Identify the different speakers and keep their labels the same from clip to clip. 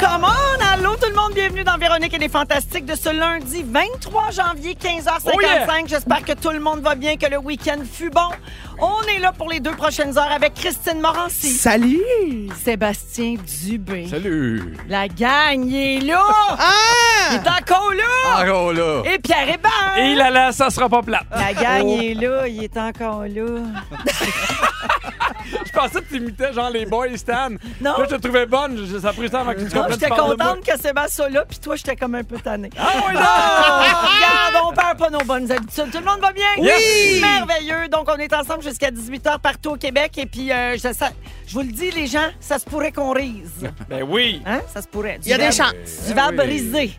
Speaker 1: Come on! Allô tout le monde, bienvenue dans Véronique et les Fantastiques de ce lundi 23 janvier 15h55.
Speaker 2: Oh yeah!
Speaker 1: J'espère que tout le monde va bien, que le week-end fut bon. On est là pour les deux prochaines heures avec Christine Morancy,
Speaker 3: Salut!
Speaker 1: Sébastien Dubé.
Speaker 2: Salut!
Speaker 1: La gang, il est là! Il
Speaker 3: Ah!
Speaker 1: est encore là!
Speaker 2: Encore là!
Speaker 1: Et Pierre Hébert!
Speaker 2: Et Oh! là là, ça sera pas plat.
Speaker 1: La gang, il est là, il est encore là.
Speaker 2: Je pensais que tu imitais genre les boys Stan.
Speaker 1: Non.
Speaker 2: Là, je te trouvais bonne. Je- Ça a pris le temps avant que tu
Speaker 1: Non,
Speaker 2: comprennes.
Speaker 1: Ah, j'étais
Speaker 2: tu parles de moi.
Speaker 1: contente que Sébastien soit là, puis toi, j'étais comme un peu tannée.
Speaker 2: Ah oui,
Speaker 1: Ah, regarde, on perd pas nos bonnes habitudes. Tout le monde va bien?
Speaker 2: Oui!
Speaker 1: Merveilleux. Donc, on est ensemble jusqu'à 18h partout au Québec. Et puis, euh, je, ça- je vous le dis, les gens, ça se pourrait qu'on rise.
Speaker 2: non! Ben oui!
Speaker 1: Hein? Ça se pourrait. Du
Speaker 3: Il y a des
Speaker 1: verbe-
Speaker 3: chances.
Speaker 1: Du verbe
Speaker 2: Ah oui.
Speaker 1: riser.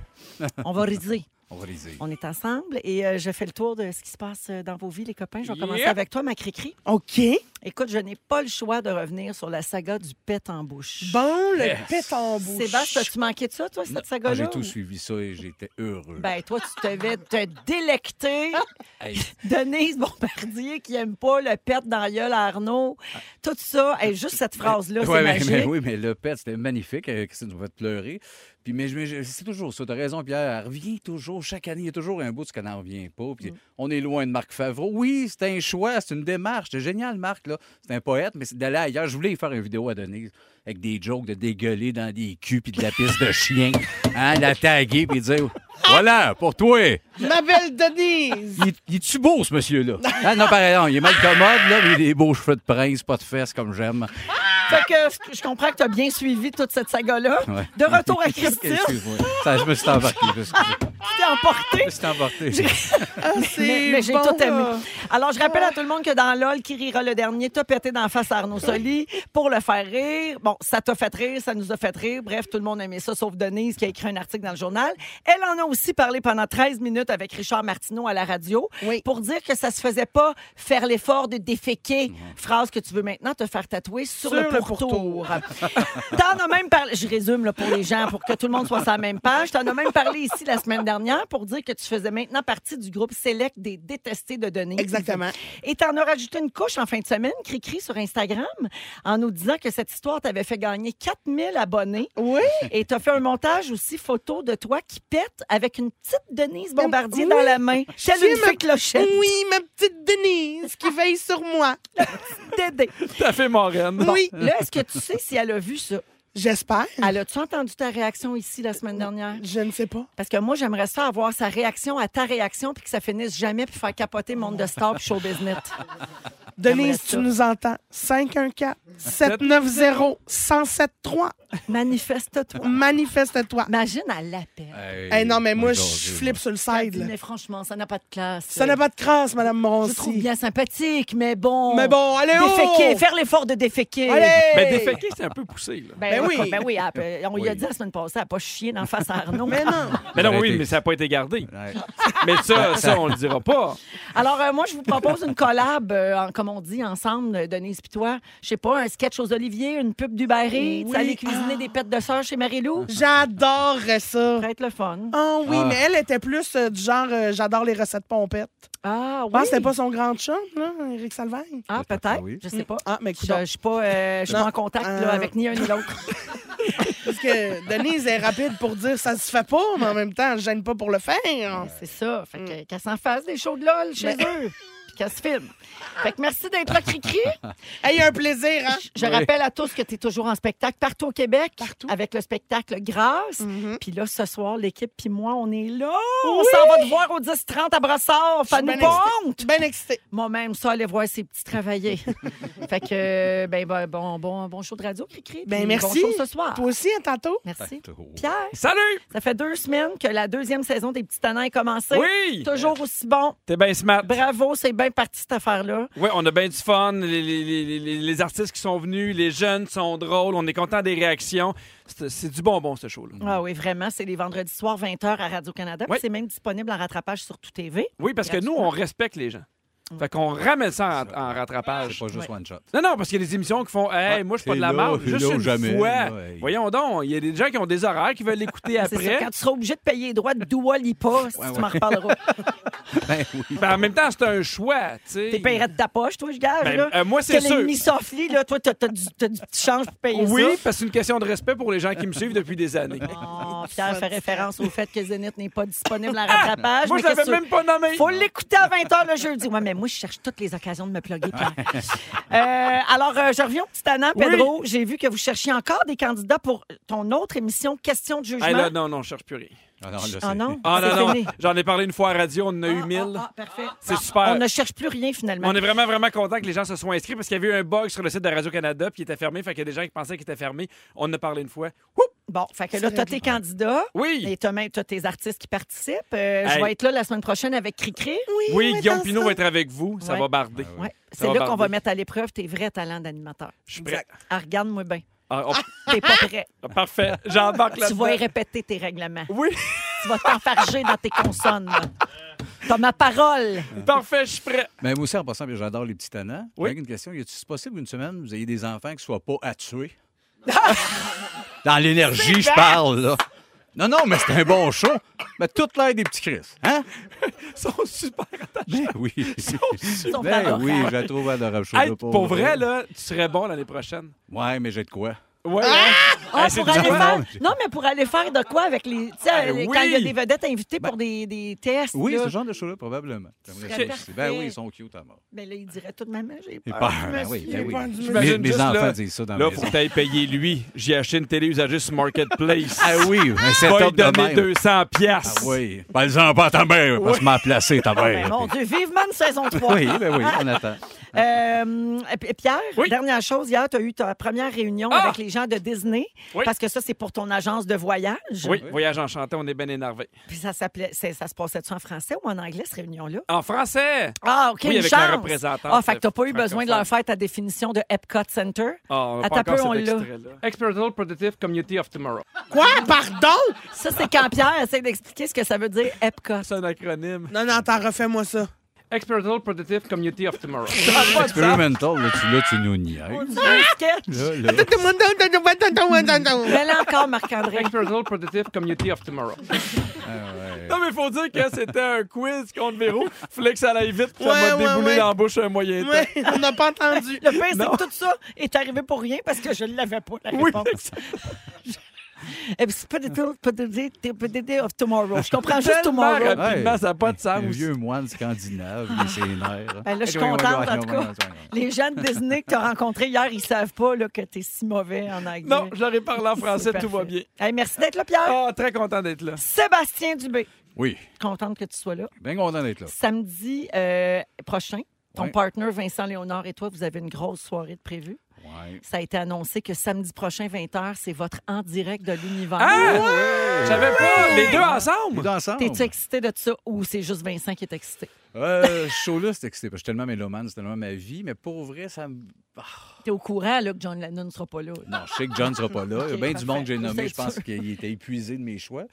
Speaker 1: On va riser.
Speaker 2: On va riser.
Speaker 1: On est ensemble et euh, je fais le tour de ce qui se passe euh, dans vos vies, les copains. Je vais
Speaker 2: Yep.
Speaker 1: commencer avec toi, ma Cricri.
Speaker 3: OK.
Speaker 1: Écoute, je n'ai pas le choix de revenir sur la saga du pet en bouche.
Speaker 3: Bon, le
Speaker 2: Yes.
Speaker 3: pète en bouche.
Speaker 1: Sébastien, as-tu manqué de ça, toi,
Speaker 2: Ah,
Speaker 1: cette saga-là?
Speaker 4: Ah, J'ai tout
Speaker 1: ou-
Speaker 4: suivi ça et j'étais heureux.
Speaker 1: Ben, toi, tu te devais te délecter.
Speaker 4: Hey.
Speaker 1: Denise Bombardier qui aime pas le pet dans la gueule à Arnaud. Tout ça. Hey, juste cette phrase-là,
Speaker 4: Ouais,
Speaker 1: c'est
Speaker 4: mais,
Speaker 1: magique.
Speaker 4: mais oui, mais le pet, c'était magnifique. euh, Christine, on va te pleurer. Puis, mais, je- mais je- c'est toujours ça. T'as raison, Pierre. Elle revient toujours. Chaque année, il y a toujours un bout de ce qu'elle n'en revient pas.
Speaker 1: Mm.
Speaker 4: Puis, on est loin de Marc Favreau. Oui, c'est un choix, c'est une démarche. C'est génial, Marc. là. C'est un poète, mais c'est d'aller ailleurs. Je voulais y faire une vidéo à Denise avec des jokes de dégueuler dans des culs puis de la piste de chien. Hein, la taguer puis dire Voilà, pour toi.
Speaker 3: Ma belle Denise!
Speaker 4: Il, il est-tu beau, ce monsieur-là? Ah, non, par exemple, il est mal commode, là, mais il a des beaux cheveux de prince, pas de fesses comme j'aime.
Speaker 1: Fait que je- je comprends que tu as bien suivi toute cette saga-là.
Speaker 4: Ouais.
Speaker 1: De retour à Christine,
Speaker 4: Excuse-moi. Ça, je me suis embarqué. Je me suis-
Speaker 1: tu t'es emporté.
Speaker 4: je me suis embarqué.
Speaker 1: Mais, mais j'ai
Speaker 3: bon,
Speaker 1: tout aimé.
Speaker 3: là. Ah.
Speaker 1: Alors, je rappelle à tout le monde que dans LOL, qui rira le dernier, t'as pété dans la face à Arnaud Soli pour le faire rire. Bon, ça t'a fait rire, ça nous a fait rire. Bref, tout le monde aimait ça, sauf Denise qui a écrit un article dans le journal. Elle en a aussi parlé pendant 13 minutes avec Richard Martineau à la radio
Speaker 3: Oui.
Speaker 1: pour dire que ça se faisait pas faire l'effort de déféquer. Phrase que tu veux maintenant te faire tatouer sur,
Speaker 3: Sur
Speaker 1: le
Speaker 3: le
Speaker 1: pourtour. T'en as même parlé, je résume là, pour les gens, pour que tout le monde soit sur la même page. T'en as même parlé ici la semaine dernière pour dire que tu faisais maintenant partie du groupe Select des détestés de données.
Speaker 3: Exactement.
Speaker 1: Et t'en as rajouté une couche en fin de semaine, cri-cri sur Instagram, en nous disant que cette histoire t'avait fait gagner 4000 abonnés.
Speaker 3: Oui?
Speaker 1: Et t'as fait un montage aussi photo de toi qui pète avec une petite Denise Bombardier
Speaker 3: Oui.
Speaker 1: dans la main. Telle une
Speaker 3: ma-
Speaker 1: fée clochette.
Speaker 3: Oui, ma petite Denise qui veille sur moi.
Speaker 1: Dédé.
Speaker 2: T'as fait mon reine.
Speaker 3: Oui,
Speaker 1: Là, est-ce que tu sais si elle a vu ça?
Speaker 3: j'espère.
Speaker 1: Elle a-tu entendu ta réaction ici la semaine dernière?
Speaker 3: Je ne sais pas.
Speaker 1: Parce que moi, j'aimerais ça avoir sa réaction à ta réaction puis que ça finisse jamais puis faire capoter monde de star puis show business. J'aimerais
Speaker 3: Denise,
Speaker 1: ça.
Speaker 3: tu nous entends. 514-790-1073.
Speaker 1: Manifeste-toi.
Speaker 3: Manifeste-toi.
Speaker 1: Imagine, elle l'appelle.
Speaker 4: Hey,
Speaker 3: Eh non, mais moi,
Speaker 4: on est
Speaker 3: je
Speaker 4: gorgé,
Speaker 3: flippe sur le
Speaker 1: Elle
Speaker 3: side.
Speaker 1: dit,
Speaker 3: là.
Speaker 1: Mais franchement, ça n'a pas de classe.
Speaker 3: Ça n'a pas de crasse, Madame
Speaker 1: Je trouve
Speaker 3: Morancy.
Speaker 1: bien sympathique, mais bon.
Speaker 3: Mais bon, allez,
Speaker 1: Déféquer,
Speaker 3: oh!
Speaker 1: faire l'effort de déféquer.
Speaker 3: Allez!
Speaker 2: Ben, déféquer, c'est un peu poussé, là.
Speaker 1: Ben,
Speaker 3: Ben
Speaker 1: oui.
Speaker 3: oui.
Speaker 1: Ben oui, elle- on lui a dit la semaine passée, elle n'a pas chié dans face à Arnaud.
Speaker 3: Mais non!
Speaker 2: Mais Ben non, oui,
Speaker 4: Arrêtez.
Speaker 2: mais ça n'a pas été gardé.
Speaker 4: là. Ouais.
Speaker 2: Mais ça, ça, on le dira pas.
Speaker 1: Alors, euh, moi, je vous propose une collab, euh, en- comme on dit, ensemble, euh, Denise puis toi. Je sais pas, un sketch aux oliviers, une pub du Barry,
Speaker 3: Oui.
Speaker 1: aller cuisiner
Speaker 3: Ah.
Speaker 1: des pets de sœur chez Marie-Lou. Ça
Speaker 3: J'adorerais ça.
Speaker 1: pourrait être le fun.
Speaker 3: Oh oui,
Speaker 4: Ah.
Speaker 3: mais elle était plus euh, du genre euh, j'adore les recettes pompettes.
Speaker 1: Ah, oui.
Speaker 3: Je pense que c'était pas son grand chum, là, Eric Salvagne.
Speaker 1: Ah,
Speaker 4: Peut-être,
Speaker 1: peut-être.
Speaker 4: oui.
Speaker 1: Je sais pas.
Speaker 3: Ah, mais
Speaker 1: Je
Speaker 3: écoute,
Speaker 1: je suis pas, euh, je suis pas
Speaker 3: Non.
Speaker 1: en contact là,
Speaker 3: Euh.
Speaker 1: avec ni un ni l'autre.
Speaker 3: parce que Denise est rapide pour dire ça se fait pas, mais en même temps, elle se gêne pas pour le faire.
Speaker 1: C'est ça. Fait
Speaker 3: Mm.
Speaker 1: que, qu'elle s'en fasse des shows de LOL chez
Speaker 3: Ben.
Speaker 1: eux. Puis qu'elle se filme. Fait que merci d'être là, Cricri.
Speaker 3: Hey, un plaisir, hein?
Speaker 1: Je
Speaker 2: Oui.
Speaker 1: rappelle à tous que tu es toujours en spectacle partout au Québec.
Speaker 3: Partout.
Speaker 1: Avec le spectacle Grâce.
Speaker 3: Mhm.
Speaker 1: Puis là, ce soir, l'équipe puis moi, on est là. On s'en va te voir au 10-30 à Brassard.
Speaker 3: suis
Speaker 1: Fanny
Speaker 3: bien
Speaker 1: Ponte.
Speaker 3: Bien excitée.
Speaker 1: Moi-même, ça, aller voir ses petits travailler. fait que, euh, ben, ben, bon, bon, bon show de radio, Cricri. puis
Speaker 3: Ben,
Speaker 1: Bon
Speaker 3: merci.
Speaker 1: show ce soir.
Speaker 3: Toi aussi, à tantôt.
Speaker 1: Merci.
Speaker 4: Oh.
Speaker 1: Pierre,
Speaker 2: Salut!
Speaker 1: ça fait deux semaines que la deuxième saison des Petits Tannins a commencé.
Speaker 2: Oui!
Speaker 1: Toujours aussi bon.
Speaker 2: T'es bien smart.
Speaker 1: Bravo, c'est bien bien parti, cette affaire-là.
Speaker 2: Oui, on a bien du fun. Les, les- les- les- les artistes qui sont venus, les jeunes sont drôles. On est content des réactions. C'est c'est du bonbon, ce show-là.
Speaker 1: Ah oui, vraiment. C'est les vendredis soirs, 20h à Radio-Canada. puis
Speaker 2: Oui.
Speaker 1: C'est même disponible en rattrapage sur Tout TV.
Speaker 2: Oui, parce que nous, on respecte les gens. Fait qu'on ramène ça en, en rattrapage.
Speaker 4: Pas juste one shot.
Speaker 2: Non, non, parce qu'il y a des émissions qui font Hey,
Speaker 4: Ouais,
Speaker 2: moi, je suis pas
Speaker 4: t'es
Speaker 2: de la
Speaker 4: Ah, là,
Speaker 2: marde,
Speaker 4: t'es
Speaker 2: juste
Speaker 4: là
Speaker 2: une
Speaker 4: jamais,
Speaker 2: fois.
Speaker 4: là, hey.
Speaker 2: Voyons donc, il y a des gens qui ont des horaires qui veulent l'écouter
Speaker 1: C'est ça,
Speaker 2: après.
Speaker 1: quand tu seras obligé de payer les droits de Doua Lipa, si tu m'en reparleras.
Speaker 4: Ben oui.
Speaker 2: Ben, en même temps, c'est un choix, tu sais.
Speaker 1: T'es payerais de ta poche, toi, je gage.
Speaker 2: Ben,
Speaker 1: là.
Speaker 2: euh, moi, c'est
Speaker 1: Que
Speaker 2: sûr.
Speaker 1: les mini-softly, là, toi, t'as t'as du, t'as du petit change pour payer
Speaker 2: Oui,
Speaker 1: ça.
Speaker 2: parce que c'est une question de respect pour les gens qui me suivent depuis des années.
Speaker 1: Ah, Pierre fait référence au fait que Zénith n'est pas disponible en rattrapage.
Speaker 2: Ah! Moi,
Speaker 1: mais
Speaker 2: je l'avais
Speaker 1: qu'est-ce que-
Speaker 2: même pas nommé.
Speaker 1: Faut l'écouter à 20h le jeudi. Ouais, mais moi, je cherche toutes les occasions de me plugger, Pierre. Euh, alors, euh, je reviens au petit Anna,
Speaker 2: Ah, Oui.
Speaker 1: Pedro. J'ai vu que vous cherchiez encore des candidats pour ton autre émission, Question de jugement.
Speaker 2: Hey, là, non, non, je cherche plus rien.
Speaker 4: Ah non, là, c'est-
Speaker 1: Ah non?
Speaker 2: Ah
Speaker 1: c'est
Speaker 2: non, non,
Speaker 1: fini.
Speaker 2: j'en ai parlé une fois à radio, on en a eu mille.
Speaker 1: Ah, ah, parfait.
Speaker 2: C'est
Speaker 1: Ah,
Speaker 2: super.
Speaker 1: On ne cherche plus rien, finalement.
Speaker 2: On est vraiment, vraiment content que les gens se soient inscrits parce qu'il y avait eu un bug sur le site de Radio-Canada puis il était fermé. Fait qu'il y a des gens qui pensaient qu'il était fermé. On en a parlé une fois. Oup!
Speaker 1: Bon, fait que là, t'as tes candidats.
Speaker 2: Oui!
Speaker 1: Et t'as même t'as tes artistes qui participent. Euh, Je
Speaker 2: Hey.
Speaker 1: vais être là la semaine prochaine avec Cricri. Oui.
Speaker 2: Oui, Guillaume Pinot va être avec vous. Ça
Speaker 1: Ouais.
Speaker 2: va barder.
Speaker 1: Ouais.
Speaker 2: Ça
Speaker 1: C'est
Speaker 2: va
Speaker 1: là qu'on va
Speaker 2: barder.
Speaker 1: mettre à l'épreuve tes vrais talents d'animateur.
Speaker 2: Je suis prêt.
Speaker 1: Ah, regarde-moi bien.
Speaker 2: Ah, oh,
Speaker 1: T'es pas prêt.
Speaker 2: ah, parfait. J'embarque
Speaker 1: tu vas y
Speaker 2: là-dedans.
Speaker 1: répéter tes règlements.
Speaker 2: Oui,
Speaker 1: Tu vas t'enfarger dans tes consonnes. là. T'as ma parole.
Speaker 2: parfait, je suis prêt.
Speaker 4: Mais Ben, moi aussi, en passant, j'adore les petits tannants.
Speaker 2: Oui.
Speaker 4: Avec une question, y a-t-il possible une semaine vous ayez des enfants qui ne soient pas à tuer? Dans l'énergie, je parle, là. Non, non, mais c'est un bon show. Mais toute l'air des petits Chris. Hein?
Speaker 2: Ils sont super attachés.
Speaker 4: Ben oui.
Speaker 1: sont
Speaker 4: ben
Speaker 1: adorables.
Speaker 4: oui, je la trouve adorable. Je
Speaker 2: Hey,
Speaker 4: trouve
Speaker 2: pour vrai, là, tu serais bon l'année prochaine.
Speaker 4: Ouais, mais j'ai de quoi.
Speaker 2: Ouais, hein?
Speaker 1: Ah,
Speaker 2: Hey, c'est
Speaker 1: pour
Speaker 2: du
Speaker 1: aller
Speaker 2: fun.
Speaker 1: faire...
Speaker 4: non,
Speaker 1: Non, mais pour aller faire de quoi avec les. tu sais,
Speaker 2: Ben
Speaker 1: les- Quand il y a
Speaker 2: oui. Ben
Speaker 1: des vedettes invitées pour des, des tests.
Speaker 4: Oui,
Speaker 1: là.
Speaker 4: ce genre de show-là, probablement. J'aimerais
Speaker 1: serais
Speaker 4: ça aussi. Ben
Speaker 1: parfait.
Speaker 4: oui, ils sont cute à mort.
Speaker 1: Mais Ben là, il dirait tout de même, j'ai
Speaker 4: J'ai
Speaker 1: peur.
Speaker 4: peur.
Speaker 1: je me
Speaker 4: Ben oui,
Speaker 1: suis-
Speaker 4: ben oui.
Speaker 3: pas du-
Speaker 4: Mes,
Speaker 2: J'imagine
Speaker 4: mes
Speaker 2: juste,
Speaker 4: enfants
Speaker 2: là,
Speaker 4: disent ça dans la
Speaker 2: Là, faut
Speaker 4: maison.
Speaker 2: que t'ailles payer lui. J'ai acheté une télé usagée sur Marketplace.
Speaker 4: Ah oui, un
Speaker 2: Faut lui
Speaker 4: setup de
Speaker 2: donner
Speaker 4: même.
Speaker 2: 200 piastres.
Speaker 4: Ah oui. Ben, les enfants, ta mère, parce que m'a placé, ta
Speaker 1: Ben,
Speaker 4: mère.
Speaker 1: mon Dieu, vivement une saison 3.
Speaker 4: Oui, ben oui, on attend.
Speaker 1: Euh, et puis, Pierre,
Speaker 2: Oui.
Speaker 1: dernière chose, hier, tu as eu ta première réunion
Speaker 2: Ah!
Speaker 1: avec les gens de Disney,
Speaker 2: Oui.
Speaker 1: parce que ça, c'est pour ton agence de voyage.
Speaker 2: Oui, voyage enchanté, on est bien énervé.
Speaker 1: Puis ça s'appelait, c'est- ça se passait-tu en français ou en anglais, cette réunion-là?
Speaker 2: En français!
Speaker 1: Ah, OK,
Speaker 2: Oui,
Speaker 1: une
Speaker 2: avec
Speaker 1: chance.
Speaker 2: la représentante,
Speaker 1: Ah, fait que
Speaker 2: euh,
Speaker 1: t'as pas eu besoin de leur
Speaker 2: francophone.
Speaker 1: faire ta définition de Epcot Center.
Speaker 2: Ah, on a
Speaker 1: Attends
Speaker 2: pas
Speaker 1: un peu,
Speaker 2: encore
Speaker 1: on
Speaker 2: cet
Speaker 1: l'a.
Speaker 2: extrait-là. Experimental Productive Community of Tomorrow.
Speaker 3: Quoi? Pardon?
Speaker 1: Ça, c'est quand Pierre essaie d'expliquer ce que ça veut dire Epcot.
Speaker 2: C'est un acronyme.
Speaker 3: Non, non, attends, refais-moi ça.
Speaker 2: Experimental Productive Community of Tomorrow.
Speaker 4: Experimental, là, tu, là, tu nous niaises. Là, là.
Speaker 1: Mais là encore, Marc-André.
Speaker 2: Experimental Productive Community of Tomorrow.
Speaker 4: Ah
Speaker 2: Non, mais faut dire que c'était un quiz contre Véro. Fallait que ça aille vite, puis ça
Speaker 3: Ouais,
Speaker 2: m'a
Speaker 3: ouais,
Speaker 2: déboulé
Speaker 3: ouais.
Speaker 2: dans la bouche un moyen temps.
Speaker 3: Ouais, on n'a pas entendu.
Speaker 1: Le pire, c'est que tout ça est arrivé pour rien parce que je ne l'avais pas, la
Speaker 2: Oui,
Speaker 1: réponse. Et puis, c'est pas de tout, pas de dire, pas de dire of tomorrow. Je comprends juste
Speaker 2: Tellement
Speaker 1: tomorrow.
Speaker 2: rapidement, ça n'a pas de
Speaker 4: Un
Speaker 2: sens.
Speaker 4: vieux moine scandinave, il a ses nerfs.
Speaker 1: Ben là, je suis contente, en tout cas. Les gens de Disney que tu as rencontrés hier, ils savent pas là, que tu es si mauvais en anglais.
Speaker 2: Non, je leur ai parlé en
Speaker 1: C'est
Speaker 2: français, tout
Speaker 1: parfait.
Speaker 2: va bien.
Speaker 1: Hey, merci d'être là, Pierre.
Speaker 2: Ah, très content d'être là.
Speaker 1: Sébastien Dubé,
Speaker 4: Oui,
Speaker 1: contente que tu sois là.
Speaker 4: bien content d'être là.
Speaker 1: Samedi euh, prochain, ton
Speaker 4: Ouais.
Speaker 1: partenaire Vincent Léonard et toi, vous avez une grosse soirée de prévue.
Speaker 4: Ouais.
Speaker 1: Ça a été annoncé que samedi prochain, 20h, c'est votre en direct de l'univers.
Speaker 2: Ah! J'avais pas les deux ensemble.
Speaker 4: Tout ensemble.
Speaker 1: T'es-tu excité de ça ou c'est juste Vincent qui est excité?
Speaker 4: Euh, ce show-là, c'est excité. parce que Je suis tellement mélomane, c'est tellement ma vie. Mais pour vrai, ça me. Ah,
Speaker 1: T'es au courant là, que John Lennon ne sera pas là.
Speaker 4: Non, je sais que John ne sera pas là. Il y a
Speaker 1: Ok,
Speaker 4: bien
Speaker 1: parfait.
Speaker 4: du monde que j'ai
Speaker 1: C'est
Speaker 4: nommé. Je pense
Speaker 1: sûr.
Speaker 4: qu'il était épuisé de mes choix.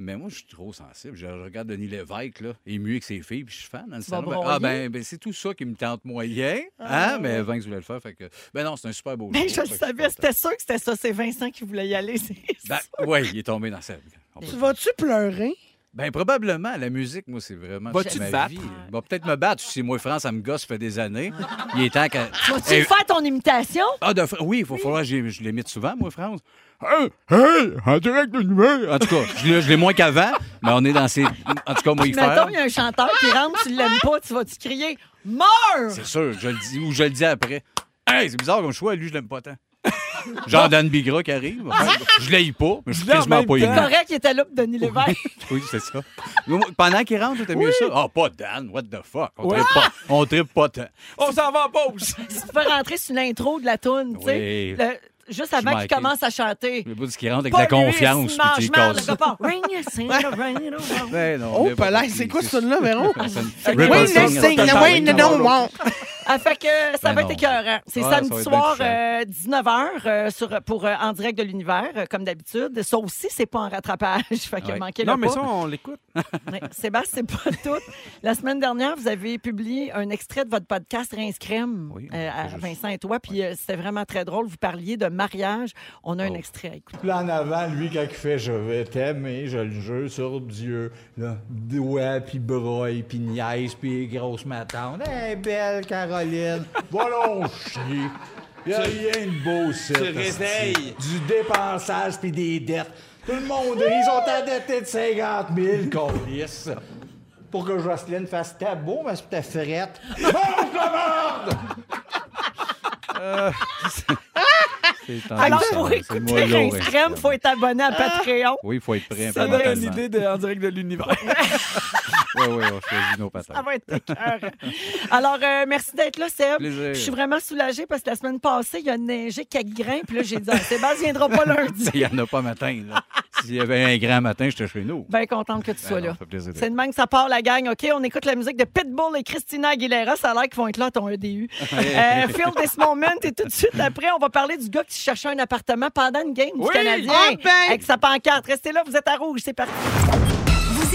Speaker 4: Mais moi, je suis trop sensible. Je regarde Denis Lévesque, là, ému avec ses filles, puis je suis fan. Dans le
Speaker 1: Tu vas
Speaker 4: salon. Ben,
Speaker 1: broyer? Ah.
Speaker 4: ah, ben, ben, c'est tout ça qui me tente moyen. Hein? Mais Vince voulait le faire. Fait que... Ben non, c'est un super beau
Speaker 1: Ben,
Speaker 4: show,
Speaker 1: je le
Speaker 4: fait que suis
Speaker 1: savais,
Speaker 4: content.
Speaker 1: c'était sûr que c'était ça. C'est Vincent qui voulait y aller. c'est
Speaker 4: Ben,
Speaker 1: ça.
Speaker 4: oui, il est tombé dans cette. on peut-
Speaker 3: Tu vas-tu pleurer?
Speaker 4: Ben, probablement, la musique, moi, c'est vraiment
Speaker 2: Vas-tu
Speaker 4: ma
Speaker 2: te battre?
Speaker 4: vie. Bon, peut-être me battre. Si moi, France, ça me gosse, ça fait des années. Il est temps que.
Speaker 1: Ah. Vas-tu
Speaker 4: Eh,
Speaker 1: faire ton imitation?
Speaker 4: ah, de Fra- Oui, il va falloir que j'y- je l'imite souvent, moi, France. Hey, hey, en direct de l'humain. En tout cas, je l'ai- je l'ai moins qu'avant, mais on est dans ces. En tout cas, moi, il
Speaker 1: Mettons,
Speaker 4: faire.
Speaker 1: il y a un chanteur qui rentre, tu l'aimes pas, tu vas-tu crier « Meurs!
Speaker 4: C'est sûr, je le dis, ou je le dis après. Hey, c'est bizarre comme choix, lui, je l'aime pas tant. Genre Dan Bigra qui arrive. Enfin, je l'ai pas, mais je suis
Speaker 2: Là, en
Speaker 4: quasiment
Speaker 2: même
Speaker 4: pas
Speaker 2: temps.
Speaker 4: ému. »
Speaker 1: Correct, il était là pour Denis Lévesque.
Speaker 4: Oui, c'est ça. Mais moi, Pendant qu'il rentre, t'as mieux ça. Ah, pas Dan, what the fuck. On
Speaker 2: Ouais.
Speaker 4: tripe pas. On tripe pas tant.
Speaker 2: On s'en va en pause.
Speaker 1: tu peux rentrer sur l'intro de la toune, tu sais.
Speaker 4: Oui.
Speaker 1: Le- juste avant qu'il
Speaker 4: Schmeichel.
Speaker 1: commence à chanter.
Speaker 4: Le bout du qui rentre avec de
Speaker 1: Pas
Speaker 4: la
Speaker 1: lui,
Speaker 4: confiance.
Speaker 1: Simon,
Speaker 4: puis tu
Speaker 1: je
Speaker 4: y
Speaker 1: m'en- le
Speaker 4: casses.
Speaker 1: gars part. Ring a sing, a ring a ring.
Speaker 4: Ben non,
Speaker 3: Oh,
Speaker 4: mais bon,
Speaker 3: palais, c'est quoi ce tune-là, Véron?
Speaker 4: Personne-
Speaker 1: Rip
Speaker 3: Wayne
Speaker 1: us sing,
Speaker 3: Sing,
Speaker 1: us
Speaker 3: the
Speaker 1: sing.
Speaker 3: Wayne don't want.
Speaker 1: Ah, fait que ça
Speaker 4: Ben
Speaker 1: va
Speaker 4: non.
Speaker 1: être écœurant. C'est
Speaker 4: Ouais,
Speaker 1: samedi
Speaker 4: ça va être
Speaker 1: soir,
Speaker 4: bien
Speaker 1: euh, 19h, euh, sur- pour euh, En direct de l'univers, euh, comme d'habitude. Ça aussi, c'est pas en rattrapage. Fait que
Speaker 4: Ouais.
Speaker 1: manquez
Speaker 2: Non,
Speaker 1: le
Speaker 2: mais
Speaker 1: pas.
Speaker 2: ça, on l'écoute.
Speaker 1: Ouais. Sébastien, c'est pas tout. La semaine dernière, vous avez publié un extrait de votre podcast Rince Crème
Speaker 4: Oui,
Speaker 1: euh, à
Speaker 4: c'est juste-
Speaker 1: Vincent et toi, puis euh, c'était vraiment très drôle. Vous parliez de mariage. On a
Speaker 4: Oh.
Speaker 1: un extrait à écouter.
Speaker 5: Là, en avant, lui, quand il fait « Je vais t'aimer », je le jure sur Dieu. Là, doigt, puis broye, puis niaise, puis grosse matante. Eh, Hey, belle Caroline, voilà, chier. Y a rien de beau, c'est
Speaker 2: réveilles.
Speaker 5: Du dépensage, puis des dettes. Tout le monde, ils sont endettés de 50 000, câlisse. Pour que Jocelyne fasse « ta beau, mais c'est ta frette. » Mange la merde!
Speaker 4: Euh, C'est en
Speaker 1: Alors,
Speaker 4: plus,
Speaker 1: pour
Speaker 4: c'est moi,
Speaker 1: écouter
Speaker 4: là,
Speaker 1: Rince
Speaker 4: ouais.
Speaker 1: Crème, il faut être abonné à Patreon.
Speaker 4: Oui, il faut être prêt.
Speaker 1: C'est
Speaker 4: pas
Speaker 2: Une
Speaker 4: tellement.
Speaker 2: idée de, en direct de l'univers.
Speaker 4: Oui, oui, on choisit nos patates.
Speaker 1: Ça va être écœurant. Alors, euh, merci d'être là, Seb.
Speaker 4: Plaisir.
Speaker 1: Je suis vraiment soulagée parce que la semaine passée, il a neigé quelques grains. Puis là, j'ai dit, Ah, Sébastien viendra pas lundi.
Speaker 4: Il n'y en a pas matin. là. S'il y avait un grand matin, j'étais chez nous. Ah
Speaker 1: Bien contente que tu sois
Speaker 4: Ben non,
Speaker 1: là.
Speaker 4: ça fait plaisir d'être
Speaker 1: C'est de même que ça part la gang. OK, on écoute la musique de Pitbull et Christina Aguilera. Ça a l'air qu'ils vont être là à ton EDU. Euh, Feel this moment. Et tout de suite après, on va parler du gars qui cherchait un appartement pendant une game du
Speaker 2: Oui!
Speaker 1: Canadien.
Speaker 3: Ah ben!
Speaker 1: Avec sa pancarte. Restez là, vous êtes à rouge. C'est parti.
Speaker 6: Vous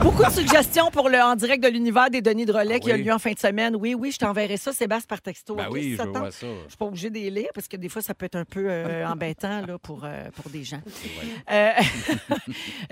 Speaker 1: Beaucoup de suggestions pour le en direct de l'univers des Denis de Relais qui a
Speaker 4: oui.
Speaker 1: lieu en fin de semaine. Oui, oui, je t'enverrai ça, Sébastien, par texto.
Speaker 4: Ben
Speaker 1: OK,
Speaker 4: oui,
Speaker 1: si ça
Speaker 4: je veux
Speaker 1: tente.
Speaker 4: voir ça.
Speaker 1: Je suis pas obligée de les lire parce que des fois, ça peut être un peu euh, embêtant là, pour, euh, pour des gens. Euh,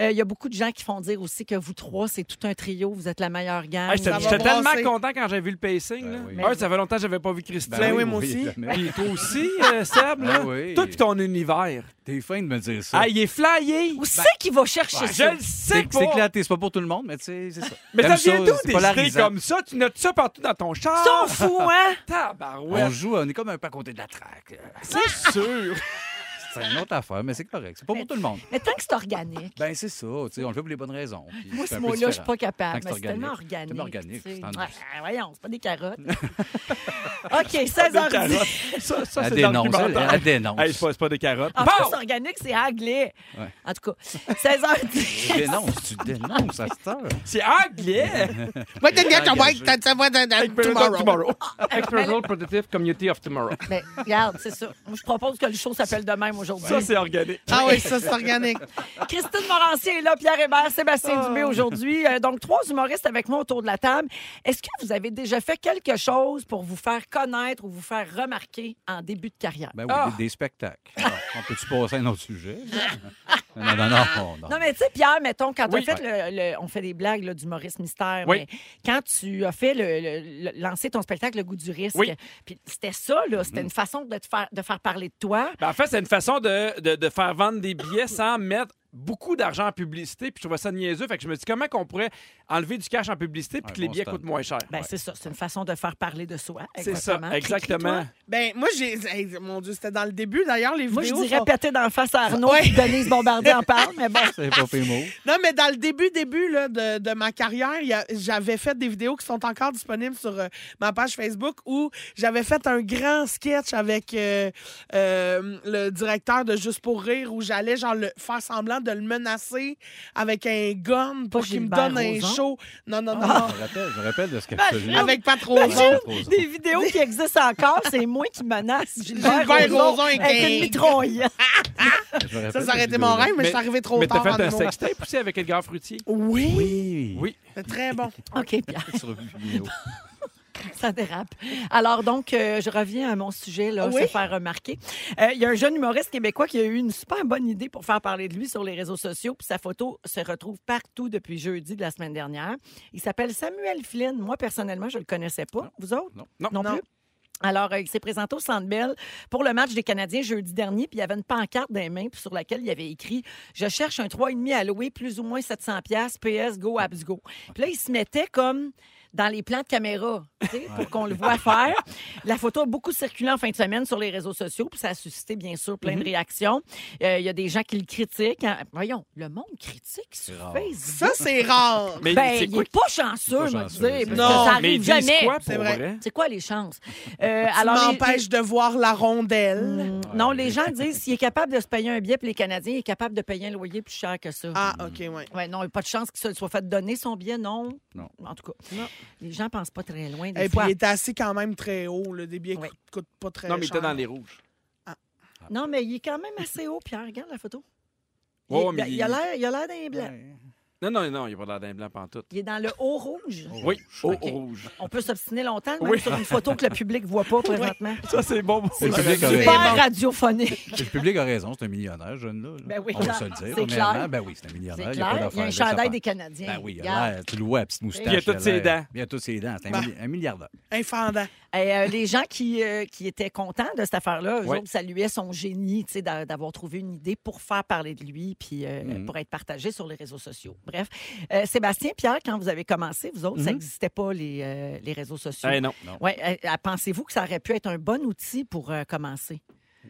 Speaker 1: euh, Il y a beaucoup de gens qui font dire aussi que vous trois, c'est tout un trio, vous êtes la meilleure gang.
Speaker 2: Hey, J'étais
Speaker 3: Ça va
Speaker 2: j'étais tellement
Speaker 3: brasser.
Speaker 2: content quand j'ai vu le pacing.
Speaker 4: Ben
Speaker 2: là.
Speaker 4: oui.
Speaker 2: Un, ça fait longtemps que j'avais pas vu Christine.
Speaker 3: Ben oui, moi aussi.
Speaker 4: jamais.
Speaker 2: Puis toi aussi, euh, Seb, là.
Speaker 4: Ben oui.
Speaker 2: Toi puis ton univers.
Speaker 4: T'es fin de me dire ça.
Speaker 2: Ah, il est flyé.
Speaker 1: Où c'est qu'il va chercher
Speaker 2: Je
Speaker 1: ça?
Speaker 2: le sais
Speaker 4: c'est
Speaker 2: pas.
Speaker 4: c'est éclaté, c'est pas pour tout le monde, mais tu sais, c'est ça.
Speaker 2: Mais ça
Speaker 4: T'aimes
Speaker 2: vient d'où
Speaker 4: c'est
Speaker 2: des idées
Speaker 4: polarisant.
Speaker 2: comme ça? Tu notes ça partout dans ton char?
Speaker 1: T'en fous, hein?
Speaker 4: On
Speaker 2: Tabarouette.
Speaker 4: joue, on est comme un peu à côté de la traque.
Speaker 2: C'est sûr.
Speaker 4: C'est une autre affaire, mais c'est correct. C'est pas pour tout le monde.
Speaker 1: Mais tant que c'est organique.
Speaker 4: Ben, c'est ça, tu sais, on le fait pour les bonnes raisons. puis
Speaker 1: Moi,
Speaker 4: c'est
Speaker 1: ce
Speaker 4: un peu
Speaker 1: mot-là, je suis
Speaker 4: différent.
Speaker 1: pas capable.
Speaker 4: Tant
Speaker 1: Mais
Speaker 4: que
Speaker 1: c'est tellement
Speaker 4: C'est
Speaker 1: organique.
Speaker 4: tellement organique.
Speaker 1: tu sais.
Speaker 4: c'est en-
Speaker 1: Ouais, ah, voyons, c'est pas des carottes. OK, 16h10.
Speaker 2: carottes. Ça, ça
Speaker 4: Elle
Speaker 2: c'est
Speaker 4: dénonce, elle,
Speaker 2: l'argumentaire.
Speaker 4: elle dénonce.
Speaker 2: Hey, c'est pas, c'est pas des carottes.
Speaker 1: En
Speaker 2: Bon!
Speaker 1: plus, organique, c'est anglais.
Speaker 4: Ouais.
Speaker 1: En tout cas, 16h10.
Speaker 4: Tu dénonces, tu dénonces à cette heure.
Speaker 2: C'est anglais.
Speaker 3: Moi, t'es bien, ton white, t'as ça, moi, tomorrow.
Speaker 1: Ah, ben,
Speaker 2: Experimental Productive Community of Tomorrow.
Speaker 1: Mais regarde, c'est ça. Moi, je propose que le show s'appelle de même aujourd'hui.
Speaker 2: Ça, c'est organique.
Speaker 3: Ah oui, ça, c'est organique.
Speaker 1: Christine Morancier est là, Pierre Hébert,
Speaker 2: Ah.
Speaker 1: Sébastien Dubé aujourd'hui. Euh, donc, trois humoristes avec moi autour de la table. Est-ce que vous avez déjà fait quelque chose pour vous faire connaître ou vous faire remarquer en début de carrière?
Speaker 4: Ben oui, des, des spectacles. Alors, on peut-tu passer à un autre sujet? Non, non, non, non. non.
Speaker 1: Non, mais tu sais, Pierre, mettons, quand
Speaker 2: Oui.
Speaker 1: tu as fait le, le- On fait des blagues là, d'humoriste mystère,
Speaker 2: Oui.
Speaker 1: mais quand tu as fait le, le- le- lancer ton spectacle Le goût du risque,
Speaker 2: Oui. Mm.
Speaker 1: puis c'était ça, là, c'était une façon de, te faire, de faire parler de toi.
Speaker 2: Ben, en fait, c'est une façon de, de- de faire vendre des billets sans mettre beaucoup d'argent en publicité. Puis je trouvais ça niaiseux. Fait que je me dis comment qu'on pourrait enlever du cash en publicité puis
Speaker 4: Un
Speaker 2: que les
Speaker 4: bon
Speaker 2: billets
Speaker 4: stunt.
Speaker 2: coûtent moins cher.
Speaker 1: Ben, c'est ça, c'est une façon de faire parler de soi.
Speaker 2: c'est ça,
Speaker 1: Crie-crie-toi.
Speaker 2: exactement.
Speaker 3: Ben, moi, j'ai. hey, mon Dieu, c'était dans le début, d'ailleurs, les
Speaker 1: Moi, je
Speaker 3: vidéos.
Speaker 1: dirais
Speaker 3: sont-
Speaker 1: péter dans le face à Arnaud,
Speaker 3: Ouais.
Speaker 1: puis Denise Bombardier en parle, mais bon.
Speaker 4: C'est pas fait mot.
Speaker 3: Non, mais dans le début, début là, de, de ma carrière, il y a- j'avais fait des vidéos qui sont encore disponibles sur euh, ma page Facebook où j'avais fait un grand sketch avec euh, euh, le directeur de Juste pour rire où j'allais genre le faire semblant de le menacer avec un gun pour
Speaker 1: Pas
Speaker 3: qu'il me
Speaker 1: Gilbert
Speaker 3: donne un
Speaker 1: Rozon? Ah.
Speaker 3: show. Non, non, non.
Speaker 4: Je me rappelle, je me rappelle de ce qu'elle faisait. Ah,
Speaker 3: non. Avec
Speaker 1: Ben,
Speaker 3: pas trop
Speaker 4: Imagine-
Speaker 1: Des vidéos qui existent encore, c'est moi qui menace. Gilbert
Speaker 3: Gilbert
Speaker 1: Rozon
Speaker 3: Rozon est
Speaker 1: avec
Speaker 3: un-
Speaker 1: une mitraillette.
Speaker 4: Je me rappelle
Speaker 3: Ça, ça
Speaker 4: de
Speaker 3: aurait
Speaker 4: cette
Speaker 3: été mon
Speaker 4: vidéo-là.
Speaker 3: rêve, mais, je suis
Speaker 2: Mais-
Speaker 3: arrivé trop
Speaker 2: Mais t'as
Speaker 3: tard.
Speaker 2: fait
Speaker 3: en
Speaker 2: un
Speaker 3: humour.
Speaker 2: sextape aussi avec Edgar Fruitier.
Speaker 3: Oui.
Speaker 4: Oui.
Speaker 2: Oui.
Speaker 3: C'est très bon.
Speaker 1: OK, Pierre.
Speaker 4: Sur vidéo.
Speaker 1: Ça dérape. Alors donc, euh, je reviens à mon sujet, là,
Speaker 3: Oui.
Speaker 1: se faire remarquer. Euh, Il y a un jeune humoriste québécois qui a eu une super bonne idée pour faire parler de lui sur les réseaux sociaux, puis sa photo se retrouve partout depuis jeudi de la semaine dernière. Il s'appelle Samuel Flynn. Moi, personnellement, je le connaissais pas. Vous autres?
Speaker 4: Non.
Speaker 2: Non.
Speaker 1: non,
Speaker 3: Non.
Speaker 1: plus? Alors, euh, il s'est présenté au Centre Bell pour le match des Canadiens jeudi dernier, puis il y avait une pancarte dans les mains puis sur laquelle il avait écrit « Je cherche un 3,5 à louer, plus ou moins 700 pièces PS, go, abs, go ». Puis là, il se mettait comme dans les plans de caméra tu sais, pour qu'on le voit faire. La photo a beaucoup circulé en fin de semaine sur les réseaux sociaux, puis ça a suscité, bien sûr, plein de réactions. Euh, Il y a des gens qui le critiquent. hein. Voyons, le monde critique sur
Speaker 4: rare.
Speaker 1: Facebook.
Speaker 3: Ça, c'est rare.
Speaker 2: Mais
Speaker 1: ben,
Speaker 2: c'est
Speaker 1: il
Speaker 2: quoi Oh,
Speaker 1: n'est pas chanceux,
Speaker 4: Il est
Speaker 1: moi,
Speaker 4: pas
Speaker 1: je
Speaker 4: chanceux,
Speaker 1: veux dire, parce
Speaker 4: c'est
Speaker 1: que
Speaker 3: vrai.
Speaker 1: ça
Speaker 2: Mais
Speaker 3: Non,
Speaker 2: ils
Speaker 1: arrive
Speaker 2: disent
Speaker 1: jamais.
Speaker 2: quoi pour
Speaker 3: C'est vrai.
Speaker 2: vrai?
Speaker 1: C'est quoi les chances? Euh,
Speaker 3: Tu
Speaker 1: les-
Speaker 3: m'empêches de voir la rondelle.
Speaker 1: Mm, Non, les gens disent s'il est capable de se payer un billet, puis les Canadiens, il est capable de payer un loyer plus cher que ça.
Speaker 3: Ah, OK, ouais.
Speaker 1: Ouais, non, il n'y a pas de chance qu'il se le soit fait donner son billet, non.
Speaker 4: Non.
Speaker 1: En tout cas, les gens pensent pas très loin des
Speaker 3: Et Eh, puis,
Speaker 1: fois.
Speaker 3: il était assis quand même très haut. Le débit
Speaker 1: Oui.
Speaker 3: coûte, coûte pas très
Speaker 2: Non, mais il était
Speaker 3: cher.
Speaker 2: dans les rouges.
Speaker 1: Non, mais il est quand même assez haut, Pierre. Regarde la photo. Il,
Speaker 2: Ouais,
Speaker 1: est-
Speaker 2: mais
Speaker 1: il a l'air il a l'air d'un blanc.
Speaker 2: Non, non, non, il n'y a pas l'air d'un blanc pantoute.
Speaker 1: Il est dans le haut rouge.
Speaker 4: Oh.
Speaker 2: Oui, au
Speaker 1: Ok.
Speaker 2: rouge.
Speaker 1: On peut s'obstiner longtemps, même
Speaker 2: Oui.
Speaker 1: sur une photo que le public voit pas présentement.
Speaker 2: Ça, Ah, c'est bon.
Speaker 4: Le public, a
Speaker 1: Super
Speaker 4: raison.
Speaker 1: radiophonique.
Speaker 4: Le public a raison, c'est un millionnaire, ce jeune-là. là.
Speaker 1: Ben oui,
Speaker 4: On va
Speaker 1: clair.
Speaker 4: se le dire.
Speaker 1: C'est
Speaker 4: premièrement.
Speaker 1: clair.
Speaker 4: Ben oui, c'est un
Speaker 1: C'est
Speaker 4: millionnaire. Il y a
Speaker 1: clair. Il y a
Speaker 4: pas
Speaker 1: un
Speaker 4: d'affaires, là, ça
Speaker 1: chandail
Speaker 4: part.
Speaker 1: des Canadiens.
Speaker 4: Ben oui, il a
Speaker 1: Regarde.
Speaker 4: l'air, tu le vois, petite moustache.
Speaker 2: Puis il a toutes ses
Speaker 4: l'air-
Speaker 2: dents.
Speaker 4: Il a toutes ses dents. C'est un,
Speaker 3: Bah.
Speaker 4: milli- un milliardaire.
Speaker 3: Infendant.
Speaker 1: Et, euh, les gens qui, euh, qui étaient contents de cette affaire-là, eux
Speaker 2: Ouais.
Speaker 1: autres saluaient son génie tu sais, d'a- d'avoir trouvé une idée pour faire parler de lui puis euh,
Speaker 4: Mhm.
Speaker 1: pour être partagé sur les réseaux sociaux. Bref, Euh, Sébastien, Pierre, quand vous avez commencé, vous autres, ça
Speaker 4: Mhm.
Speaker 1: n'existait pas, les, euh, les réseaux sociaux.
Speaker 2: Eh non.
Speaker 1: Ouais, euh, euh, pensez-vous que ça aurait pu être un bon outil pour euh, commencer?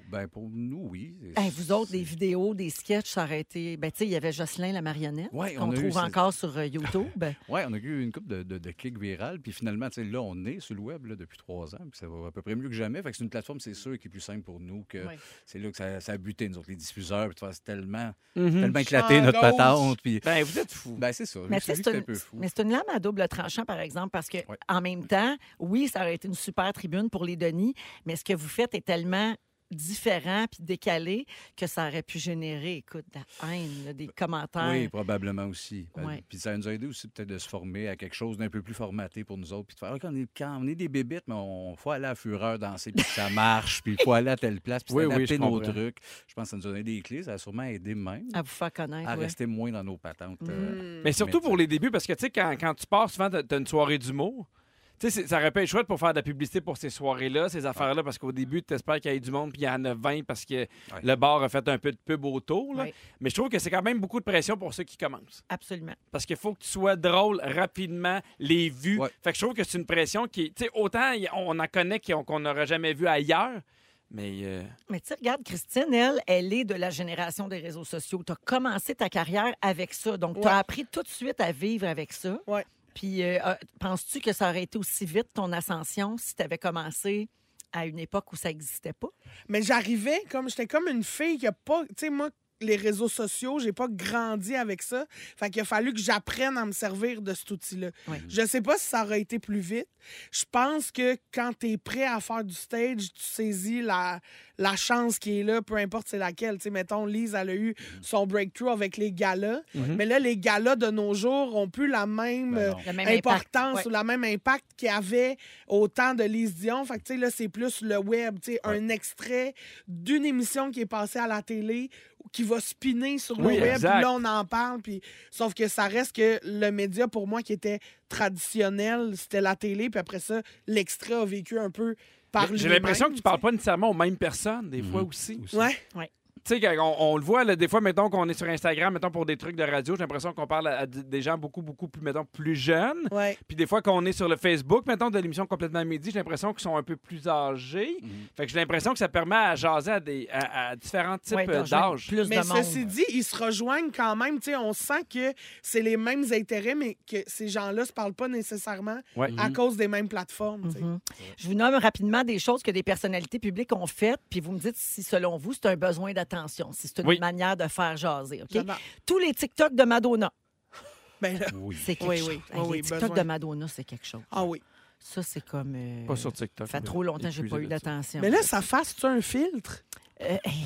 Speaker 4: Ben pour nous, oui.
Speaker 1: Eh, vous autres, des vidéos, des sketchs, ça aurait été... Ben, tu sais, il y avait Jocelyn la marionnette
Speaker 4: Ouais,
Speaker 1: qu'on
Speaker 4: on a eu
Speaker 1: trouve
Speaker 4: ces-
Speaker 1: encore sur euh, YouTube.
Speaker 4: Oui, on a eu une coupe de, de, de clics virales. Puis finalement, tu sais, là, on est sur le web là, depuis trois ans. Puis ça va à peu près mieux que jamais. Fait que c'est une plateforme, c'est sûr, qui est plus simple pour nous. que
Speaker 1: Oui.
Speaker 4: C'est là que ça, ça a buté, nous autres, les diffuseurs. Puis tu vois, c'est tellement,
Speaker 2: Mhm.
Speaker 4: tellement éclaté notre
Speaker 3: Chandos.
Speaker 4: patente. Puis
Speaker 2: Ben, vous êtes fous.
Speaker 4: ben, c'est ça.
Speaker 1: Mais
Speaker 4: Vu que
Speaker 1: tu sais,
Speaker 4: vu
Speaker 1: c'est
Speaker 4: que c'est un
Speaker 1: une-
Speaker 4: peu fou.
Speaker 1: mais c'est une lame à double tranchant, par exemple, parce que
Speaker 4: Ouais.
Speaker 1: en même temps, oui, ça aurait été une super tribune pour les Denis, mais ce que vous faites est tellement différent puis décalé que ça aurait pu générer, écoute, de la haine, là, des commentaires.
Speaker 4: Bah, Oui, probablement aussi. Ben,
Speaker 1: Ouais.
Speaker 4: Puis ça nous a aidé aussi peut-être de se former à quelque chose d'un peu plus formaté pour nous autres. Puis de faire, OK, on est, quand on est des bébites, mais on faut aller à Fureur danser, puis ça marche, puis il faut aller à telle place, puis
Speaker 2: Oui, oui,
Speaker 4: adapter
Speaker 2: je
Speaker 4: nos
Speaker 2: comprends.
Speaker 4: trucs. Je pense que ça nous a donné des clés, ça a sûrement aidé même
Speaker 1: À vous faire connaître.
Speaker 4: à
Speaker 1: Ah, ouais. Hmm.
Speaker 4: rester moins dans nos patentes. euh,
Speaker 2: Mais surtout
Speaker 4: Mais-
Speaker 2: pour les débuts, parce que tu sais, quand, quand tu pars, souvent, t'as t'as une soirée d'humour. Tu sais, c'est- ça aurait pu être chouette pour faire de la publicité pour ces soirées-là, ces affaires-là, parce qu'au début, tu espères qu'il y ait du monde, puis il y en a 20 parce que le bar a fait un peu de pub autour. là.
Speaker 1: Ouais.
Speaker 2: Mais je trouve que c'est quand même beaucoup de pression pour ceux qui commencent.
Speaker 1: Absolument.
Speaker 2: Parce qu'il faut que tu sois drôle rapidement, les vues.
Speaker 4: Ouais.
Speaker 2: Fait que je trouve que c'est une pression qui. Tu sais, autant y- on en connaît qui- qu'on n'aurait jamais vu ailleurs, mais. euh,
Speaker 1: Mais tu sais, regarde, Christine, elle, elle est de la génération des réseaux sociaux. Tu as commencé ta carrière avec ça. Donc, tu as
Speaker 3: Ouais.
Speaker 1: appris tout de suite à vivre avec ça.
Speaker 3: Ouais.
Speaker 1: Puis, euh, euh, penses-tu que ça aurait été aussi vite ton ascension si tu avais commencé à une époque où ça n'existait pas?
Speaker 3: Mais j'arrivais comme j'étais comme une fille qui a pas, tu sais moi les réseaux sociaux, j'ai pas grandi avec ça. Fait qu'il a fallu que j'apprenne à me servir de cet outil-là.
Speaker 1: Ouais.
Speaker 3: Je sais pas si ça aurait été plus vite. Je pense que quand tu es prêt à faire du stage, tu saisis la, la chance qui est là, peu importe c'est laquelle. Tu sais, mettons, Lise, elle a eu son breakthrough avec les galas. Mais là, les galas de nos jours ont plus la même...
Speaker 4: Ben
Speaker 3: euh,
Speaker 4: non.
Speaker 1: Le même
Speaker 3: importance
Speaker 1: impact.
Speaker 3: ou
Speaker 1: Ouais.
Speaker 3: la même impact qu'il y avait au temps de Lise Dion. Fait que, tu sais, là, c'est plus le web, tu sais, un extrait d'une émission qui est passée à la télé qui va spinner sur
Speaker 2: Oui,
Speaker 3: le web, puis
Speaker 2: exact.
Speaker 3: là, on en parle, puis... Sauf que ça reste que le média, pour moi, qui était traditionnel, c'était la télé, puis après ça, l'extrait a vécu un peu par
Speaker 2: mais J'ai
Speaker 3: lui-même,
Speaker 2: l'impression que tu parles pas nécessairement aux mêmes personnes, des fois
Speaker 4: Mhm.
Speaker 2: aussi.
Speaker 4: aussi.
Speaker 3: Ouais.
Speaker 2: Tu sais, quand on, on le voit, là, des fois, mettons qu'on est sur Instagram, mettons pour des trucs de radio, j'ai l'impression qu'on parle à, à des gens beaucoup, beaucoup plus, mettons, plus jeunes.
Speaker 3: Ouais.
Speaker 2: Puis des fois, qu'on est sur le Facebook, mettons, de l'émission Complètement Midi, j'ai l'impression qu'ils sont un peu plus âgés. Fait que j'ai l'impression que ça permet à jaser à, des, à, à différents types
Speaker 1: Ouais,
Speaker 2: euh,
Speaker 1: d'argent,
Speaker 2: d'âges.
Speaker 1: Plus
Speaker 3: Mais
Speaker 1: de monde.
Speaker 3: ceci dit, ils se rejoignent quand même. Tu sais, on sent que c'est les mêmes intérêts, mais que ces gens-là se parlent pas nécessairement
Speaker 2: Ouais.
Speaker 1: Ah.
Speaker 3: à cause des mêmes plateformes. tu sais.
Speaker 1: Mhm. Je vous nomme rapidement des choses que des personnalités publiques ont faites, puis vous me dites si, selon vous, c'est un besoin d'attention, si c'est une
Speaker 2: Oui.
Speaker 1: manière de faire jaser. OK?
Speaker 3: J'adore.
Speaker 1: Tous les TikTok de Madonna,
Speaker 3: Ben là-
Speaker 4: Oui.
Speaker 1: c'est quelque
Speaker 3: Oui,
Speaker 1: chose.
Speaker 3: oui,
Speaker 1: Hey,
Speaker 3: oui,
Speaker 1: les
Speaker 3: oui,
Speaker 1: TikTok
Speaker 3: besoin.
Speaker 1: de Madonna, c'est quelque chose.
Speaker 3: Ah oui.
Speaker 1: Ça, c'est comme. euh,
Speaker 2: Pas sur TikTok.
Speaker 1: Ça fait trop longtemps que j'ai pas
Speaker 2: Épuisé
Speaker 1: eu
Speaker 2: de ça.
Speaker 1: d'attention.
Speaker 3: Mais Ben là, sa face, tu un filtre?
Speaker 1: Euh, hey,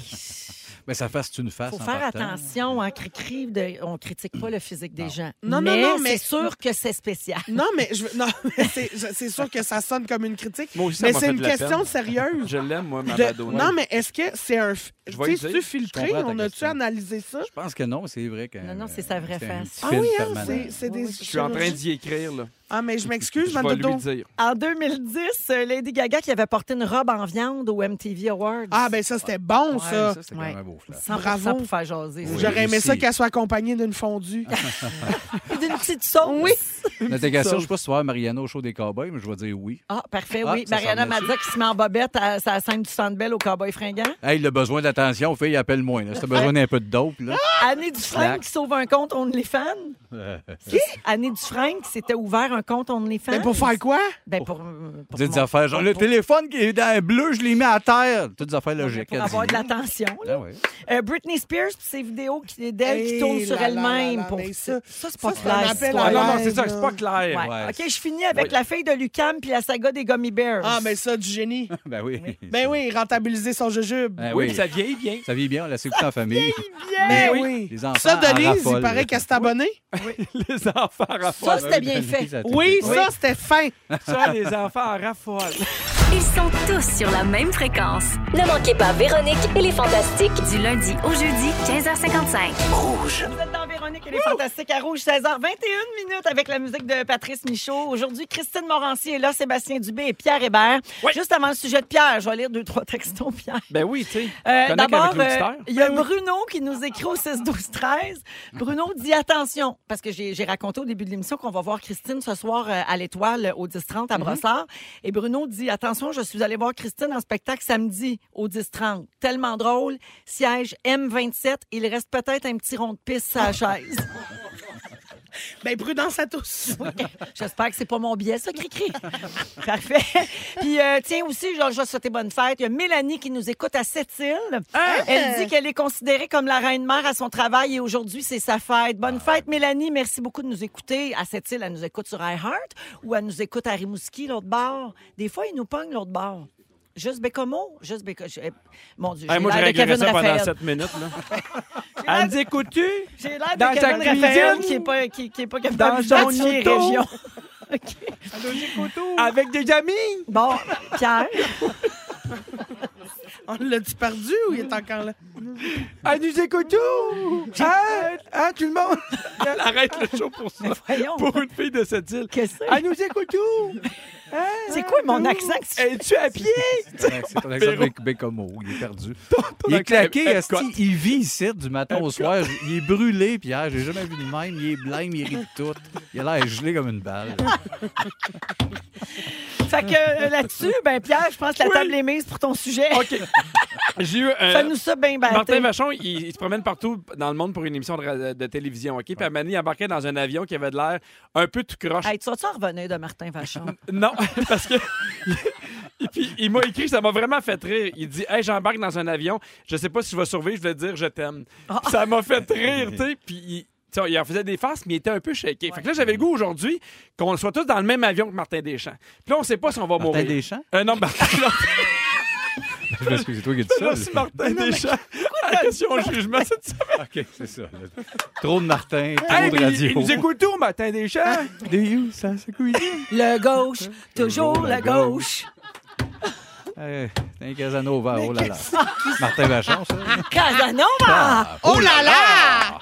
Speaker 4: Mais ça fasse une
Speaker 2: Ah,
Speaker 4: face.
Speaker 1: faut
Speaker 4: en
Speaker 1: faire
Speaker 4: partant.
Speaker 1: attention. hein, cri-cri de- on critique pas le physique des gens.
Speaker 3: Non, non,
Speaker 1: mais
Speaker 3: non, mais-
Speaker 1: c'est sûr que c'est spécial.
Speaker 3: Non, mais je veux- non, mais c'est je- c'est sûr que ça sonne comme une critique.
Speaker 2: Moi aussi, ça
Speaker 3: Mais
Speaker 2: m'a
Speaker 3: c'est
Speaker 2: fait
Speaker 3: une
Speaker 2: de la
Speaker 3: question
Speaker 2: peine.
Speaker 3: sérieuse.
Speaker 2: Je l'aime, moi, ma
Speaker 3: De-
Speaker 2: Madonna.
Speaker 3: Non, mais est-ce que c'est un. f-
Speaker 2: Je
Speaker 3: Tu
Speaker 2: vais
Speaker 3: sais,
Speaker 2: le dire.
Speaker 3: c'est-tu filtré?
Speaker 4: Je comprends ta
Speaker 3: On a-tu
Speaker 4: question.
Speaker 3: analysé ça?
Speaker 4: Je pense que non, c'est vrai que.
Speaker 1: Non, non, c'est sa vraie
Speaker 4: c'est un
Speaker 1: face.
Speaker 4: petit
Speaker 3: Ah
Speaker 4: fil
Speaker 3: oui, hein,
Speaker 4: permanent.
Speaker 3: c'est c'est des.
Speaker 2: Je suis en train d'y écrire, là.
Speaker 3: Ah, mais je m'excuse,
Speaker 2: Je
Speaker 3: ma
Speaker 2: vais lui
Speaker 3: dodo.
Speaker 2: dire.
Speaker 1: En 2010, euh, Lady Gaga qui avait porté une robe en viande au MTV Awards.
Speaker 3: Ah, ben ça, c'était bon, ça.
Speaker 4: Ouais, ça, c'était quand
Speaker 1: Ouais.
Speaker 4: même un beau flash.
Speaker 1: 100
Speaker 3: bravo.
Speaker 1: pour faire jaser.
Speaker 4: Oui.
Speaker 3: J'aurais aimé ça
Speaker 4: Ici.
Speaker 3: qu'elle soit accompagnée d'une fondue.
Speaker 1: Et D'une petite sauce. Oui.
Speaker 4: L'intégration, je ne sais pas si tu vas voir Mariana au show des Cowboys, mais je vais dire oui.
Speaker 1: Ah, parfait,
Speaker 4: Ah,
Speaker 1: oui.
Speaker 4: ça
Speaker 1: Mariana
Speaker 4: s'en vient
Speaker 1: Mazza qui se met en bobette à sa scène du Sandbell au Cowboy fringant.
Speaker 4: Hey, il a besoin d'attention, fille, appelle-moi. là. Si t'as besoin d'un peu de dope, là.
Speaker 1: Annie Dufresne qui sauve un compte OnlyFans. Qui? Annie Dufresne qui s'était ouvert un compte OnlyFans.
Speaker 3: Mais pour faire quoi?
Speaker 1: Ben, pour, euh, pour
Speaker 4: Dites
Speaker 1: mon-
Speaker 4: des affaires genre, Oh. le téléphone qui est dans le bleu, je l'ai mis à terre. Toutes des affaires logiques.
Speaker 1: pour
Speaker 4: elle
Speaker 1: avoir
Speaker 4: dit.
Speaker 1: de l'attention. là.
Speaker 4: Ah ouais.
Speaker 1: Euh, Britney Spears, pis ses vidéos qui- d'elle qui
Speaker 3: Hey
Speaker 1: tournent sur
Speaker 3: Eh là là là
Speaker 1: elle-même.
Speaker 3: là,
Speaker 1: pour-
Speaker 3: mais
Speaker 1: Ça,
Speaker 3: ça-
Speaker 1: c'est pas
Speaker 3: ça, c'est un
Speaker 1: clair.
Speaker 3: appel
Speaker 1: cette
Speaker 3: à
Speaker 2: Ah
Speaker 1: histoire-là.
Speaker 2: non,
Speaker 3: l'aide.
Speaker 2: non, c'est ça, c'est pas clair.
Speaker 1: Ouais.
Speaker 4: Ouais.
Speaker 1: OK, je finis avec la fille de Lucam puis la saga des Gummy Bears.
Speaker 3: Ah, mais ça, du génie.
Speaker 4: Ben oui.
Speaker 3: Ben oui, rentabiliser son jujube.
Speaker 4: Ben
Speaker 2: Oui,
Speaker 4: oui.
Speaker 2: puis ça vieillit bien.
Speaker 4: Ça vit bien, on l'a écouté en famille.
Speaker 3: Ben
Speaker 4: Les-
Speaker 3: oui.
Speaker 4: les enfants
Speaker 3: Ça,
Speaker 4: en
Speaker 3: Denise, il
Speaker 4: raffolent.
Speaker 3: paraît qu'elle s'est abonnée.
Speaker 2: Les enfants raffolent.
Speaker 1: ça,
Speaker 4: Ben
Speaker 1: c'était bien fait.
Speaker 3: Oui, ça, c'était fin.
Speaker 2: Ça, les enfants raffolent.
Speaker 6: Ils sont tous sur la même fréquence.
Speaker 7: Ne manquez pas Véronique et les Fantastiques.
Speaker 6: Du lundi au jeudi, 15h55.
Speaker 1: Vous êtes dans Véronique et les Fantastiques à Rouge, 16h21 minutes avec la musique de Patrice Michaud. Aujourd'hui, Christine Morancier est là, Sébastien Dubé et Pierre Hébert. Juste avant le sujet de Pierre, je vais lire deux, trois textos, Pierre.
Speaker 2: Ben oui, tu sais.
Speaker 1: Euh,
Speaker 2: Connecte
Speaker 1: D'abord,
Speaker 2: avec
Speaker 1: euh,
Speaker 2: l'auditeur.
Speaker 1: il y a Bruno qui nous écrit au 6 12 13. Bruno dit attention parce que j'ai j'ai raconté au début de l'émission qu'on va voir Christine ce soir euh, à l'étoile euh, au 10 30 à Brossard et Bruno dit attention, je suis allé voir Christine en spectacle samedi au 10 30. Tellement drôle, siège M27, il reste peut-être un petit rond de piste sur la chaise.
Speaker 3: Ben, prudence à tous.
Speaker 1: J'espère que c'est pas mon biais, ça, Cricri. Parfait. Puis, euh, tiens aussi, genre, je vais souhaiter bonne fête. Il y a Mélanie qui nous écoute à Sept-Îles.
Speaker 2: Hein?
Speaker 1: Elle dit qu'elle est considérée comme la reine-mère à son travail et aujourd'hui, c'est sa fête. Bonne
Speaker 2: Ah.
Speaker 1: fête, Mélanie. Merci beaucoup de nous écouter. À Sept-Îles, elle nous écoute sur iHeart ou elle nous écoute à Rimouski, l'autre bord. Des fois, ils nous pognent l'autre bord. Juste Bécomo? Juste Bécomo. Mon Dieu, j'ai
Speaker 2: Hey, moi, je
Speaker 1: l'air de
Speaker 2: réglerais
Speaker 1: Kevin
Speaker 2: ça pendant
Speaker 1: Raphaël.
Speaker 2: 7 minutes. Là.
Speaker 1: J'ai l'air-
Speaker 2: Andy Coutu,
Speaker 1: J'ai l'air
Speaker 2: Dans
Speaker 1: de
Speaker 2: ta
Speaker 1: Kevin Raphaël
Speaker 2: cuisine.
Speaker 1: qui est pas, qui, qui est pas capable
Speaker 2: Dans
Speaker 1: de
Speaker 2: son
Speaker 1: identifier
Speaker 2: auto.
Speaker 1: région.
Speaker 2: avec des amis.
Speaker 1: Bon, Pierre.
Speaker 3: On l'a-tu perdu ou il est encore là?
Speaker 2: Andy Coutu. Hein, hein, tout le monde. Elle arrête le show pour ça.
Speaker 1: Voyons.
Speaker 2: Pour une fille de cette île.
Speaker 1: Qu'est-ce que c'est?
Speaker 2: Andy Coutu.
Speaker 1: Ah,
Speaker 2: Hein?
Speaker 1: C'est quoi mon accent? que tu-
Speaker 2: Es-tu à pied?
Speaker 4: C'est ton accent
Speaker 2: Véro.
Speaker 4: bec- Bécomo, il est perdu.
Speaker 2: ton
Speaker 4: Il est
Speaker 2: accent
Speaker 4: claqué,
Speaker 2: est-
Speaker 4: esti,
Speaker 2: Epcot.
Speaker 4: il vit ici du matin au soir. Il est brûlé, Pierre, j'ai jamais vu de même. Il est blême, il rit de tout. Il a l'air gelé comme une balle.
Speaker 1: Fait que euh, là-dessus, ben Pierre, je pense que la
Speaker 2: Oui.
Speaker 1: table est mise pour ton sujet.
Speaker 2: OK. J'ai eu un.
Speaker 1: Fais-nous ça bien ben,
Speaker 2: Martin
Speaker 1: batté.
Speaker 2: Vachon, il, il se promène partout dans le monde pour une émission de, ra- de télévision, OK? Puis à un moment donné, il embarquait dans un avion qui avait de l'air un peu tout croche.
Speaker 1: Hey, tu vas-tu en revenir de Martin Vachon?
Speaker 2: Non, parce que. Et puis, il m'a écrit, ça m'a vraiment fait rire. Il dit Hey, j'embarque dans un avion, je sais pas si je vais survivre, je vais dire je t'aime. Ça m'a fait rire, tu sais. Puis, il, tu sais, il en faisait des faces, mais il était un peu shaké. Fait que là, j'avais le goût aujourd'hui qu'on soit tous dans le même avion que Martin Deschamps. Puis là, on sait pas si on va
Speaker 4: Martin
Speaker 2: mourir.
Speaker 4: Deschamps?
Speaker 2: Euh, non, Martin, non,
Speaker 4: Je m'excuse, c'est toi qui dis ça.
Speaker 2: là, c'est Martin Deschamps. À question jugement, cette semaine.
Speaker 4: OK, c'est ça. Trop de Martin, trop
Speaker 2: Hey,
Speaker 4: de
Speaker 2: mais il,
Speaker 4: radio.
Speaker 2: il nous écoute tout, Martin Deschamps.
Speaker 4: De you, ça, c'est cool.
Speaker 1: Le gauche, toujours
Speaker 4: Toujours
Speaker 1: le
Speaker 4: le
Speaker 1: gauche.
Speaker 4: Hey, T'es un Casanova, oh là là. Martin Vachon, ça.
Speaker 1: Casanova!
Speaker 2: Ah,
Speaker 3: Oh là là!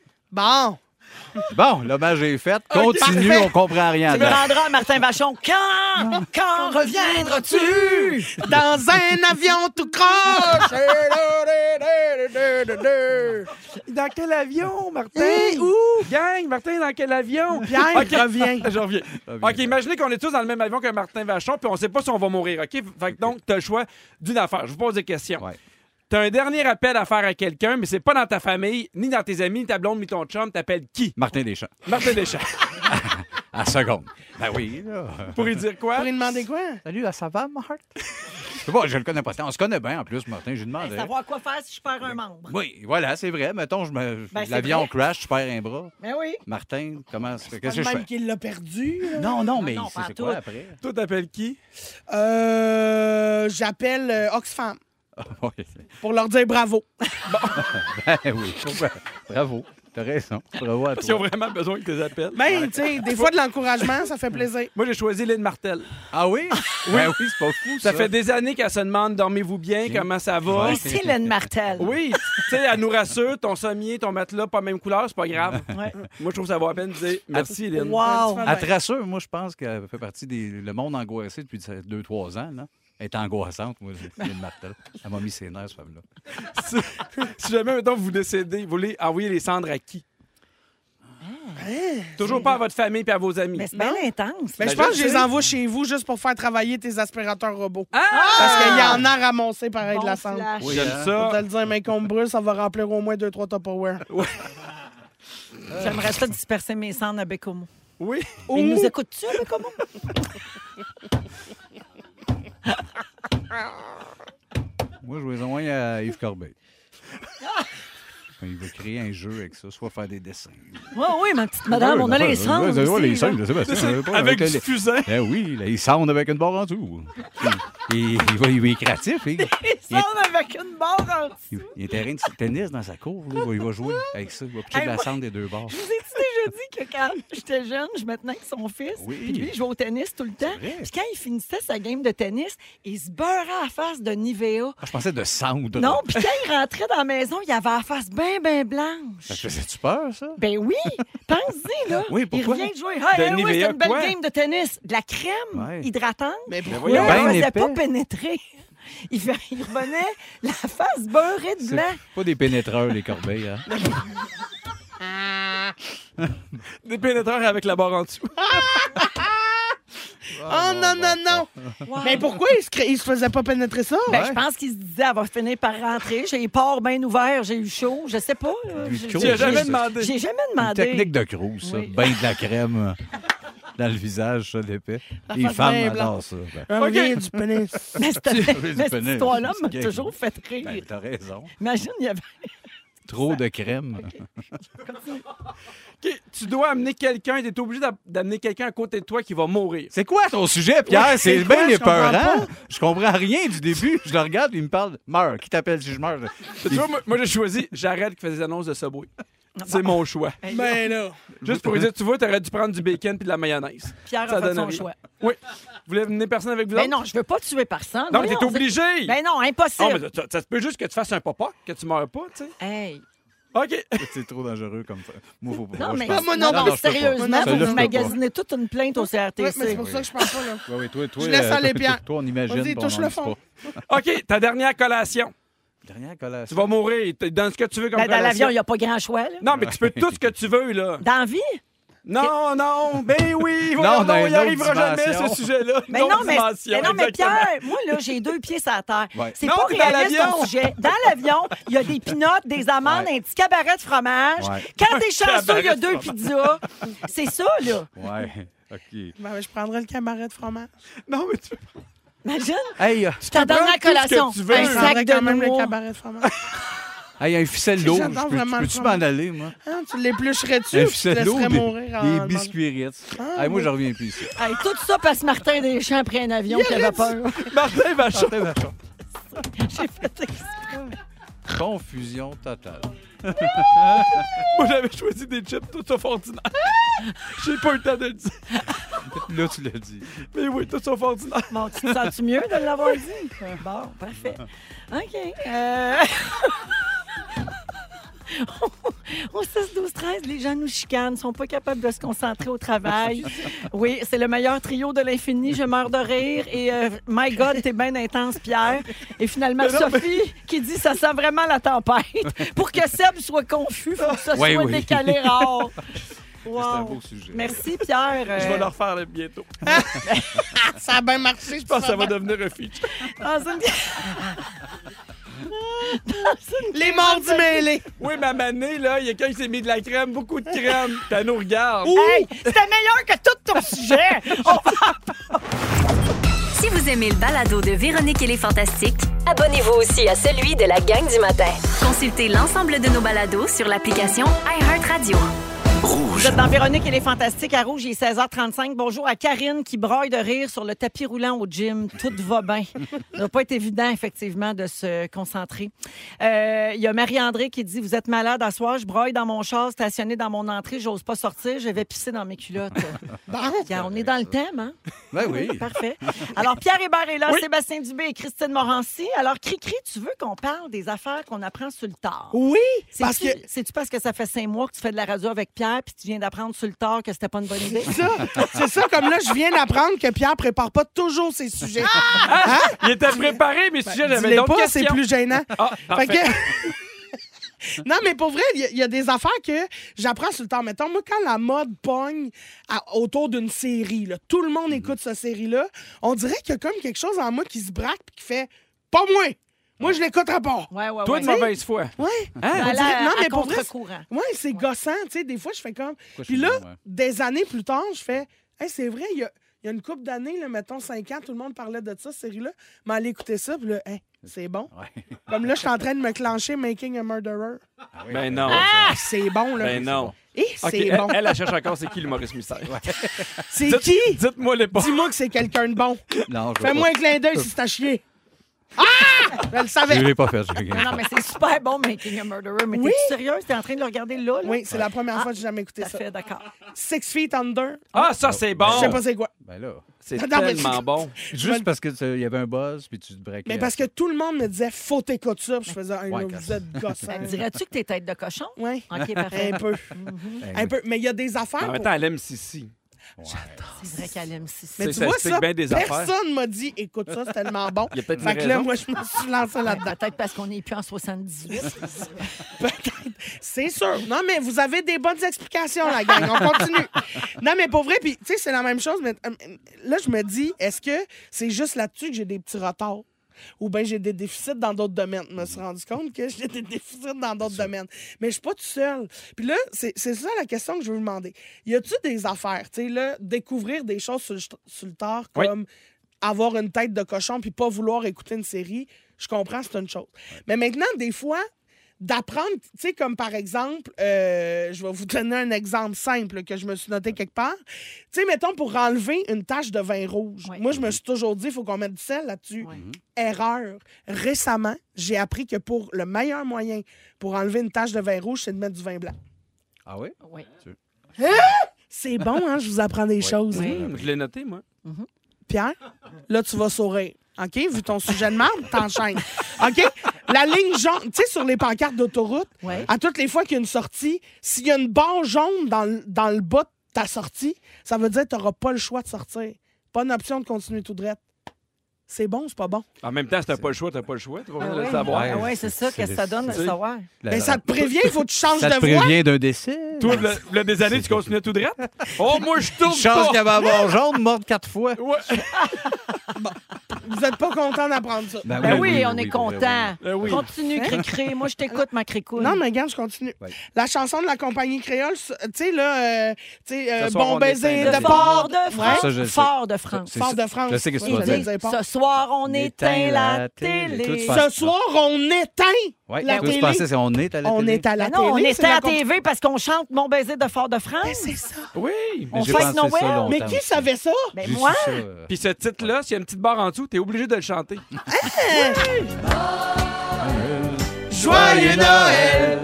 Speaker 3: Bon.
Speaker 4: Bon, l'hommage est fait. Continue,
Speaker 3: Parfait.
Speaker 4: on comprend rien.
Speaker 1: Tu
Speaker 2: ben.
Speaker 1: me rendras à Martin Vachon quand? Quand reviendras-tu?
Speaker 3: Dans un avion tout croche!
Speaker 2: Dans quel avion, Martin?
Speaker 3: Hey,
Speaker 2: où? Gang, Martin, dans quel avion?
Speaker 3: Pierre,
Speaker 2: Ok.
Speaker 3: reviens.
Speaker 2: Je reviens.
Speaker 4: Reviens,
Speaker 2: OK, imaginez qu'on est tous dans le même avion que Martin Vachon, puis on sait pas si on va mourir, OK? Fait que donc, t'as le choix d'une affaire. Je vous pose des questions.
Speaker 4: Ouais.
Speaker 2: T'as un dernier appel à faire à quelqu'un, mais c'est pas dans ta famille, ni dans tes amis, ni ta blonde, ni ton chum. T'appelles qui?
Speaker 4: Martin Deschamps.
Speaker 2: Martin Deschamps.
Speaker 4: À seconde. Ben oui, là.
Speaker 2: Pour lui dire quoi?
Speaker 3: Pour lui demander quoi?
Speaker 4: Salut, à ça va, Mart? bon, je le connais pas tant. On se connaît bien, en plus, Martin. J'ai demandé.
Speaker 1: Savoir quoi faire si je perds un membre.
Speaker 4: Oui, voilà, c'est vrai. Mettons, je me...
Speaker 1: Ben, c'est
Speaker 4: l'avion
Speaker 1: vrai.
Speaker 4: crash, je perds un bras.
Speaker 2: Ben
Speaker 1: Mais oui.
Speaker 4: Martin, comment... Qu'est-ce
Speaker 3: Pas
Speaker 4: que
Speaker 3: le
Speaker 4: je
Speaker 3: même
Speaker 4: fais?
Speaker 3: qu'il l'a perdu. là.
Speaker 4: Non, non, mais
Speaker 1: non,
Speaker 4: c'est
Speaker 1: pas
Speaker 4: c'est
Speaker 1: toi.
Speaker 4: quoi après?
Speaker 2: Toi, t'appelles qui?
Speaker 3: Euh, J'appelle euh, Oxfam
Speaker 4: Ah, oui.
Speaker 3: pour leur dire bravo.
Speaker 4: Ben oui, pourquoi? Eh Bravo. T'as raison. Bravo à
Speaker 2: Parce qu'ils ont
Speaker 4: toi.
Speaker 2: vraiment besoin que tu les appelles.
Speaker 3: Ben, tu sais, des fois, de l'encouragement, ça fait plaisir.
Speaker 2: Moi, j'ai choisi Lynn Martel.
Speaker 4: Ah oui? Ben oui, c'est pas fou.
Speaker 2: Ça
Speaker 4: Ça,
Speaker 2: fait des années qu'elle se demande dormez-vous bien, comment ça va.
Speaker 1: Et c'est Hélène Martel.
Speaker 2: Oui, tu sais, elle nous rassure ton sommier, ton matelas, pas même couleur, c'est pas grave.
Speaker 1: Ouais.
Speaker 2: Moi, je trouve que ça vaut à peine de dire merci, Hélène.
Speaker 1: Wow.
Speaker 3: Ouais.
Speaker 4: Elle te rassure, moi, je pense qu'elle fait partie des le monde angoissé depuis 2-3 ans. Là. Elle est angoissante, moi, Lynn Martel. Elle m'a mis ses nerfs, cette femme-là.
Speaker 2: si, si jamais, mettons, vous décédez, vous voulez envoyer les cendres à qui? Toujours pas à votre famille et à vos amis.
Speaker 1: Ah. Mais Ben, c'est bien intense.
Speaker 3: Mais
Speaker 2: Ben,
Speaker 3: je pense
Speaker 2: je
Speaker 3: que je les
Speaker 2: sais.
Speaker 3: envoie chez vous juste pour faire travailler tes aspirateurs robots.
Speaker 2: Ah!
Speaker 3: Parce qu'il y en a ramassé pareil de
Speaker 1: Bon
Speaker 3: la cendre.
Speaker 1: flash.
Speaker 4: Oui,
Speaker 2: J'aime
Speaker 4: hein?
Speaker 3: Pour te
Speaker 2: ça.
Speaker 3: le dire, mais comme brûle, ça va remplir au moins 2-3 Tupperware.
Speaker 1: J'aimerais ça disperser mes cendres à Bécomo.
Speaker 2: Oui.
Speaker 1: Mais nous écoutes-tu, Bécomo?
Speaker 4: Moi, je vais envoyer à Yves Corbeil. Il va créer un jeu avec ça, soit faire des dessins.
Speaker 1: Oui, oui, ma petite madame, on a les cendres.
Speaker 4: Ah Ouais, les
Speaker 1: ici,
Speaker 4: cendres
Speaker 1: là.
Speaker 4: de Sébastien, on avait pas-
Speaker 2: Avec
Speaker 4: le-
Speaker 2: du fusain.
Speaker 4: Ben oui, là, il sonde avec une barre en dessous. Il, il- il va- il est créatif. Il,
Speaker 1: Les cendres avec une barre en dessous.
Speaker 4: il- il a un terrain de tennis dans sa cour. là. Il, va, il va jouer avec ça. Il va pitcher de la cendre des deux bords.
Speaker 1: Je vous ai-tu déjà dit que quand j'étais jeune, je me tenais avec son fils.
Speaker 4: Oui.
Speaker 1: Puis lui, il jouait au tennis tout le temps.
Speaker 4: vrai.
Speaker 1: Puis quand il finissait sa game de tennis, il se beurrait à la face de Nivea.
Speaker 4: Ah, je pensais de cendre.
Speaker 1: Non, puis quand il rentrait dans la maison, il avait la face bien, bien blanche.
Speaker 4: Ça te faisait-tu peur, ça?
Speaker 1: Ben oui, pense-y, là.
Speaker 4: Oui,
Speaker 1: il
Speaker 4: pourquoi?
Speaker 1: revient de jouer. Hey,
Speaker 2: De
Speaker 1: hey, oui, c'est
Speaker 2: Nivea,
Speaker 1: une belle
Speaker 2: quoi?
Speaker 1: game de tennis. De la crème
Speaker 4: Ouais.
Speaker 1: hydratante.
Speaker 3: Mais pourquoi?
Speaker 1: Mais
Speaker 2: voyons.
Speaker 1: on ne
Speaker 4: Ben
Speaker 1: faisait
Speaker 4: épais.
Speaker 1: pas pénétrer. Il, fait- il revenait la face beurrée de
Speaker 4: C'est
Speaker 1: blanc.
Speaker 4: pas des pénétreurs, les corbeilles. Hein?
Speaker 2: Des pénétreurs avec la barre en dessous.
Speaker 3: Oh non, non, non!
Speaker 1: Wow.
Speaker 3: Mais pourquoi il se, cré- il se faisait pas pénétrer ça?
Speaker 1: Ben, Je pense qu'il se disait, elle va finir par rentrer. J'ai les pores bien ouverts, j'ai eu chaud. Je sais pas. là.
Speaker 4: Du
Speaker 1: J'ai-
Speaker 4: chaud,
Speaker 2: Tu as
Speaker 1: j'ai-
Speaker 2: jamais
Speaker 4: Juste-
Speaker 2: demandé.
Speaker 1: J'ai jamais
Speaker 4: Une
Speaker 1: demandé.
Speaker 4: technique de Cruz, ça.
Speaker 1: Oui.
Speaker 4: Ben de la crème euh, dans le visage, ça, l'épais. Les
Speaker 3: face
Speaker 4: femmes
Speaker 3: bien blanche.
Speaker 4: adorent ça. Ben,
Speaker 3: Un lien du pénis.
Speaker 1: Mais, cette-
Speaker 4: veux du
Speaker 1: mais cette
Speaker 4: pénis.
Speaker 1: histoire-là m'a
Speaker 4: C'est
Speaker 1: toujours fait rire.
Speaker 4: ben, t'as raison.
Speaker 1: Imagine, il y avait.
Speaker 4: Trop de crème.
Speaker 2: OK, Tu dois amener quelqu'un, tu es obligé d'a- d'amener quelqu'un à côté de toi qui va mourir.
Speaker 4: C'est quoi ton sujet, Pierre?
Speaker 3: Oui,
Speaker 4: c'est
Speaker 3: c'est quoi?
Speaker 4: bien
Speaker 3: Je comprends
Speaker 4: épeurant. Je comprends rien du début. Je le regarde et il me parle. Meurs. Qui t'appelle si je meurs?
Speaker 2: Tu vois, moi, moi, j'ai choisi J'arrête qui fait des annonces de Subway.
Speaker 1: Ah,
Speaker 2: C'est mon choix.
Speaker 3: Ben là.
Speaker 2: Juste pour lui dire, tu vois, t'aurais dû prendre du bacon puis de la mayonnaise.
Speaker 1: Pierre
Speaker 2: Ça
Speaker 1: a fait
Speaker 2: donne
Speaker 1: son
Speaker 2: rien.
Speaker 1: choix.
Speaker 2: Oui. Vous voulez amener personne avec vous
Speaker 1: Mais
Speaker 2: autres?
Speaker 1: non, je veux pas tuer personne.
Speaker 2: Non, mais
Speaker 1: Voyons,
Speaker 2: t'es
Speaker 1: c'est-
Speaker 2: obligé.
Speaker 1: Ben non, impossible.
Speaker 2: Non, mais ça, ça se peut juste que tu fasses un papa, que tu meurs pas, tu sais.
Speaker 1: Hey.
Speaker 2: OK.
Speaker 4: C'est trop dangereux comme ça. Moi, faut pas.
Speaker 1: Non,
Speaker 4: Moi, je
Speaker 1: mais,
Speaker 4: pense-
Speaker 3: Ah, moi non plus,
Speaker 4: je peux pas.
Speaker 1: sérieusement,
Speaker 3: Moi non
Speaker 1: vous
Speaker 3: plus.
Speaker 1: vous magasinez toute une plainte au
Speaker 3: Ouais, mais
Speaker 1: CRTC.
Speaker 3: c'est pour ça que je pense pas, là.
Speaker 4: Ouais, ouais, toi, toi,
Speaker 3: Je laisse
Speaker 4: euh,
Speaker 3: aller,
Speaker 4: toi,
Speaker 3: Pierre.
Speaker 4: toi, toi, on imagine.
Speaker 3: Vas-y,
Speaker 4: bon,
Speaker 3: touche
Speaker 4: on
Speaker 3: le
Speaker 4: dit
Speaker 3: fond.
Speaker 4: pas.
Speaker 2: OK, ta dernière collation.
Speaker 4: Dernière
Speaker 2: Tu
Speaker 4: collation.
Speaker 2: vas mourir. T'es Dans ce que tu veux comme
Speaker 1: Ben, dans
Speaker 2: collation.
Speaker 1: l'avion, il n'y a pas grand choix. Là.
Speaker 2: Non, mais tu peux tout ce que tu veux, là.
Speaker 1: Dans la vie?
Speaker 2: Non, non, ben oui,
Speaker 4: Non,
Speaker 2: non,
Speaker 4: dans
Speaker 2: non, il
Speaker 4: une autre
Speaker 2: arrivera jamais
Speaker 4: dimension.
Speaker 2: ce sujet-là.
Speaker 1: Mais
Speaker 2: Une
Speaker 1: non,
Speaker 2: autre
Speaker 1: mais,
Speaker 2: dimension,
Speaker 1: mais non, mais
Speaker 2: exactement.
Speaker 1: Pierre, moi, là, j'ai deux pieds sur la terre.
Speaker 4: Ouais.
Speaker 1: C'est
Speaker 2: Non,
Speaker 1: pas
Speaker 2: puis dans
Speaker 1: réaliste
Speaker 2: l'avion.
Speaker 1: ton sujet. Dans l'avion, il y a des pinottes, des amandes,
Speaker 4: Ouais.
Speaker 1: un petit cabaret de fromage.
Speaker 4: Ouais.
Speaker 1: Quand t'es chanceux, il y a
Speaker 2: cabaret de
Speaker 1: deux pizzas. C'est ça, là.
Speaker 4: Ouais. OK.
Speaker 3: Ben, je prendrais le cabaret de fromage.
Speaker 2: Non, mais tu peux
Speaker 1: Imagine,
Speaker 4: Hey, euh,
Speaker 1: je t'en donne la
Speaker 2: tout ce que
Speaker 1: collation.
Speaker 2: tu veux.
Speaker 1: Un
Speaker 3: Je
Speaker 1: sac
Speaker 3: prendrais quand
Speaker 1: de
Speaker 3: même le
Speaker 1: noix.
Speaker 3: cabaret de fromage.
Speaker 4: hey, un ficelle d'eau.
Speaker 3: J'adore
Speaker 4: Je peux-
Speaker 3: vraiment
Speaker 4: je
Speaker 3: le
Speaker 4: Peux-tu m'en
Speaker 3: fromage.
Speaker 4: aller, moi?
Speaker 3: Hein, tu l'éplucherais-tu
Speaker 4: Un
Speaker 3: ou tu te
Speaker 4: ficelle d'eau.
Speaker 3: laisserais
Speaker 4: Des,
Speaker 3: mourir en
Speaker 4: des
Speaker 3: le
Speaker 4: biscuits Ritz.
Speaker 3: Ah,
Speaker 4: Hey, moi,
Speaker 3: oui.
Speaker 4: je reviens plus ici.
Speaker 1: Hey, tout ça parce que Martin Deschamps a pris un avion qui avait peur.
Speaker 2: Martin Vachon.
Speaker 1: J'ai fait exprès.
Speaker 4: Confusion totale.
Speaker 2: Moi, j'avais choisi des chips tout sauf ordinaire. J'ai pas eu le temps de le dire.
Speaker 4: Là, tu l'as dit.
Speaker 2: Mais oui, tout sauf ordinaire.
Speaker 1: Bon, tu te sens-tu mieux de l'avoir dit? Bon, parfait. OK. Euh... Au 6-12-13, les gens nous chicanent, sont pas capables de se concentrer au travail. Oui, c'est le meilleur trio de l'infini. Je meurs de rire. Et euh, My God, t'es bien intense, Pierre. Et finalement, Sophie qui dit ça sent vraiment la tempête. Pour que Seb soit confus, faut que ça
Speaker 4: Ouais,
Speaker 1: soit
Speaker 4: oui.
Speaker 1: décalé rare.
Speaker 4: C'est un
Speaker 1: Wow.
Speaker 4: beau sujet.
Speaker 1: Merci, Pierre.
Speaker 2: Je
Speaker 1: Euh,
Speaker 2: vais le refaire là, bientôt. Je
Speaker 3: fromage? Ça a bien marché, je
Speaker 2: pense
Speaker 3: pense.
Speaker 2: que ça va devenir un feature.
Speaker 1: Euh, dans une-
Speaker 3: Les mordis mêlés.
Speaker 2: Oui, ma manée, là, il y a quelqu'un qui s'est mis de la crème, beaucoup de crème. T'as nous regarde.
Speaker 1: Hey, c'était meilleur que tout ton sujet. On
Speaker 6: Si vous aimez le balado de Véronique et les Fantastiques,
Speaker 7: Abonnez-vous aussi à celui de la gang du matin.
Speaker 6: consultez l'ensemble de nos balados sur l'application iHeartRadio.
Speaker 8: Rouge.
Speaker 1: Vous êtes dans Véronique et les Fantastiques à Rouge, il est 16h35. Bonjour à Karine qui broille de rire sur le tapis roulant au gym. Tout va bien. Ça va pas être évident, effectivement, de se concentrer. Euh, Il y a Marie-André qui dit Vous êtes malade à soir, je broille dans mon char, stationné dans mon entrée, j'ose pas sortir, je vais pisser dans mes culottes. Regarde, on est dans le thème, hein?
Speaker 4: Ben oui.
Speaker 1: Parfait. Alors, Pierre Hébert est là, Sébastien Dubé et Christine Morancy. Alors, Cricri, tu veux qu'on parle des affaires qu'on apprend sur le tard?
Speaker 3: Oui, parce
Speaker 1: C'est-tu
Speaker 3: que
Speaker 1: c'est-tu parce que ça fait cinq mois que tu fais de la radio avec Pierre puis tu viens d'apprendre sur le tard que c'était pas une bonne idée?
Speaker 3: ça, c'est ça, comme là, je viens d'apprendre que Pierre prépare pas toujours ses sujets.
Speaker 2: Il était
Speaker 1: Ben,
Speaker 2: préparé, mais si j'avais
Speaker 3: Dis-les
Speaker 2: d'autres
Speaker 3: pas, c'est
Speaker 2: questions.
Speaker 3: plus gênant.
Speaker 2: Ah,
Speaker 3: Fait
Speaker 2: parfait.
Speaker 3: que- non, mais pour vrai, il y a- il y, a des affaires que j'apprends sur le temps. Mettons, moi, quand la mode pogne à- autour d'une série, là, tout le monde
Speaker 4: Mhm.
Speaker 3: écoute cette série-là, on dirait qu'il y a comme quelque chose en moi qui se braque et qui fait Pas moi! Moi, je l'écouterai pas!
Speaker 1: Ouais, Ah ouais,
Speaker 2: Toi,
Speaker 1: ouais.
Speaker 2: de mauvaise foi.
Speaker 3: Ouais!
Speaker 4: Hein?
Speaker 1: Aller
Speaker 3: On dirait-
Speaker 1: à-
Speaker 3: non,
Speaker 1: à
Speaker 3: mais pour vrai,
Speaker 1: contre-courant.
Speaker 3: Ouais, c'est gossant, tu sais. Des fois, je fais comme.
Speaker 4: Pourquoi je
Speaker 3: Puis
Speaker 4: fais
Speaker 3: là,
Speaker 4: ça, ouais?
Speaker 3: des années plus tard, je fais Hey, c'est vrai, il y a, il y a une couple d'années, là, mettons 5 ans, tout le monde parlait de ça, cette série-là. Mais allez écouter ça, puis là, Hey, c'est bon.
Speaker 4: Ouais.
Speaker 3: Comme là, je suis en train de me clencher Making a Murderer.
Speaker 2: Ben non.
Speaker 3: Ah, c'est bon, là.
Speaker 2: Ben non.
Speaker 3: Eh,
Speaker 2: Ok,
Speaker 3: c'est
Speaker 2: elle-
Speaker 3: bon.
Speaker 2: Elle, elle cherche encore c'est qui l'humoriste mystère.
Speaker 3: C'est
Speaker 2: Dites-
Speaker 3: qui?
Speaker 2: Dites-moi les pas.
Speaker 3: Dis-moi que c'est quelqu'un de bon.
Speaker 4: Non, je
Speaker 3: Fais-moi un
Speaker 4: l'ai
Speaker 3: clin d'œil si c'est à chier. Ah! Je le
Speaker 4: pas- Je
Speaker 3: savais.
Speaker 4: l'ai pas fait. je l'ai-
Speaker 1: Non, mais c'est super bon, Making a Murderer. Mais
Speaker 3: Oui.
Speaker 1: t'es-tu sérieuse? T'es en train de le regarder là? là?
Speaker 3: Oui, c'est la première fois que j'ai jamais écouté
Speaker 1: Tout à
Speaker 3: Ah, ça.
Speaker 1: fait, d'accord.
Speaker 3: Six Feet Under.
Speaker 2: Ah, ça, c'est bon.
Speaker 3: Je sais pas c'est quoi.
Speaker 4: Ben là.
Speaker 2: C'est
Speaker 3: Non, mais
Speaker 2: tellement
Speaker 3: c'est-
Speaker 2: bon.
Speaker 3: me-
Speaker 4: Juste parce qu'il y avait un buzz, puis tu te breakais.
Speaker 3: Mais parce que tout le monde me disait, faut t'écouter ça. Puis je faisais, un
Speaker 4: Ouais,
Speaker 3: là,
Speaker 4: quand-
Speaker 3: vous êtes gossant.
Speaker 1: Dirais-tu que t'es tête de cochon?
Speaker 3: Ouais.
Speaker 1: OK, parfait.
Speaker 3: Un peu.
Speaker 4: Ben
Speaker 3: Un
Speaker 4: oui.
Speaker 3: peu. Mais il y a des affaires.
Speaker 2: En même
Speaker 3: pour-
Speaker 2: temps, Ah, elle aime Sissi.
Speaker 1: C'est vrai qu'elle aime si
Speaker 2: c'est-
Speaker 3: Mais tu
Speaker 2: ça
Speaker 3: vois
Speaker 2: explique
Speaker 3: ça,
Speaker 2: bien des affaires.
Speaker 3: personne m'a dit, écoute ça, c'est tellement bon.
Speaker 2: Il y a peut-être
Speaker 3: Fait
Speaker 2: une
Speaker 3: que là,
Speaker 2: raison.
Speaker 3: moi, je me suis lancée là-dedans.
Speaker 1: Peut-être parce qu'on n'est plus en 78.
Speaker 3: Peut-être. C'est sûr. Non, mais vous avez des bonnes explications, la gang. On continue. Non, mais pour vrai, puis, tu sais, c'est la même chose, mais euh, là, je me dis, est-ce que c'est juste là-dessus que j'ai des petits retards? Ou bien j'ai des déficits dans d'autres domaines. Je me suis rendu compte que j'ai des déficits dans d'autres domaines. Mais je suis pas tout seul. Puis là, c'est c'est ça la question que je veux vous demander. Y a-tu des affaires, tu sais, là, découvrir des choses sur le, sur le tard,
Speaker 2: Oui.
Speaker 3: comme avoir une tête de cochon puis pas vouloir écouter une série, je comprends, c'est une chose. Mais maintenant, des fois, d'apprendre, tu sais, comme par exemple, euh, je vais vous donner un exemple simple que je me suis noté quelque part. Tu sais, mettons, pour enlever une tache de vin rouge,
Speaker 1: Ouais.
Speaker 3: moi, je me suis toujours dit, il faut qu'on mette du sel là-dessus. Erreur. Récemment, j'ai appris que pour le meilleur moyen pour enlever une tache de vin rouge, c'est de mettre du vin blanc.
Speaker 4: Ah oui?
Speaker 1: Oui.
Speaker 3: C'est bon, hein? Je vous apprends des choses.
Speaker 2: Hum, Je l'ai noté, moi.
Speaker 3: Pierre, là, tu vas sourire. OK? Vu ton sujet de marde, t'enchaînes. OK? La ligne jaune, tu sais, sur les pancartes d'autoroute,
Speaker 1: Ouais.
Speaker 3: à toutes les fois qu'il y a une sortie, s'il y a une barre jaune dans, le- dans le bas de ta sortie, ça veut dire que tu n'auras pas le choix de sortir. Pas une option de continuer tout droit. C'est bon, c'est pas bon.
Speaker 2: En même temps, si t'as pas le choix, t'as pas le choix. Tu vas
Speaker 1: Ah
Speaker 2: pas le
Speaker 1: ouais.
Speaker 2: savoir.
Speaker 1: Ah ouais, c'est ça. Qu'est-ce que ça donne de
Speaker 2: C'est-
Speaker 1: savoir?
Speaker 4: La-
Speaker 3: Mais Ben, ça te prévient, il faut que tu changes
Speaker 4: Ben, ça te
Speaker 3: de voie.
Speaker 4: prévient d'un décès.
Speaker 2: Toi, le, le des années, tu continuais tout droit. Oh, moi, je tourne
Speaker 4: Chance
Speaker 2: pas.
Speaker 4: qu'il y avait un bon jaune, morte quatre fois.
Speaker 2: Ouais.
Speaker 3: Vous n'êtes pas content d'apprendre ça.
Speaker 4: Ah
Speaker 1: Ben oui, on est content.
Speaker 2: Ben oui.
Speaker 1: Continue, Cricri. Moi, je t'écoute, ma Cricouille.
Speaker 3: Non, mais regarde, je continue.
Speaker 4: Ouais.
Speaker 3: La chanson de la compagnie créole, tu sais, là, euh, tu sais, euh,
Speaker 2: Ce soir,
Speaker 3: bon
Speaker 2: on
Speaker 3: baiser
Speaker 2: éteint
Speaker 3: de
Speaker 2: le-
Speaker 3: port
Speaker 1: Fort
Speaker 3: de
Speaker 1: de
Speaker 3: Ouais.
Speaker 1: France.
Speaker 4: Ça, je le sais.
Speaker 1: Fort de France.
Speaker 4: C'est
Speaker 3: Fort
Speaker 4: ça.
Speaker 3: de France.
Speaker 4: Je sais qu'est-ce que tu
Speaker 3: Oui,
Speaker 4: vas
Speaker 3: je
Speaker 4: dire.
Speaker 3: le disais pas.
Speaker 1: Ce soir, on éteint
Speaker 4: Éteint
Speaker 1: la
Speaker 4: la télé.
Speaker 1: télé.
Speaker 4: Tout
Speaker 3: Ce soir, on éteint
Speaker 4: Ouais,
Speaker 3: la
Speaker 4: tout se
Speaker 3: télé.
Speaker 4: passait, c'est on est à la
Speaker 3: On
Speaker 4: télé.
Speaker 3: est à la
Speaker 1: Ben non, on
Speaker 3: télé. c'est
Speaker 1: éteint
Speaker 3: la
Speaker 1: la
Speaker 3: comp-
Speaker 1: TV parce qu'on chante Mon baiser de Fort de
Speaker 3: Mais
Speaker 1: France.
Speaker 3: c'est ça.
Speaker 2: Oui.
Speaker 4: Mais
Speaker 1: on
Speaker 4: j'ai
Speaker 1: fête
Speaker 4: pensé ça
Speaker 1: Noël.
Speaker 4: longtemps
Speaker 3: Mais qui
Speaker 4: aussi.
Speaker 3: savait ça?
Speaker 1: Mais
Speaker 4: J'ai su
Speaker 1: Ben, moi,
Speaker 4: ça, euh,
Speaker 2: Puis ce titre-là, s'il y a une petite barre en dessous, t'es obligé de le chanter.
Speaker 3: Joyeux Noël,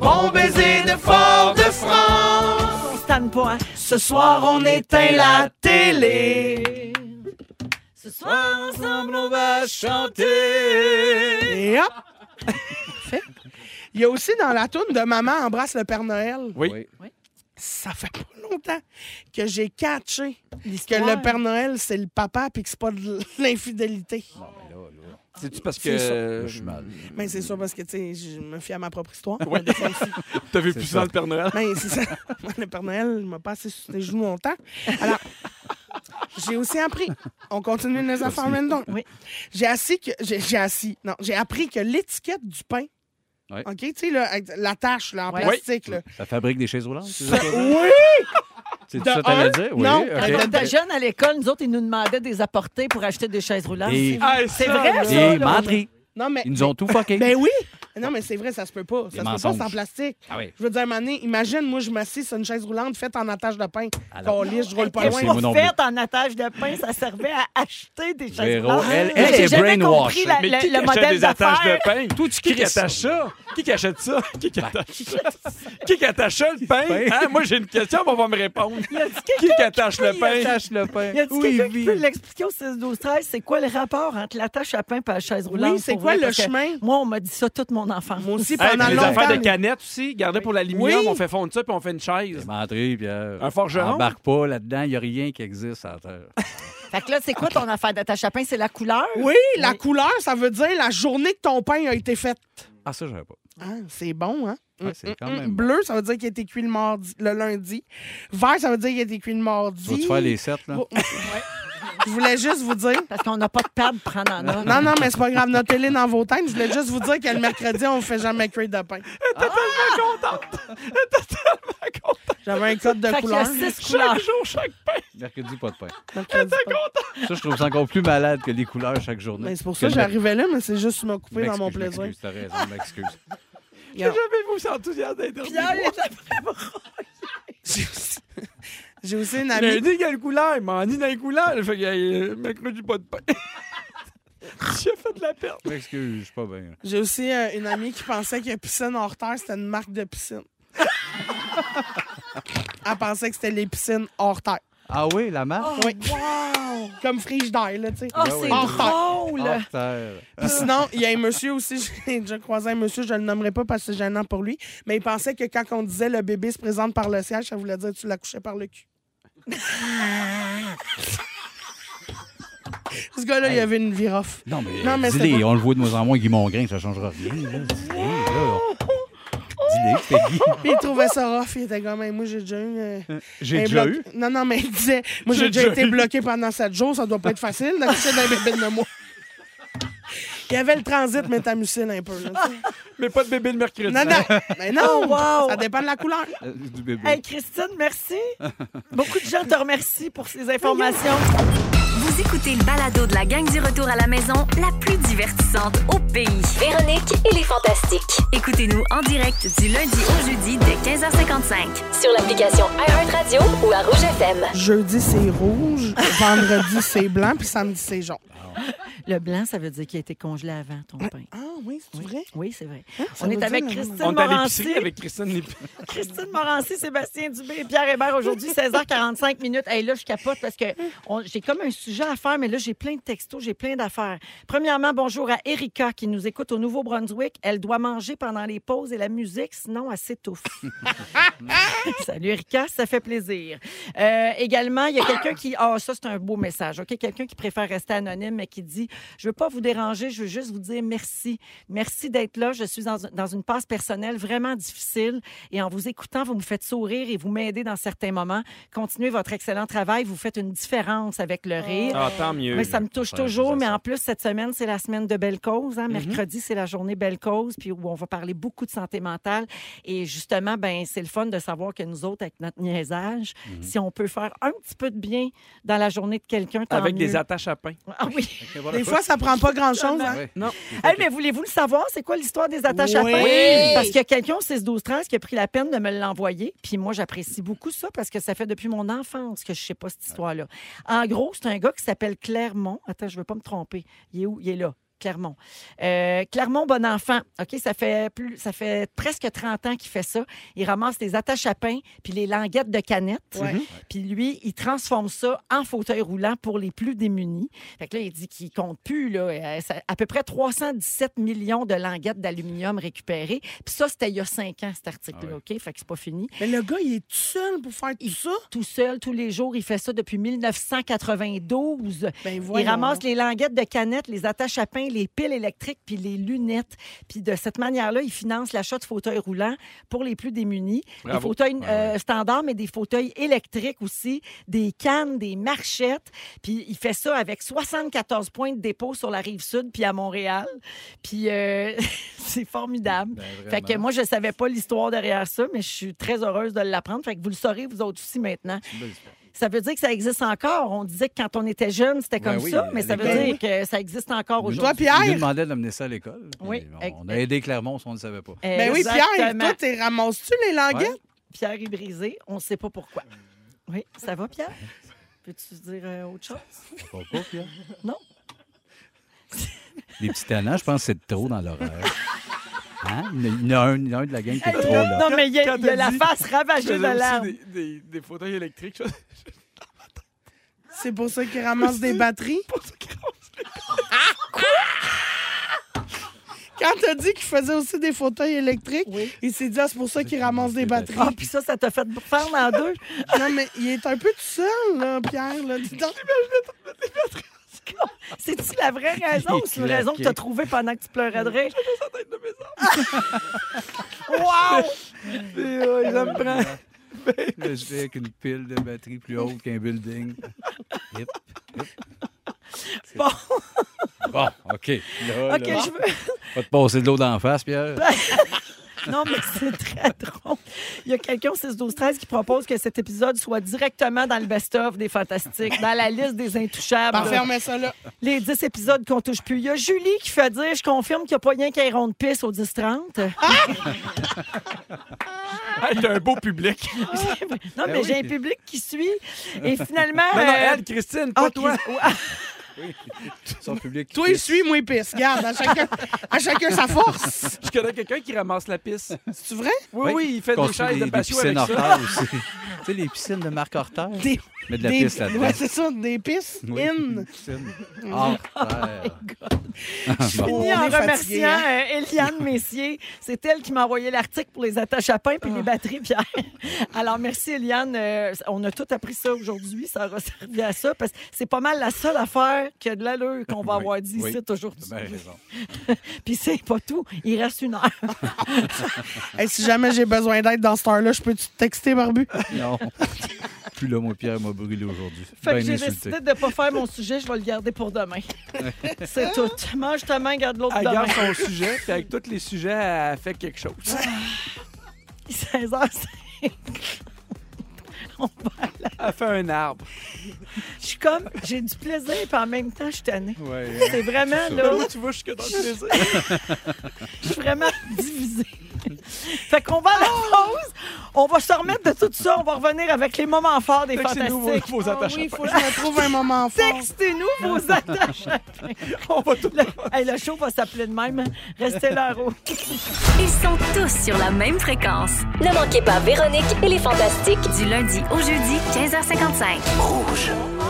Speaker 3: bon baiser de fort de France.
Speaker 1: on se tanne pas. hein.
Speaker 3: Ce soir, on éteint la télé.
Speaker 1: Ce soir, ensemble, on va chanter.
Speaker 3: Et hop! Fait. Il y a aussi dans la toune de Maman embrasse le Père Noël.
Speaker 2: Oui.
Speaker 4: Oui.
Speaker 3: Ça fait pas longtemps que j'ai catché que
Speaker 1: L'histoire.
Speaker 3: le Père Noël, c'est le papa puis que c'est pas de l'infidélité.
Speaker 2: C'est-tu parce que. euh,
Speaker 3: C'est ça.
Speaker 4: Je suis mal.
Speaker 3: Mais c'est sûr parce que, tu sais, je me fie à ma propre histoire.
Speaker 2: Ouais. T'as vu plus
Speaker 4: ça.
Speaker 2: dans le Père Noël?
Speaker 3: Mais Ben, c'est ça. Moi, Le Père Noël il m'a passé sur les genoux longtemps. Alors, j'ai aussi appris. On continue nos affaires random.
Speaker 1: Oui.
Speaker 3: J'ai assis que. J'ai j'ai assis. Non, j'ai appris que l'étiquette du pain.
Speaker 4: Ouais.
Speaker 3: OK, tu sais, là, avec la tâche là, en
Speaker 1: Ouais.
Speaker 3: plastique. Là.
Speaker 4: Ça fabrique des chaises roulantes? C'est ça
Speaker 3: Oui!
Speaker 4: C'est
Speaker 3: De
Speaker 4: ça que
Speaker 3: un,
Speaker 4: t'allais dire?
Speaker 3: non.
Speaker 4: Oui, ok.
Speaker 3: Attends,
Speaker 1: Quand on était jeunes à l'école, nous autres, ils nous demandaient des apportés pour acheter des chaises roulantes.
Speaker 4: Et-
Speaker 2: Ah,
Speaker 1: C'est
Speaker 2: ça,
Speaker 1: vrai,
Speaker 2: là.
Speaker 1: ça.
Speaker 4: Et
Speaker 1: là.
Speaker 4: menterie.
Speaker 3: Non, mais.
Speaker 4: Ils nous ont tout fucké.
Speaker 3: Ben oui! Non, mais c'est vrai, ça se peut pas. Ça
Speaker 4: Des
Speaker 3: se peut pas,
Speaker 4: mensonges.
Speaker 3: c'est en plastique.
Speaker 4: Ah oui.
Speaker 3: Je veux dire, à un moment donné, imagine, moi, je m'assieds sur une chaise roulante faite en attache de pain.
Speaker 4: Alors-
Speaker 3: Calice, je roule pas
Speaker 1: Elle
Speaker 3: loin.
Speaker 4: c'est moi
Speaker 1: pas
Speaker 4: non
Speaker 1: faite en attache de pain, ça servait à acheter des choses.
Speaker 4: Véro, elle- elle
Speaker 1: J'ai
Speaker 4: est
Speaker 1: jamais compris
Speaker 4: brainwashed.
Speaker 1: la-
Speaker 2: Mais
Speaker 1: la-
Speaker 2: qui
Speaker 1: le
Speaker 2: achète
Speaker 1: modèle
Speaker 2: des attaches de
Speaker 1: d'affaires.
Speaker 2: pain? qui, attache ça? Qui qui achète ça? Qui qui attache ça? Qui qui attache ça, le pain? Hein, Moi, j'ai une question, on va me répondre. Qui qui attache le pain?
Speaker 4: Attache le pain.
Speaker 1: Y a-t-il
Speaker 4: Oui,
Speaker 1: quelqu'un qui
Speaker 4: vit.
Speaker 1: peut l'expliquer au 6 12 13 C'est quoi le rapport entre la tâche à pain et la chaise roulante?
Speaker 3: Oui, c'est
Speaker 1: pour
Speaker 3: quoi
Speaker 1: vrai?
Speaker 3: le
Speaker 1: Parce que
Speaker 3: chemin?
Speaker 1: Moi, on m'a dit ça toute mon enfance.
Speaker 3: Moi aussi,
Speaker 2: Hey,
Speaker 3: pendant
Speaker 2: puis les
Speaker 3: longtemps.
Speaker 2: affaires de canettes aussi, gardez pour l'aluminium,
Speaker 3: Oui.
Speaker 2: on fait fondre ça puis on fait une chaise.
Speaker 4: Menterie, Pierre.
Speaker 2: Un forgeron?
Speaker 4: euh, Embarque pas là-dedans, il n'y a rien qui existe à terre.
Speaker 1: Fait que là, c'est quoi ton affaire d'attache à pain? C'est la couleur?
Speaker 3: Oui, la couleur, ça veut dire la journée que ton pain a été fait.
Speaker 4: Ah, ça, j'avais pas.
Speaker 3: Ah, c'est bon, hein?
Speaker 4: Ouais, c'est quand
Speaker 3: Mm,
Speaker 4: même. bon.
Speaker 3: Bleu, ça veut dire qu'il a été cuit le, mardi, le lundi. Vert, ça veut dire qu'il a été cuit le mardi.
Speaker 4: Tu vas-tu faire les sept, là?
Speaker 3: Bon, ouais. Je voulais juste vous dire.
Speaker 1: Parce qu'on n'a pas de table pour prendre en note.
Speaker 3: Non, non, mais c'est pas grave. Notez-les dans vos têtes. Je voulais juste vous dire que le mercredi, on ne fait jamais cuire de pain. J'avais un code de
Speaker 1: Fait qu'il y a
Speaker 3: couleur.
Speaker 1: six couleurs.
Speaker 4: Mercredi, pas de pain.
Speaker 3: mercredi pain.
Speaker 4: Ça, je trouve ça encore plus malade que les couleurs chaque journée.
Speaker 3: Mais c'est pour ça que
Speaker 4: le-
Speaker 3: j'arrivais là, mais c'est juste que tu m'as
Speaker 4: Je
Speaker 3: coupé dans mon
Speaker 4: m'excuse, je
Speaker 3: plaisir.
Speaker 4: m'excuse, T'as raison, je m'excuse.
Speaker 1: Pierre, il est à-
Speaker 3: Ben J'ai aussi une
Speaker 2: Lundi,
Speaker 3: amie.
Speaker 2: il y a le couleur, il m'a dit dans le couleur. Fait qu'il y a euh, mercredi, pas de pain. J'ai fait de la perte.
Speaker 4: Je m'excuse, je suis pas bien.
Speaker 3: J'ai aussi euh, une amie qui pensait que piscine hors terre, c'était une marque de piscine. Elle pensait que c'était les piscines hors terre.
Speaker 4: Ah oui, la marque?
Speaker 3: Oui. Comme frigidaire, là, tu sais.
Speaker 1: Oh,
Speaker 4: Ben
Speaker 1: c'est
Speaker 4: oui.
Speaker 3: Ah,
Speaker 1: drôle!
Speaker 4: Hors terre.
Speaker 3: Puis sinon, il y a un monsieur aussi, j'ai déjà croisé un monsieur, je le nommerai pas parce que c'est gênant pour lui, mais il pensait que quand on disait le bébé se présente par le siège, ça voulait dire que tu l'accouchais par le cul. Ce gars-là, il avait une viroff.
Speaker 4: Non, mais,
Speaker 3: Non, mais c'est
Speaker 4: dis-les,
Speaker 3: pas-
Speaker 4: on le voit de moins en moins, Guy Mongrain, ça changera rien. là. Dis-les, là. Dis-les, que c'était Guy.
Speaker 3: Puis il trouvait ça rough, il était comme, Hey, moi j'ai déjà eu. euh,
Speaker 4: J'ai
Speaker 3: un
Speaker 4: déjà
Speaker 3: bloc-
Speaker 4: eu.
Speaker 3: Non, non, mais il disait, moi j'ai
Speaker 2: J'ai
Speaker 3: déjà
Speaker 2: déjà
Speaker 3: été
Speaker 2: eu.
Speaker 3: bloqué pendant sept jours, ça doit pas être facile d'accoucher d'un bébé de moi. Il y avait le transit métamucile un peu. Là, tu sais.
Speaker 2: Mais pas de bébé le mercredi.
Speaker 3: non, non, mais non,
Speaker 1: Oh, wow.
Speaker 3: ça dépend de la couleur.
Speaker 4: euh, Du bébé.
Speaker 1: Hey, Christine, merci. Beaucoup de gens te remercient pour ces informations.
Speaker 6: Vous écoutez le balado de la gang du retour à la maison la plus divertissante au pays.
Speaker 7: Véronique et les Fantastiques.
Speaker 6: Écoutez-nous en direct du lundi au jeudi dès 15h55.
Speaker 7: Sur l'application iHeartRadio ou à Rouge FM.
Speaker 3: Jeudi, c'est rouge. Vendredi, c'est blanc. Puis samedi, c'est jaune.
Speaker 1: Le blanc, ça veut dire qu'il a été congelé avant ton pain.
Speaker 3: Ah oui, c'est
Speaker 1: Oui,
Speaker 3: vrai?
Speaker 1: oui, c'est vrai.
Speaker 3: ça
Speaker 1: On
Speaker 3: veut
Speaker 1: est
Speaker 3: dire euh,
Speaker 1: avec
Speaker 3: la
Speaker 1: Christine
Speaker 2: On est à
Speaker 1: Morancy.
Speaker 2: l'épicerie avec Christine Lépi-
Speaker 1: Christine Morancy, Sébastien Dubé et Pierre Hébert aujourd'hui, 16h45 minutes. Hey, là, je capote parce que on- j'ai comme un sujet à faire, mais là, j'ai plein de textos, j'ai plein d'affaires. Premièrement, bonjour à Erika qui nous écoute au Nouveau-Brunswick. Elle doit manger pendant les pauses et la musique, sinon elle s'étouffe. Salut Erika, ça fait plaisir. Euh, également, il y a quelqu'un qui. Ah, ça, c'est un beau message. OK? Quelqu'un qui préfère rester anonyme, mais qui dit Je veux pas vous déranger, je veux juste vous dire merci. Merci d'être là. Je suis dans, dans une passe personnelle vraiment difficile et en vous écoutant, vous me faites sourire et vous m'aidez dans certains moments. Continuez votre excellent travail. Vous faites une différence avec le rire.
Speaker 2: Ah, tant mieux.
Speaker 1: Mais ça me touche
Speaker 4: Ça,
Speaker 1: toujours.
Speaker 4: je
Speaker 1: Mais
Speaker 4: disais
Speaker 1: en
Speaker 4: ça.
Speaker 1: plus, cette semaine, c'est la semaine de Belle Cause. hein.
Speaker 2: Mm-hmm.
Speaker 1: Mercredi, c'est la journée Belle Cause, puis où on va parler beaucoup de santé mentale. Et justement, ben, c'est le fun de savoir que nous autres, avec notre niaisage,
Speaker 2: Mm-hmm.
Speaker 1: si on peut faire un petit peu de bien dans la journée de quelqu'un, tant
Speaker 2: Avec des
Speaker 1: mieux.
Speaker 2: attaches à pain.
Speaker 1: Ah oui.
Speaker 3: Des fois, ça prend pas grand-chose. hein.
Speaker 4: Ouais.
Speaker 2: Non.
Speaker 1: Hey, mais voulez-vous le savoir? C'est quoi l'histoire des attaches à
Speaker 3: Oui.
Speaker 1: pain? Parce qu'il y a quelqu'un au 6-12-13 qui a pris la peine de me l'envoyer. Puis moi, j'apprécie beaucoup ça parce que ça fait depuis mon enfance que je sais pas cette histoire-là. En gros, c'est un gars qui s'appelle Clermont. Attends, je veux pas me tromper. Il est où? Il est là. Clermont. Euh, Clermont Bon Enfant. OK, ça fait, plus, ça fait presque 30 ans qu'il fait ça. Il ramasse les attaches à pain puis les languettes de canettes.
Speaker 3: Ouais.
Speaker 1: Puis lui, il transforme ça en fauteuil roulant pour les plus démunis. Fait que là, il dit qu'il compte plus, là, euh, ça- à peu près 317 millions de languettes d'aluminium récupérées. Puis ça, c'était il y a cinq ans, cet article-là,
Speaker 4: Ah
Speaker 1: OK? Fait que c'est pas fini.
Speaker 3: Mais le gars, il est tout seul pour faire tout ça.
Speaker 1: Tout seul, tous les jours, il fait ça depuis 1992.
Speaker 3: Ben,
Speaker 1: Il
Speaker 3: voyons
Speaker 1: ramasse
Speaker 3: donc.
Speaker 1: les languettes de canettes, les attaches à pain, les piles électriques, puis les lunettes. Puis de cette manière-là, il finance l'achat de fauteuils roulants pour les plus démunis. Des
Speaker 2: Bravo.
Speaker 1: fauteuils
Speaker 3: Ah
Speaker 1: euh, standards, mais des fauteuils électriques aussi, des cannes, des marchettes. Puis il fait ça avec 74 points de dépôt sur la rive sud, puis à Montréal. Puis euh, c'est formidable.
Speaker 3: Ben,
Speaker 1: fait que moi, je ne savais pas l'histoire derrière ça, mais je suis très heureuse de l'apprendre. Fait que vous le saurez, vous autres aussi, maintenant. ça veut dire que ça existe encore. On disait que quand on était jeune, c'était
Speaker 4: Ben
Speaker 1: comme
Speaker 4: oui,
Speaker 1: ça, mais
Speaker 4: à
Speaker 1: ça veut
Speaker 4: l'école.
Speaker 1: dire que ça existe encore
Speaker 3: Toi,
Speaker 1: aujourd'hui.
Speaker 4: On lui
Speaker 3: Pierre? Eh,
Speaker 4: demandait d'amener ça à l'école. puis
Speaker 1: Oui,
Speaker 4: On, on a aidé Clermont, si on ne le savait pas.
Speaker 3: Ben oui, Pierre,
Speaker 1: Exactement.
Speaker 3: toi, t'es- ramasses-tu les languettes?
Speaker 1: Pierre est brisé, on ne sait pas pourquoi. Oui, ça va, Pierre? Peux-tu dire euh, autre chose?
Speaker 4: Je comprends pas, hein. Pierre.
Speaker 1: Non.
Speaker 4: Les petits talents, je pense que c'est de trop dans l'horaire. Hein? Il y en a- il y en a un, il y en a un de la gang qui est
Speaker 3: Eh,
Speaker 4: trop là.
Speaker 1: Non, mais il y a,
Speaker 2: Quand
Speaker 1: il y a
Speaker 2: elle
Speaker 1: la
Speaker 2: dit-
Speaker 1: face ravagée de
Speaker 2: faisais aussi
Speaker 1: larmes.
Speaker 2: des, des- des fauteuils électriques. je-
Speaker 3: C'est pour ça qu'ils ramassent des batteries? Ah, Quand t'as dit qu'il faisait aussi des fauteuils électriques, il s'est dit, ah, c'est pour ça qu'il ramasse des batteries.
Speaker 1: Ah, puis ça, ça t'a fait faire en deux.
Speaker 3: Non, mais il est un peu tout seul, là, Pierre. Là. Dis donc.
Speaker 1: C'est-tu la vraie raison ou c'est une
Speaker 4: claqué.
Speaker 1: raison que t'as trouvée pendant que tu pleurais de rire? wow!
Speaker 2: Ça me prend.
Speaker 4: Là, Je vais avec une pile de batterie plus haute qu'un building. Hip.
Speaker 1: Bon,
Speaker 4: Bon, OK. Là,
Speaker 1: OK,
Speaker 4: là,
Speaker 1: je veux...
Speaker 4: Va te passer de l'eau d'en face, Pierre.
Speaker 1: Non, mais c'est très drôle. Il y a quelqu'un au 6 12 13 qui propose que cet épisode soit directement dans le best-of des Fantastiques, dans la liste des intouchables.
Speaker 3: Parfait, on met ça là.
Speaker 1: Les 10 épisodes qu'on touche plus. Il y a Julie qui fait dire Je confirme qu'il n'y a pas rien qu'un rond de pisse au 10-30.
Speaker 2: Ah! Hey, T'as un beau public.
Speaker 1: Ah non, mais
Speaker 4: oui.
Speaker 1: j'ai un public qui suit. Et finalement.
Speaker 2: Ben Non, non,
Speaker 1: euh,
Speaker 2: elle, Christine, pas
Speaker 1: ah,
Speaker 2: toi.
Speaker 1: Christ- ah,
Speaker 4: Son public.
Speaker 3: Toi, il suit, moi, il pisse. Regarde, à chacun, à chacun sa force.
Speaker 2: Je connais quelqu'un qui ramasse la piste.
Speaker 3: C'est-tu vrai?
Speaker 2: Oui, oui, il fait des
Speaker 4: Construit
Speaker 2: chaises de patio avec
Speaker 4: piscines
Speaker 2: ça.
Speaker 4: hors aussi. tu sais, les piscines de Marc Horter.
Speaker 3: Des-
Speaker 4: Mais de la
Speaker 3: Des-
Speaker 4: piste là-dedans.
Speaker 3: Ouais, c'est ça, des pisses
Speaker 4: Oui.
Speaker 3: in.
Speaker 4: Piscine hors terre. Ah,
Speaker 3: Oh,
Speaker 1: fini
Speaker 3: on
Speaker 1: en
Speaker 3: est fatigué,
Speaker 1: remerciant
Speaker 3: hein?
Speaker 1: euh, Eliane Messier. C'est elle qui m'a envoyé l'article pour les attaches à pain puis les batteries, Pierre. Alors, merci, Eliane. Euh, on a tout appris ça aujourd'hui. Ça aura servi à ça parce que c'est pas mal la seule affaire qui a de l'allure qu'on va
Speaker 4: Oui,
Speaker 1: avoir dit
Speaker 4: oui. Ben,
Speaker 1: ici aujourd'hui.
Speaker 4: T'as bien raison.
Speaker 1: Puis c'est pas tout. Il reste une heure.
Speaker 3: Hey, si jamais j'ai besoin d'aide dans cette heure-là, je peux-tu te texter, Barbu?
Speaker 4: Non. Plus là, moi, Pierre m'a brûlé aujourd'hui.
Speaker 1: Fait que
Speaker 4: Bien
Speaker 1: j'ai
Speaker 4: Ben, insulté.
Speaker 1: décidé de ne pas faire mon sujet. Je vais le garder pour demain. c'est tout. Mange ta main, garde l'autre
Speaker 2: Elle
Speaker 1: demain.
Speaker 2: Ah, garde son sujet, puis avec tous les sujets, elle fait quelque chose.
Speaker 1: 16h05.
Speaker 2: Elle fait un arbre.
Speaker 1: Je suis comme, j'ai du plaisir, puis en même temps, je suis tannée.
Speaker 4: Ouais.
Speaker 1: C'est vraiment, là,
Speaker 2: Là, tu vois, je suis que dans le plaisir.
Speaker 1: je suis vraiment divisée. fait qu'on va à la pause. On va se remettre de tout ça. On va revenir avec les moments forts des
Speaker 2: Fait que C'est nous, vos-
Speaker 1: fantastiques.
Speaker 2: vos
Speaker 3: Ah
Speaker 2: attaches
Speaker 3: oui,
Speaker 2: à
Speaker 3: il faut que je me trouve un moment fort.
Speaker 1: Textez-nous vos attaches. on va tout le... Hey, le show va s'appeler de même. Restez là, Ro.
Speaker 6: Ils sont tous sur la même fréquence.
Speaker 7: Ne manquez pas Véronique et les Fantastiques.
Speaker 6: Du lundi au jeudi, 15h55.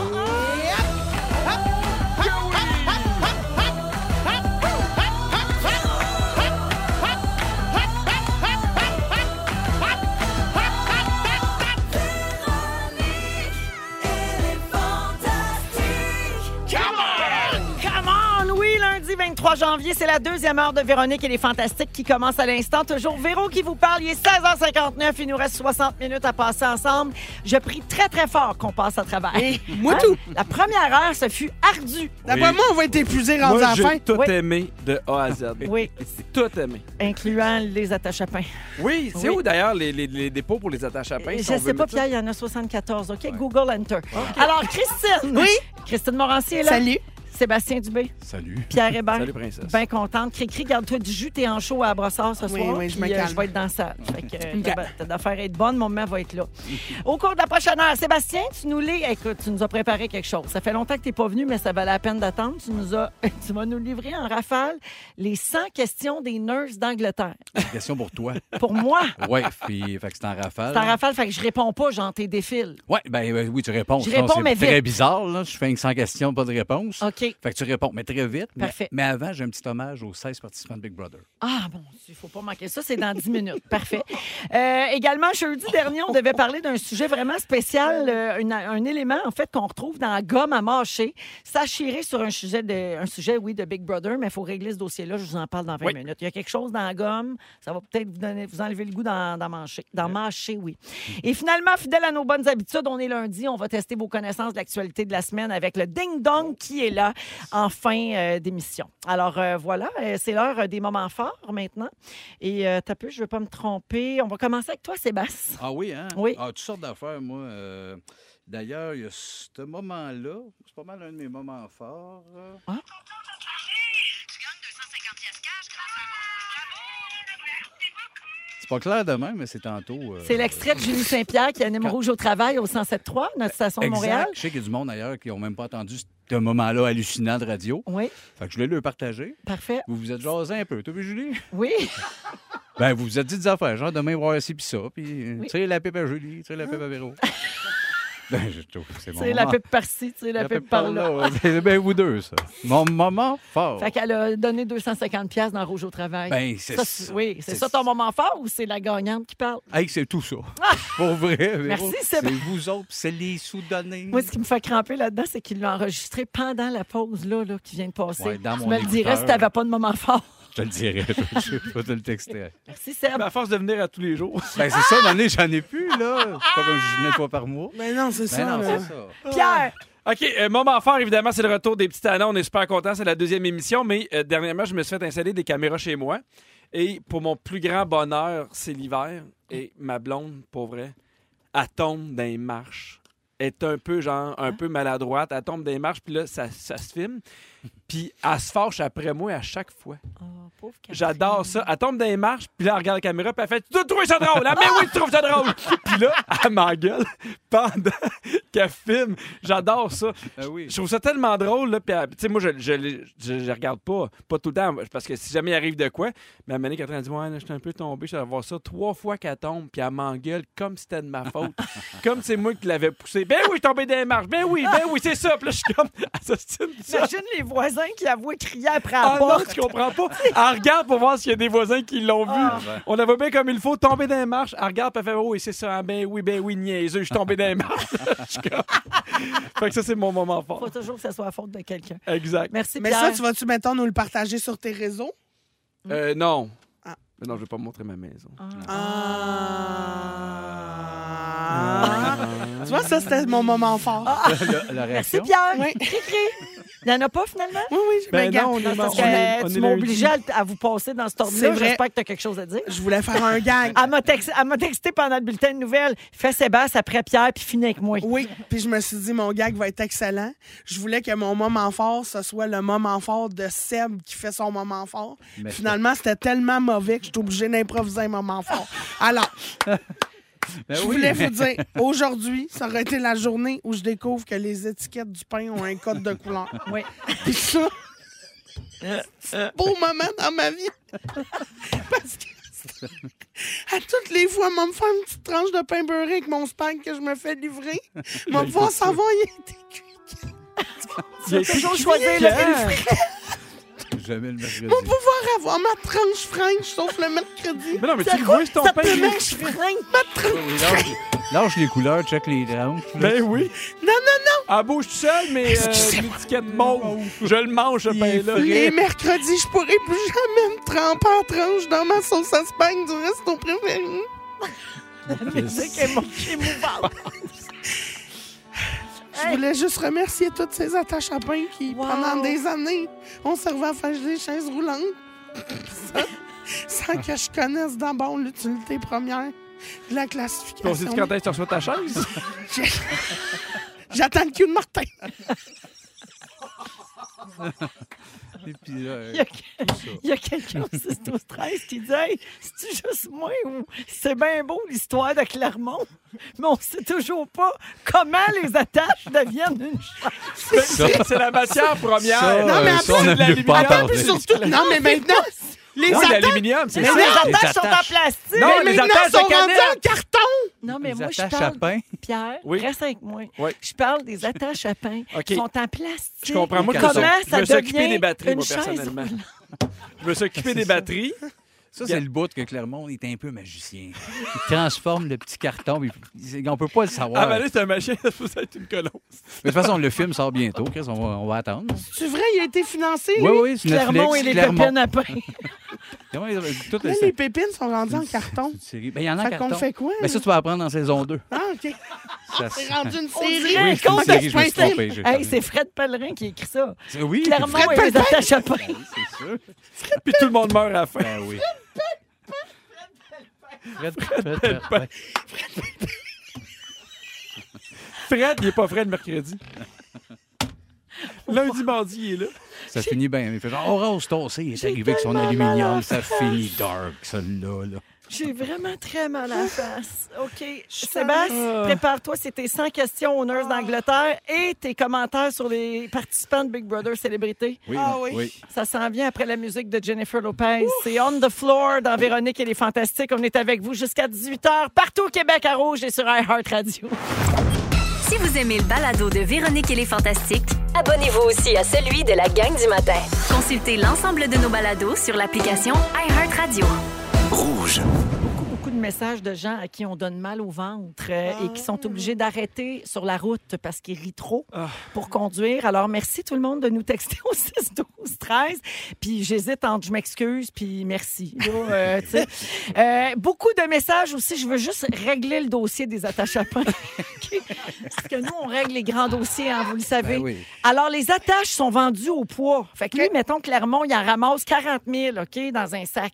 Speaker 1: Come on! Oui, lundi 23 janvier, c'est la deuxième heure de Véronique et les Fantastiques qui commence à l'instant. Toujours Véro qui vous parle. Il est 16h59. Il nous reste 60 minutes à passer ensemble. Je prie très, très fort qu'on passe à travers. Hein?
Speaker 3: Moi, tout.
Speaker 1: La première heure, ce fut ardu.
Speaker 3: D'après
Speaker 2: Oui.
Speaker 3: moi, on va être épuisé rendu
Speaker 2: Moi,
Speaker 3: à la fin.
Speaker 2: j'ai tout
Speaker 1: Oui.
Speaker 2: aimé de A à Z.
Speaker 1: Oui,
Speaker 2: Tout aimé.
Speaker 1: incluant les attaches à pain.
Speaker 2: Oui, c'est
Speaker 1: Oui.
Speaker 2: où d'ailleurs les, les- les dépôts pour les attaches à pain? Ben, si
Speaker 1: Je
Speaker 2: on
Speaker 1: sais
Speaker 2: veut
Speaker 1: pas,
Speaker 2: mettre ça?
Speaker 1: Pierre, il y en a 74. OK, Google Enter. Alors, Christine.
Speaker 3: Oui?
Speaker 1: Christine Morancier est là.
Speaker 3: Salut.
Speaker 1: Sébastien Dubé.
Speaker 4: Salut.
Speaker 1: Pierre Hébert.
Speaker 2: Salut, princesse.
Speaker 1: Bien contente. Cricri, garde-toi du jus, t'es en chaud à Brossard ce
Speaker 3: Oui,
Speaker 1: soir.
Speaker 3: oui, je
Speaker 1: puis,
Speaker 3: me
Speaker 1: euh,
Speaker 3: calme.
Speaker 1: je vais être dans la salle. Fait que euh, t'as ba- t'as d'affaires à être bonne, mon maman va être là. Au cours de la prochaine heure, Sébastien, tu nous lis. Écoute, tu nous as préparé quelque chose. Ça fait longtemps que t'es pas venu, mais ça valait la peine d'attendre. Tu nous as, tu vas nous livrer en rafale les 100 questions des nurses d'Angleterre.
Speaker 4: Une question pour toi.
Speaker 1: Pour moi,
Speaker 2: Ah,
Speaker 4: Ouais, puis fait que c'est en rafale.
Speaker 1: c'est en rafale, fait que je réponds pas, j'en t'ai défile.
Speaker 4: Ouais, ben euh, oui, tu réponds.
Speaker 1: Je
Speaker 4: Sinon,
Speaker 1: réponds,
Speaker 4: c'est
Speaker 1: mais
Speaker 4: très
Speaker 1: vite.
Speaker 4: bizarre, là. Je fais une 100 questions, pas de réponse.
Speaker 1: OK.
Speaker 4: Fait que tu réponds, mais très vite. Mais-
Speaker 1: Parfait.
Speaker 4: Mais, avant, j'ai un petit hommage aux 16 participants de Big Brother.
Speaker 1: Ah, bon, il faut pas manquer ça, c'est dans 10 minutes. Parfait. Euh, également, jeudi dernier, on devait parler d'un sujet vraiment spécial, euh, une- un élément, en fait, qu'on retrouve dans la gomme à mâcher. Ça a chiré sur un sujet, de, un sujet, oui, de Big Brother, mais il faut régler ce dossier-là. Je vous en parle dans 20
Speaker 2: Oui.
Speaker 1: minutes. Il y a quelque chose dans la gomme, ça va peut-être vous, donner- vous enlever le goût d'en d'en mâcher. D'en mâcher, oui. Et finalement, fidèle à nos bonnes habitudes, on est lundi, on va tester vos connaissances de l'actualité de la semaine avec le
Speaker 4: Oh.
Speaker 1: ding-dong qui est là en fin euh, d'émission. Alors euh, voilà, euh, c'est l'heure euh, des moments forts maintenant. Et euh, t'as peu, je ne veux pas me tromper. On va commencer avec toi, Sébastien.
Speaker 4: Ah oui, hein?
Speaker 1: Oui.
Speaker 4: Ah, toutes sortes d'affaires, moi. euh, D'ailleurs, il y a ce moment-là, c'est pas mal un de mes moments forts. euh.
Speaker 1: Ah.
Speaker 4: C'est pas clair demain, mais c'est tantôt. euh,
Speaker 1: C'est l'extrait de Julie Saint-Pierre qui anime Rouge au travail au 107.3, notre station de
Speaker 4: exact.
Speaker 1: Montréal.
Speaker 4: Je sais qu'il y a du monde ailleurs qui n'ont même pas entendu ce moment-là hallucinant de radio.
Speaker 1: Oui,
Speaker 4: Fait que je voulais le partager.
Speaker 1: parfait.
Speaker 4: Vous vous êtes jasé un peu, t'as vu, Julie?
Speaker 1: Oui,
Speaker 4: Ben, vous vous êtes dit des affaires, genre demain, voir ci puis ça, puis euh,
Speaker 1: Oui.
Speaker 4: tu sais, la pipe à Julie, tu sais, la pipe à Véro. ben, je trouve que c'est mon
Speaker 1: c'est la
Speaker 4: moment.
Speaker 1: pipe par-ci, tu sais, la, pipe par-là.
Speaker 4: ouais. C'est bien vous deux, ça. Mon moment fort.
Speaker 1: Fait qu'elle a donné 250 pièces dans Rouge au travail.
Speaker 4: Ben, c'est
Speaker 1: Ça,
Speaker 4: ça.
Speaker 1: Oui, c'est ça ton moment fort ou c'est la gagnante qui parle?
Speaker 4: Hey, c'est tout ça. Pour vrai, Véro,
Speaker 1: Merci,
Speaker 4: c'est
Speaker 1: Sébastien.
Speaker 4: vous autres, c'est les sous-donnés.
Speaker 1: Moi, ce qui me fait cramper là-dedans, c'est qu'il l'a enregistré pendant la pause là, là, qui vient de passer.
Speaker 4: Ouais, dans
Speaker 1: tu
Speaker 4: mon
Speaker 1: me le dirais
Speaker 4: écouteur.
Speaker 1: si t'avais pas de moment fort.
Speaker 4: Je te le dirai, je vais te le texter.
Speaker 1: Merci, Seb.
Speaker 2: À force de venir à tous les jours.
Speaker 4: Ben, c'est ça, donné, j'en ai plus, là. C'est pas comme je venais une fois par mois.
Speaker 3: Mais non, c'est
Speaker 4: Ben
Speaker 3: ça.
Speaker 4: non,
Speaker 3: là.
Speaker 4: c'est ça.
Speaker 1: Pierre,
Speaker 2: OK, euh, moment fort, évidemment, c'est le retour des petits annonces. On est super contents. C'est la deuxième émission, mais euh, dernièrement, je me suis fait installer des caméras chez moi. Et pour mon plus grand bonheur, c'est l'hiver. Et ma blonde, pour vrai, elle tombe dans les marches. Elle est un peu, genre, un peu maladroite. Elle tombe dans les marches, puis là, ça, ça se filme. Puis elle se fâche après moi à chaque fois.
Speaker 1: Oh, pauvre Catherine.
Speaker 2: J'adore ça. Elle tombe dans les marches, puis là, elle regarde la caméra, puis elle fait Tu dois trouver ça drôle. Ah, mais oui, tu trouves ça drôle. Puis là, elle m'engueule pendant qu'elle filme. J'adore ça.
Speaker 4: Ben oui.
Speaker 2: Je trouve ça tellement drôle. Là, puis, euh, tu sais, moi, je je, les- je- je arrive pas, pas tout le temps, parce que si jamais il arrive de quoi, mais à un moment donné, Catherine a dit Ouais, là, je suis un peu tombé, je vais voir ça trois fois qu'elle tombe, puis elle m'engueule comme si c'était de ma faute. comme c'est moi qui l'avais poussé. Ben oui, je suis tombé dans les marches. Ben oui, ben oui, c'est ça. Puis là, je suis comme Assassin, ça.
Speaker 1: Imagine les voisins qui avouent crier après la
Speaker 2: Ah non,
Speaker 1: porte.
Speaker 2: tu comprends pas. Elle regarde pour voir s'il y a des voisins qui l'ont vu. On la voit bien comme il faut, tomber dans les marches. Elle regarde, puis elle fait Oh, oui, c'est ça. Ah, Ben oui, ben oui, niaiseux, je suis tombé dans les marches. Je suis comme- fait que ça, c'est mon moment fort.
Speaker 1: Faut toujours que ce soit la faute de quelqu'un.
Speaker 2: Exact.
Speaker 1: Merci,
Speaker 3: Mais
Speaker 1: Pierre.
Speaker 3: ça, tu vas-tu, mettons, nous le partager sur tes réseaux?
Speaker 2: Euh, non.
Speaker 3: Ah.
Speaker 2: Mais non, je vais pas montrer ma maison.
Speaker 3: Ah. Tu vois, ça, c'était mon moment fort.
Speaker 1: Ah.
Speaker 4: La, la
Speaker 1: Merci,
Speaker 4: réaction.
Speaker 1: Pierre. Cri-cri. Il n'y en a pas, finalement?
Speaker 3: Oui, oui, j'ai bien
Speaker 2: Ben
Speaker 3: gagné.
Speaker 2: non, on est
Speaker 1: Parce
Speaker 2: mort.
Speaker 1: que
Speaker 2: On est- on est
Speaker 1: tu m'as
Speaker 2: lundi.
Speaker 1: obligé à, à vous passer dans ce
Speaker 3: C'est
Speaker 1: tournoi.
Speaker 3: vrai.
Speaker 1: J'espère que tu as quelque chose à dire.
Speaker 3: Je voulais faire un gag.
Speaker 1: Elle m'a texté, elle m'a texté pendant le bulletin de nouvelles. Fais Sébastien après Pierre, puis finis avec moi.
Speaker 3: Oui, puis je me suis dit, mon gag va être excellent. Je voulais que mon moment fort, ce soit le moment fort de Seb qui fait son moment fort.
Speaker 4: Mais
Speaker 3: Finalement, c'était tellement mauvais que je suis obligée d'improviser un moment fort. Alors,
Speaker 4: Ben
Speaker 3: je
Speaker 4: oui.
Speaker 3: voulais vous dire, aujourd'hui, ça aurait été la journée où je découvre que les étiquettes du pain ont un code de couleur.
Speaker 1: Oui.
Speaker 3: Puis ça, c'est un beau moment dans ma vie. Parce que c'est- à toutes les fois, maman me faire une petite tranche de pain beurré avec mon spag que je me fais livrer. Maman
Speaker 4: Ben,
Speaker 3: me voir savoir, il a été cuit.
Speaker 2: Il a été
Speaker 1: Toujours
Speaker 2: cuit,
Speaker 1: choisir le
Speaker 2: Pierre.
Speaker 1: fruit.
Speaker 4: Jamais le mercredi.
Speaker 3: Pour pouvoir avoir ma tranche fraîche, sauf le mercredi.
Speaker 2: Mais non, mais
Speaker 1: Ça
Speaker 2: tu le vois, c'est ton
Speaker 1: ça
Speaker 2: pain.
Speaker 1: peut
Speaker 2: là.
Speaker 1: même que je fringue.
Speaker 4: Oui, lâche, lâche les couleurs, check les tranches.
Speaker 2: Ben oui.
Speaker 3: Non, non, non.
Speaker 2: Elle bouge tout seul, mais euh, l'étiquette mauve. Je le mange, ce
Speaker 4: Il
Speaker 2: pain-là.
Speaker 3: Les mercredis, je pourrais plus jamais me tremper en tranche dans ma sauce à spag du resto préféré.
Speaker 1: La musique est mou- émouvante.
Speaker 3: Je voulais juste remercier toutes ces attaches à pain qui,
Speaker 1: Wow.
Speaker 3: pendant des années, ont servi à faire des chaises roulantes sans, sans que je connaisse d'abord l'utilité première de la
Speaker 2: Puis on s'est dit
Speaker 3: classification.
Speaker 2: quand est-ce que tu reçois ta chaise?
Speaker 3: J'attends le cul de Martin.
Speaker 4: Et puis, euh,
Speaker 1: Il y a, il y a quelqu'un au 6 12 13 qui dit hey, c'est juste moi ou c'est bien beau l'histoire de Clermont, mais on sait toujours pas comment les attaches deviennent une chose.
Speaker 2: C'est Ben, c'est la matière première.
Speaker 4: ça,
Speaker 3: Non, mais
Speaker 4: euh, ça, on
Speaker 3: après,
Speaker 4: n'aime mieux pas en
Speaker 3: Attends,
Speaker 4: parler.
Speaker 3: puis surtout, non, mais maintenant, les
Speaker 2: Non,
Speaker 3: attaches,
Speaker 2: l'aluminium, c'est
Speaker 1: Les
Speaker 2: ça.
Speaker 1: attaches,
Speaker 4: les
Speaker 1: sont en
Speaker 4: attaches.
Speaker 1: plastique.
Speaker 2: Non,
Speaker 3: mais
Speaker 2: les
Speaker 3: maintenant,
Speaker 2: attaches
Speaker 3: sont
Speaker 2: de
Speaker 3: rendues en
Speaker 2: canette.
Speaker 3: carton.
Speaker 1: Non, mais
Speaker 4: les
Speaker 1: moi, je
Speaker 4: attaches à
Speaker 1: parle.
Speaker 4: pain.
Speaker 1: Pierre,
Speaker 2: Oui.
Speaker 1: reste avec moi.
Speaker 2: Oui.
Speaker 1: Je parle des attaches à pain
Speaker 2: OK.
Speaker 1: qui sont en plastique.
Speaker 2: Je comprends. Moi, je me
Speaker 1: Comment
Speaker 2: suis- je
Speaker 1: ça
Speaker 2: me suis occupé
Speaker 1: devient
Speaker 2: des batteries,
Speaker 1: une
Speaker 2: moi,
Speaker 1: chaise
Speaker 2: personnellement.
Speaker 1: roulante?
Speaker 2: Je me suis occupé des batteries.
Speaker 4: Ça, c'est le bout que Clermont est un peu magicien. Il transforme le petit carton. puis il- on peut pas le savoir.
Speaker 2: Ah, ben là, c'est un machin, ça peut être une colosse.
Speaker 4: Mais de toute façon, le film sort bientôt, Chris. On va, on va attendre.
Speaker 3: C'est vrai, il a été financé.
Speaker 4: Oui, oui, c'est Netflix.
Speaker 1: Clermont et les pépines à pain.
Speaker 4: Clermont, les- toutes
Speaker 3: Là,
Speaker 4: les-
Speaker 3: les pépines sont rendues en carton.
Speaker 4: une série. Ben, il y en a en
Speaker 3: Fait qu'on
Speaker 4: carton.
Speaker 3: fait quoi?
Speaker 4: Mais ça,
Speaker 3: là?
Speaker 4: tu vas apprendre en saison 2.
Speaker 3: Ah, OK.
Speaker 4: Ça,
Speaker 3: C'est rendu une
Speaker 1: On
Speaker 3: série.
Speaker 1: dirait
Speaker 4: Oui, c'est une
Speaker 1: qu'on
Speaker 4: série, je me suis
Speaker 1: est-
Speaker 4: trompé, j'ai
Speaker 1: Hey,
Speaker 4: perdu.
Speaker 1: c'est Fred Pellerin qui écrit ça.
Speaker 4: c'est- oui,
Speaker 1: Clermont
Speaker 3: Fred
Speaker 1: et les attaches à pain.
Speaker 4: c'est sûr.
Speaker 2: Puis tout le monde meurt à la fin.
Speaker 4: Ben oui. Fred Pellepin. Fred Pellepin.
Speaker 2: Fred, il est pas Fred mercredi. Lundi, mardi, il est là.
Speaker 4: Ça finit bien. Il fait genre, oh, Rose Tossé il est arrivé avec son
Speaker 1: tellement mal à la
Speaker 4: aluminium. Ça finit dark, celle-là. là.
Speaker 1: J'ai vraiment très mal à la face. OK. Sébastien, prépare-toi. C'est tes 100 questions aux Nurses d'Angleterre et tes commentaires sur les participants de Big Brother Célébrité.
Speaker 4: Oui,
Speaker 3: Ah oui.
Speaker 1: Ça s'en vient après la musique de Jennifer Lopez. C'est On the Floor dans Véronique et les Fantastiques. On est avec vous jusqu'à 18h partout au Québec à Rouge et sur iHeartRadio.
Speaker 6: Si vous aimez le balado de Véronique et les Fantastiques,
Speaker 7: Abonnez-vous aussi à celui de la gang du matin.
Speaker 6: consultez l'ensemble de nos balados sur l'application iHeartRadio.
Speaker 1: Beaucoup, beaucoup de messages de gens à qui on donne mal au ventre euh, et qui
Speaker 4: Ah.
Speaker 1: sont obligés d'arrêter sur la route parce qu'ils rient trop pour conduire. Alors, merci tout le monde de nous texter au 6, 12, 13. Puis j'hésite entre je m'excuse puis merci. Là, euh, tu sais. Euh, beaucoup de messages aussi. Je veux juste régler le dossier des attaches à pain. OK? Parce que nous, on règle les grands dossiers, hein, vous le savez.
Speaker 4: Ben oui.
Speaker 1: Alors, les attaches sont vendues au poids. Fait que lui, mettons, Clermont, il en ramasse 40 000, OK, dans un sac.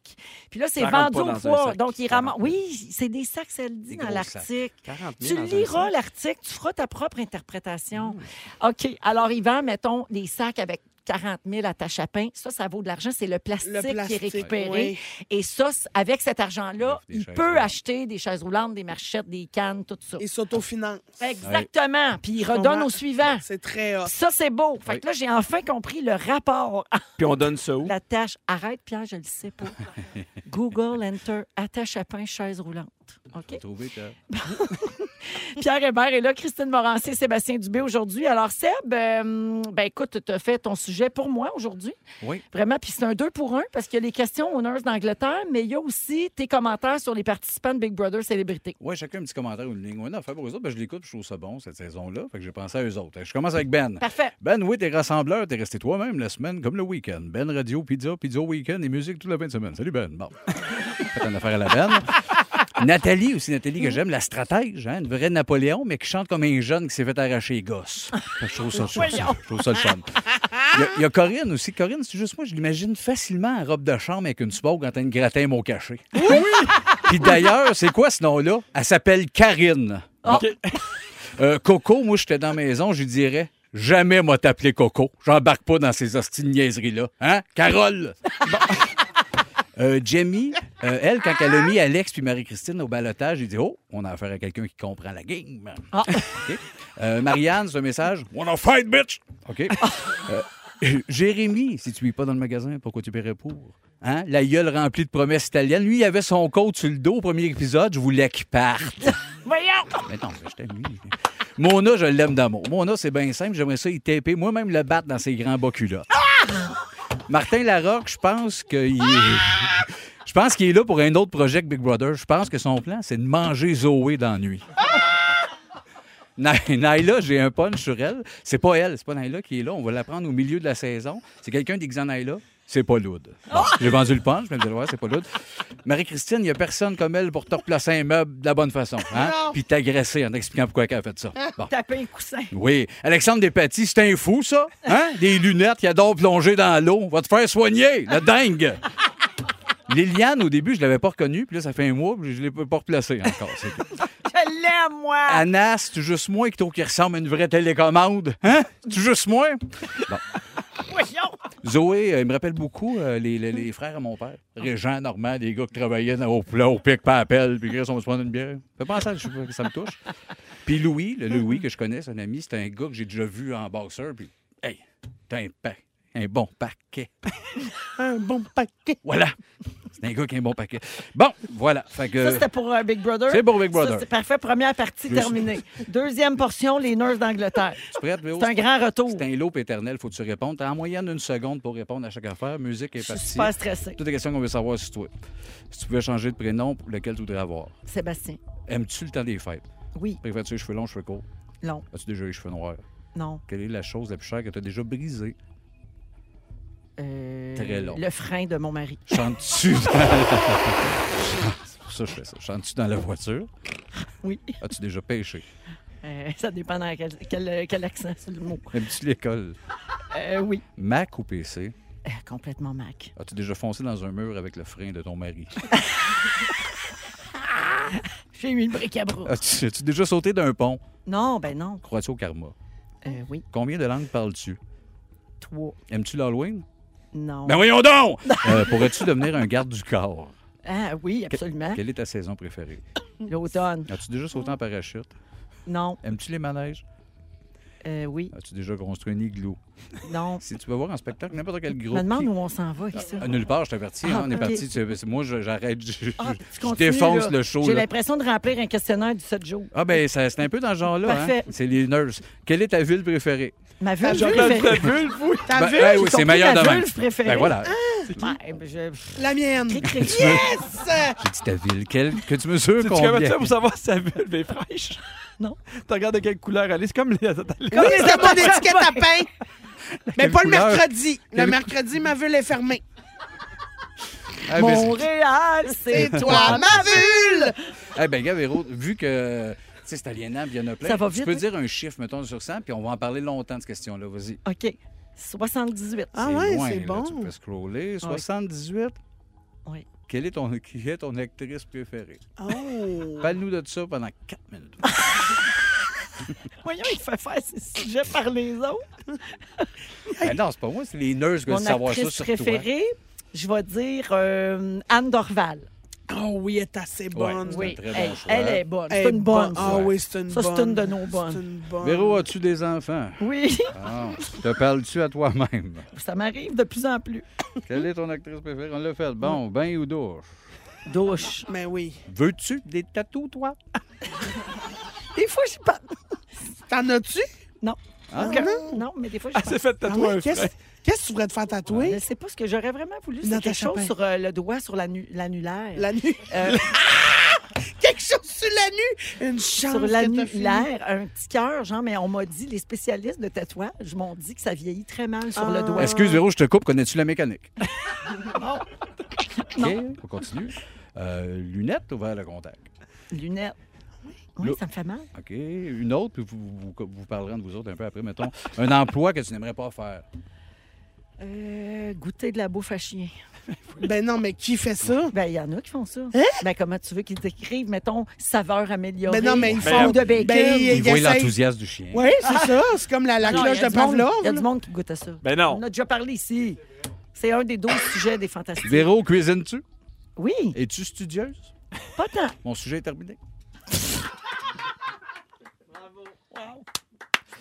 Speaker 1: Puis là, c'est
Speaker 2: Ça rentre
Speaker 1: vendu au
Speaker 2: pas dans un
Speaker 1: poids.
Speaker 2: sac,
Speaker 1: Donc, il
Speaker 2: 40
Speaker 1: ramasse. Oui, c'est des sacs, ça le dit
Speaker 4: Des
Speaker 1: dans
Speaker 4: gros
Speaker 1: l'article.
Speaker 2: 40
Speaker 1: Tu
Speaker 2: 000 dans un
Speaker 1: liras
Speaker 2: sac.
Speaker 1: l'article, tu feras ta propre interprétation. OK. Alors, il vend, mettons, des sacs avec 40 000 attaches à pain. Ça, ça vaut de l'argent. C'est le plastique,
Speaker 3: Le plastique,
Speaker 1: qui est récupéré. Et ça, c- avec cet argent-là,
Speaker 4: Des
Speaker 1: il
Speaker 4: chaises
Speaker 1: peut
Speaker 4: roulantes.
Speaker 1: acheter des chaises roulantes, des marchettes, des cannes, tout ça.
Speaker 3: Et s'autofinance.
Speaker 1: Exactement. Puis il redonne
Speaker 3: comprends.
Speaker 1: au suivant.
Speaker 3: C'est très hot.
Speaker 1: Ça, c'est beau. Fait que là, j'ai enfin compris le rapport à
Speaker 2: Puis on donne ça où?
Speaker 1: la tâche. Arrête, Pierre, je le sais pas. Google, enter, attache à pain, chaise roulante. OK?
Speaker 4: Trouvé, Pierre.
Speaker 1: Pierre Hébert est là, Christine Morancé, Sébastien Dubé aujourd'hui. Alors, Seb, euh, ben écoute, tu as fait ton sujet pour moi aujourd'hui.
Speaker 4: Oui.
Speaker 1: Vraiment, puis c'est un deux pour un parce qu'il y a les questions aux Nurses d'Angleterre, mais il y a aussi tes commentaires sur les participants de Big Brother Célébrité.
Speaker 4: Ouais, chacun un petit commentaire ou une ligne. Ouais, non, fait pour eux autres, ben, je l'écoute, puis je trouve ça bon cette saison-là. Fait que j'ai pensé à eux autres. Je commence avec Ben.
Speaker 1: Parfait.
Speaker 4: Ben, oui, t'es rassembleur, t'es resté toi-même la semaine comme le week-end. Ben Radio, pizza, pizza week-end et musique toute la fin de semaine. Salut Ben. Bon. Faites une affaire à la Ben. Nathalie, aussi Nathalie que j'aime, la stratège, hein, une vraie Napoléon, mais qui chante comme un jeune qui s'est fait arracher les gosses. Je trouve ça, je trouve ça, je trouve ça le fun. Il y a- Il y, a Corinne aussi. Corinne, c'est juste moi, je l'imagine facilement en robe de chambre avec une smoke en train de gratter un mot caché. Oui! Puis d'ailleurs, c'est quoi ce nom-là? Elle s'appelle Karine.
Speaker 2: OK.
Speaker 4: Euh, Coco, moi, j'étais dans la maison, je lui dirais jamais m'a t'appeler Coco. J'embarque pas dans ces hosties de niaiseries-là. Hein? Carole! Bon. Euh, Jamie, euh, elle, quand elle a mis Alex puis Marie-Christine au balotage, j'ai dit Oh, on a affaire à quelqu'un qui comprend la game.
Speaker 1: Ah.
Speaker 4: OK. Euh, Marianne, ce message Wanna fight, bitch! OK. Euh, Jérémy, si tu es pas dans le magasin, pourquoi tu paierais pour? Hein? La gueule remplie de promesses italiennes. Lui, il avait son coach sur le dos au premier épisode. Je voulais qu'il parte.
Speaker 1: Voyons!
Speaker 4: Mais non, je t'aime. lui. Mona, je l'aime d'amour. Mona, c'est bien simple. J'aimerais ça y taper. Moi-même le battre dans ses grands bas culottes. Martin Larocque, je pense qu'il est... Je pense qu'il est là pour un autre projet que Big Brother. Je pense que son plan, c'est de manger Zoé dans la nuit. Na- Naila, j'ai un punch sur elle. C'est pas elle, c'est pas Naila qui est là. On va la prendre au milieu de la saison. C'est quelqu'un déguisé en Naila. C'est pas Loud. J'ai vendu le punch, je me disais, ouais, c'est pas Loud. Marie-Christine, il n'y a personne comme elle pour te replacer un meuble de la bonne façon. Hein? Puis t'agresser en expliquant pourquoi elle a fait ça. Bon.
Speaker 1: Taper un coussin.
Speaker 4: Oui. Alexandre Despatie, c'est un fou, ça. Hein? Des lunettes, il adore plonger dans l'eau. Va te faire soigner, le dingue. Liliane, au début, je l'avais pas reconnue, puis là, ça fait un mois, puis je l'ai pas replacée encore. c'est tout.
Speaker 1: Je l'aime, moi!
Speaker 4: Anna, c'est juste moi qui trouve qu'il ressemble à une vraie télécommande. Hein? C'est juste moi? Bon.
Speaker 1: Voyons!
Speaker 4: Zoé, euh, il me rappelle beaucoup euh, les, les- les frères à mon père. Régent, Normand, des gars qui travaillaient dans- au plat, au pic, pas appel, puis Chris, on se prend une bière. Fais penser à je sais pas, que ça me touche. Puis Louis, le Louis que je connais, c'est un ami, c'est un gars que j'ai déjà vu en boxeur, puis hey, t'as un pa- Un bon paquet.
Speaker 3: Un bon paquet.
Speaker 4: Voilà. C'est un gars qui a un bon paquet. Bon, voilà. Fait que-
Speaker 1: Ça, c'était pour euh, Big Brother.
Speaker 4: C'est pour Big Brother.
Speaker 1: Ça, c'est parfait. Première partie
Speaker 4: Je
Speaker 1: terminée. Deuxième portion, les nurses d'Angleterre.
Speaker 4: tu prêtes, Véro?
Speaker 1: C'est un grand retour.
Speaker 4: C'est un loop éternel, faut que tu répondes. T'as en moyenne une seconde pour répondre à chaque affaire. Musique est
Speaker 1: Je suis
Speaker 4: partie.
Speaker 1: super stressée.
Speaker 4: Toutes les questions qu'on veut savoir sur toi. Si tu pouvais changer de prénom, lequel tu voudrais avoir?
Speaker 1: Sébastien.
Speaker 4: Aimes-tu le temps des fêtes?
Speaker 1: Oui,
Speaker 4: Préfères-tu les cheveux longs, cheveux courts?
Speaker 1: non,
Speaker 4: As-tu déjà eu les cheveux noirs?
Speaker 1: non.
Speaker 4: Quelle est la chose la plus chère que tu as déjà brisée?
Speaker 1: Euh,
Speaker 4: Très long.
Speaker 1: Le frein de mon mari.
Speaker 4: Chantes-tu dans la... C'est pour ça que je fais ça. Chantes-tu dans la voiture?
Speaker 1: Oui.
Speaker 4: As-tu déjà pêché?
Speaker 1: Euh, ça dépend dans quel, quel- quel accent c'est le mot.
Speaker 4: Aimes-tu l'école?
Speaker 1: Euh, oui.
Speaker 4: Mac ou PC?
Speaker 1: Euh, complètement Mac.
Speaker 4: As-tu déjà foncé dans un mur avec le frein de ton mari?
Speaker 1: J'ai mis le bric-à-bras.
Speaker 4: As-tu as-tu déjà sauté d'un pont?
Speaker 1: Non, ben non.
Speaker 4: Crois-tu au karma?
Speaker 1: Euh, oui,
Speaker 4: Combien de langues parles-tu?
Speaker 1: trois.
Speaker 4: Aimes-tu l'Halloween?
Speaker 1: Non.
Speaker 4: Ben voyons donc! Euh, Pourrais-tu devenir un garde du corps?
Speaker 1: Ah oui, absolument.
Speaker 4: Quelle est ta saison préférée?
Speaker 1: L'automne.
Speaker 4: As-tu déjà sauté en parachute?
Speaker 1: Non.
Speaker 4: Aimes-tu les manèges?
Speaker 1: Euh, oui,
Speaker 4: As-tu déjà construit un igloo?
Speaker 1: non.
Speaker 4: Si tu vas voir un spectacle, n'importe quel
Speaker 1: Je
Speaker 4: groupe...
Speaker 1: me demande
Speaker 4: qui-
Speaker 1: où on s'en va avec ça.
Speaker 4: Ah, Nulle part, je t'avertis.
Speaker 1: Ah,
Speaker 4: hein, on est
Speaker 1: ok.
Speaker 4: parti. tu- c'est- Moi, je- j'arrête. Je, je-
Speaker 1: Ah,
Speaker 4: je
Speaker 1: tu continues,
Speaker 4: défonce
Speaker 1: là.
Speaker 4: le show.
Speaker 1: J'ai
Speaker 4: là.
Speaker 1: l'impression de remplir un questionnaire du 7 jours.
Speaker 4: Ah, ben, ça- c'est un peu dans ce genre-là. Hein?
Speaker 1: Parfait.
Speaker 4: C'est les nurses. Quelle est ta ville préférée?
Speaker 1: Ma
Speaker 4: Ah,
Speaker 1: vulve
Speaker 3: Jean-Claude
Speaker 1: préférée.
Speaker 3: Ta
Speaker 1: Ah,
Speaker 4: Ben,
Speaker 3: vulve,
Speaker 4: hey, oui,
Speaker 1: Ils ont
Speaker 4: c'est
Speaker 1: pris
Speaker 4: meilleur
Speaker 1: ma
Speaker 4: de même.
Speaker 1: vulve préférée.
Speaker 4: Ben voilà.
Speaker 1: Ouais, ben, je...
Speaker 3: la mienne.
Speaker 1: Cric, cric.
Speaker 4: J'ai dit ta ville. Quelle... Que tu mesures
Speaker 2: Tu
Speaker 4: combien?
Speaker 2: commences ça pour savoir si sa vulve est fraîche?
Speaker 1: Non.
Speaker 2: Tu regardes de quelle couleur elle est. C'est comme les. les-
Speaker 3: Comme les abats d'étiquette à pain. Mais
Speaker 4: Quelle
Speaker 3: pas le
Speaker 4: couleur?
Speaker 3: mercredi. Le
Speaker 4: Quelle-
Speaker 3: mercredi, ma vulve est fermée.
Speaker 4: Ah, ben, c'est-
Speaker 1: Montréal,
Speaker 3: Et
Speaker 1: c'est
Speaker 3: toi,
Speaker 1: toi.
Speaker 3: ma vulve!
Speaker 4: Eh bien, gars, Véro, vu que tu sais, c'est aliénable, il y en a plein.
Speaker 1: Ça va
Speaker 4: tu
Speaker 1: vite,
Speaker 4: peux
Speaker 1: hein?
Speaker 4: dire un chiffre, mettons, sur 100, puis on va en parler longtemps de cette question-là. Vas-y.
Speaker 1: OK. 78.
Speaker 3: Ah
Speaker 4: C'est
Speaker 3: ouais,
Speaker 4: loin,
Speaker 3: c'est
Speaker 4: là,
Speaker 3: bon.
Speaker 4: Tu peux scroller. 78.
Speaker 1: Oui.
Speaker 4: Quelle est ton, qui est ton actrice préférée?
Speaker 3: Oh!
Speaker 4: Parle-nous de ça pendant 4 minutes.
Speaker 1: Voyons, il fait faire ses sujets par les autres.
Speaker 4: Ben non, c'est pas moi, c'est les nurses qui veulent
Speaker 1: Mon
Speaker 4: savoir ça
Speaker 1: actrice
Speaker 4: sur toi.
Speaker 1: préférée, je vais dire euh, Anne Dorval.
Speaker 3: Oh oui, elle est assez bonne.
Speaker 4: Ouais, C'est un
Speaker 1: Oui,
Speaker 4: très bon
Speaker 1: elle,
Speaker 4: choix.
Speaker 1: elle est bonne.
Speaker 3: Elle
Speaker 1: C'est
Speaker 3: est
Speaker 1: une bonne.
Speaker 3: Ah oui, c'est une
Speaker 1: Ça,
Speaker 3: bonne.
Speaker 1: c'est une de nos bonnes.
Speaker 3: C'est une bonne.
Speaker 4: Véro, as-tu des enfants?
Speaker 1: Oui,
Speaker 4: Ah, te parles-tu à toi-même?
Speaker 1: ça m'arrive de plus en plus.
Speaker 4: Quelle est ton actrice préférée? On l'a fait. Bon, bain ou douche?
Speaker 1: Douche.
Speaker 3: Mais oui.
Speaker 4: Veux-tu des tatous, toi?
Speaker 1: Des fois, je pense.
Speaker 3: T'en as-tu?
Speaker 1: Non.
Speaker 4: Ah,
Speaker 1: Aucun. non, mais des fois, je
Speaker 2: Elle s'est
Speaker 1: pense.
Speaker 2: fait
Speaker 3: Ah
Speaker 2: tatouer
Speaker 3: oui,
Speaker 2: un
Speaker 3: Qu'est-ce
Speaker 2: frais.
Speaker 3: qu'est-ce que tu voudrais te faire
Speaker 1: Je
Speaker 3: tatouer?
Speaker 1: sais pas ce que j'aurais vraiment voulu. C'est
Speaker 3: Natacha
Speaker 1: quelque chose
Speaker 3: Pain.
Speaker 1: sur euh, le doigt, sur la nu- l'annulaire.
Speaker 3: La nuit.
Speaker 1: Euh,
Speaker 3: Quelque chose sur la nuit. Une chance.
Speaker 1: sur
Speaker 3: que t'as fini.
Speaker 1: l'annulaire, un petit cœur, genre, mais on m'a dit, les spécialistes de tatouage m'ont dit que ça vieillit très mal sur le doigt.
Speaker 4: Excuse, Véro, je te coupe. Connais-tu la mécanique? OK, on continue. Euh, lunettes ou verre de contact?
Speaker 1: Lunettes. Oui,
Speaker 4: Le-
Speaker 1: ça me fait mal.
Speaker 4: OK. Une autre, puis vous, vous, vous parlerez de vous autres un peu après, mettons. Un emploi que tu n'aimerais pas faire.
Speaker 1: Euh, goûter de la bouffe à chien.
Speaker 3: Ben non, mais qui fait ça?
Speaker 1: Ben, il y en a qui font ça.
Speaker 3: Hein?
Speaker 1: Ben, comment tu veux qu'ils décrivent, mettons, saveur améliorée
Speaker 3: Ben non, mais ils
Speaker 1: font
Speaker 3: font-
Speaker 1: de bacon.
Speaker 3: Ben, ils-
Speaker 4: Ils voient
Speaker 3: essayent.
Speaker 4: l'enthousiasme du chien.
Speaker 3: Oui, c'est ça. C'est comme la, la
Speaker 1: Ah. Non,
Speaker 3: cloche
Speaker 1: il y a
Speaker 3: de
Speaker 1: du monde-
Speaker 3: Pavlov.
Speaker 1: Il y a du
Speaker 3: là.
Speaker 1: monde qui goûte à ça.
Speaker 2: Ben non.
Speaker 1: On a déjà parlé ici. C'est un des douze sujets des fantastiques.
Speaker 4: Véro, cuisines-tu?
Speaker 1: Oui,
Speaker 4: Es-tu studieuse?
Speaker 1: pas tant.
Speaker 4: Mon sujet est terminé.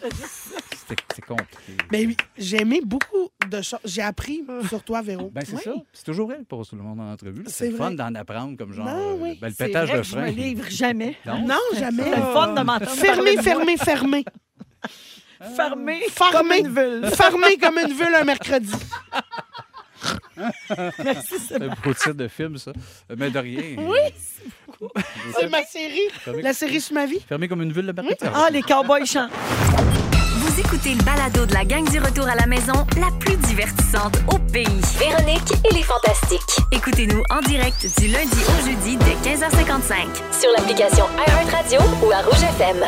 Speaker 4: C'était c'était compliqué.
Speaker 3: Ben oui, j'ai aimé beaucoup de choses. J'ai appris sur toi, Véro.
Speaker 4: Ben, c'est
Speaker 3: Oui.
Speaker 4: ça. C'est toujours elle qui passe tout le monde en entrevue. là.
Speaker 3: C'est
Speaker 4: C'est le fun
Speaker 3: vrai.
Speaker 4: d'en apprendre comme genre
Speaker 3: Ben oui.
Speaker 4: euh, ben, le
Speaker 1: C'est
Speaker 4: pétage
Speaker 1: vrai
Speaker 4: de
Speaker 1: que Je me
Speaker 4: frein.
Speaker 1: livre jamais.
Speaker 4: Non.
Speaker 3: Non, jamais.
Speaker 1: C'est le fun de m'entendre. parler
Speaker 3: Fermé,
Speaker 1: de
Speaker 3: fermé, fermé.
Speaker 1: moi. Fermé.
Speaker 3: Fermé. Fermé comme une vule un mercredi.
Speaker 1: Merci, c'est
Speaker 4: C'est un beau titre de film, ça. Euh, Mais de rien.
Speaker 3: C'est ma série.
Speaker 4: Fermé.
Speaker 3: La série sur ma vie.
Speaker 4: Fermé comme une ville de Paris.
Speaker 1: Ah, les cowboys chantent.
Speaker 6: Vous écoutez le balado de la gang du retour à la maison, la plus divertissante au pays.
Speaker 7: Véronique et les Fantastiques.
Speaker 6: Écoutez-nous en direct du lundi au jeudi dès 15h55.
Speaker 7: Sur l'application iHeartRadio ou à Rouge FM.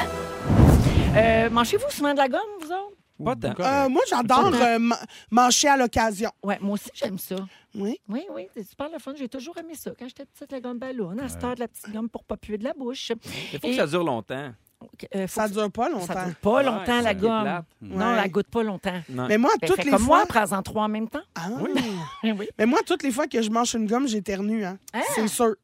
Speaker 1: Euh, Mangez-vous souvent de la gomme, vous autres?
Speaker 2: Pas tant.
Speaker 3: Euh, moi, j'adore euh, ma- manger à l'occasion.
Speaker 1: Ouais, moi aussi, j'aime ça.
Speaker 3: Oui.
Speaker 1: Oui, oui, c'est super le fun. J'ai toujours aimé ça. Quand j'étais petite, la gomme ballon, à cette heure de la petite gomme pour pas puer de la bouche.
Speaker 2: Il faut que ça dure longtemps.
Speaker 1: Euh, faut
Speaker 3: Ça
Speaker 1: que-
Speaker 3: dure pas
Speaker 1: Ça
Speaker 3: longtemps.
Speaker 1: dure pas
Speaker 2: Ouais,
Speaker 1: longtemps,
Speaker 2: ça
Speaker 1: la
Speaker 2: qui est
Speaker 1: gomme.
Speaker 2: plate.
Speaker 1: Non,
Speaker 3: Ouais.
Speaker 1: la goûte pas longtemps.
Speaker 2: Non.
Speaker 3: Mais moi,
Speaker 1: Ben,
Speaker 3: toutes
Speaker 1: fait
Speaker 3: les
Speaker 1: comme
Speaker 3: fois.
Speaker 1: moi, prends-en trois en même temps.
Speaker 3: Ah.
Speaker 2: Eh
Speaker 1: Oui.
Speaker 3: Mais moi, toutes les fois que je mange une gomme, j'éternue, hein.
Speaker 1: Ah.
Speaker 3: C'est sûr.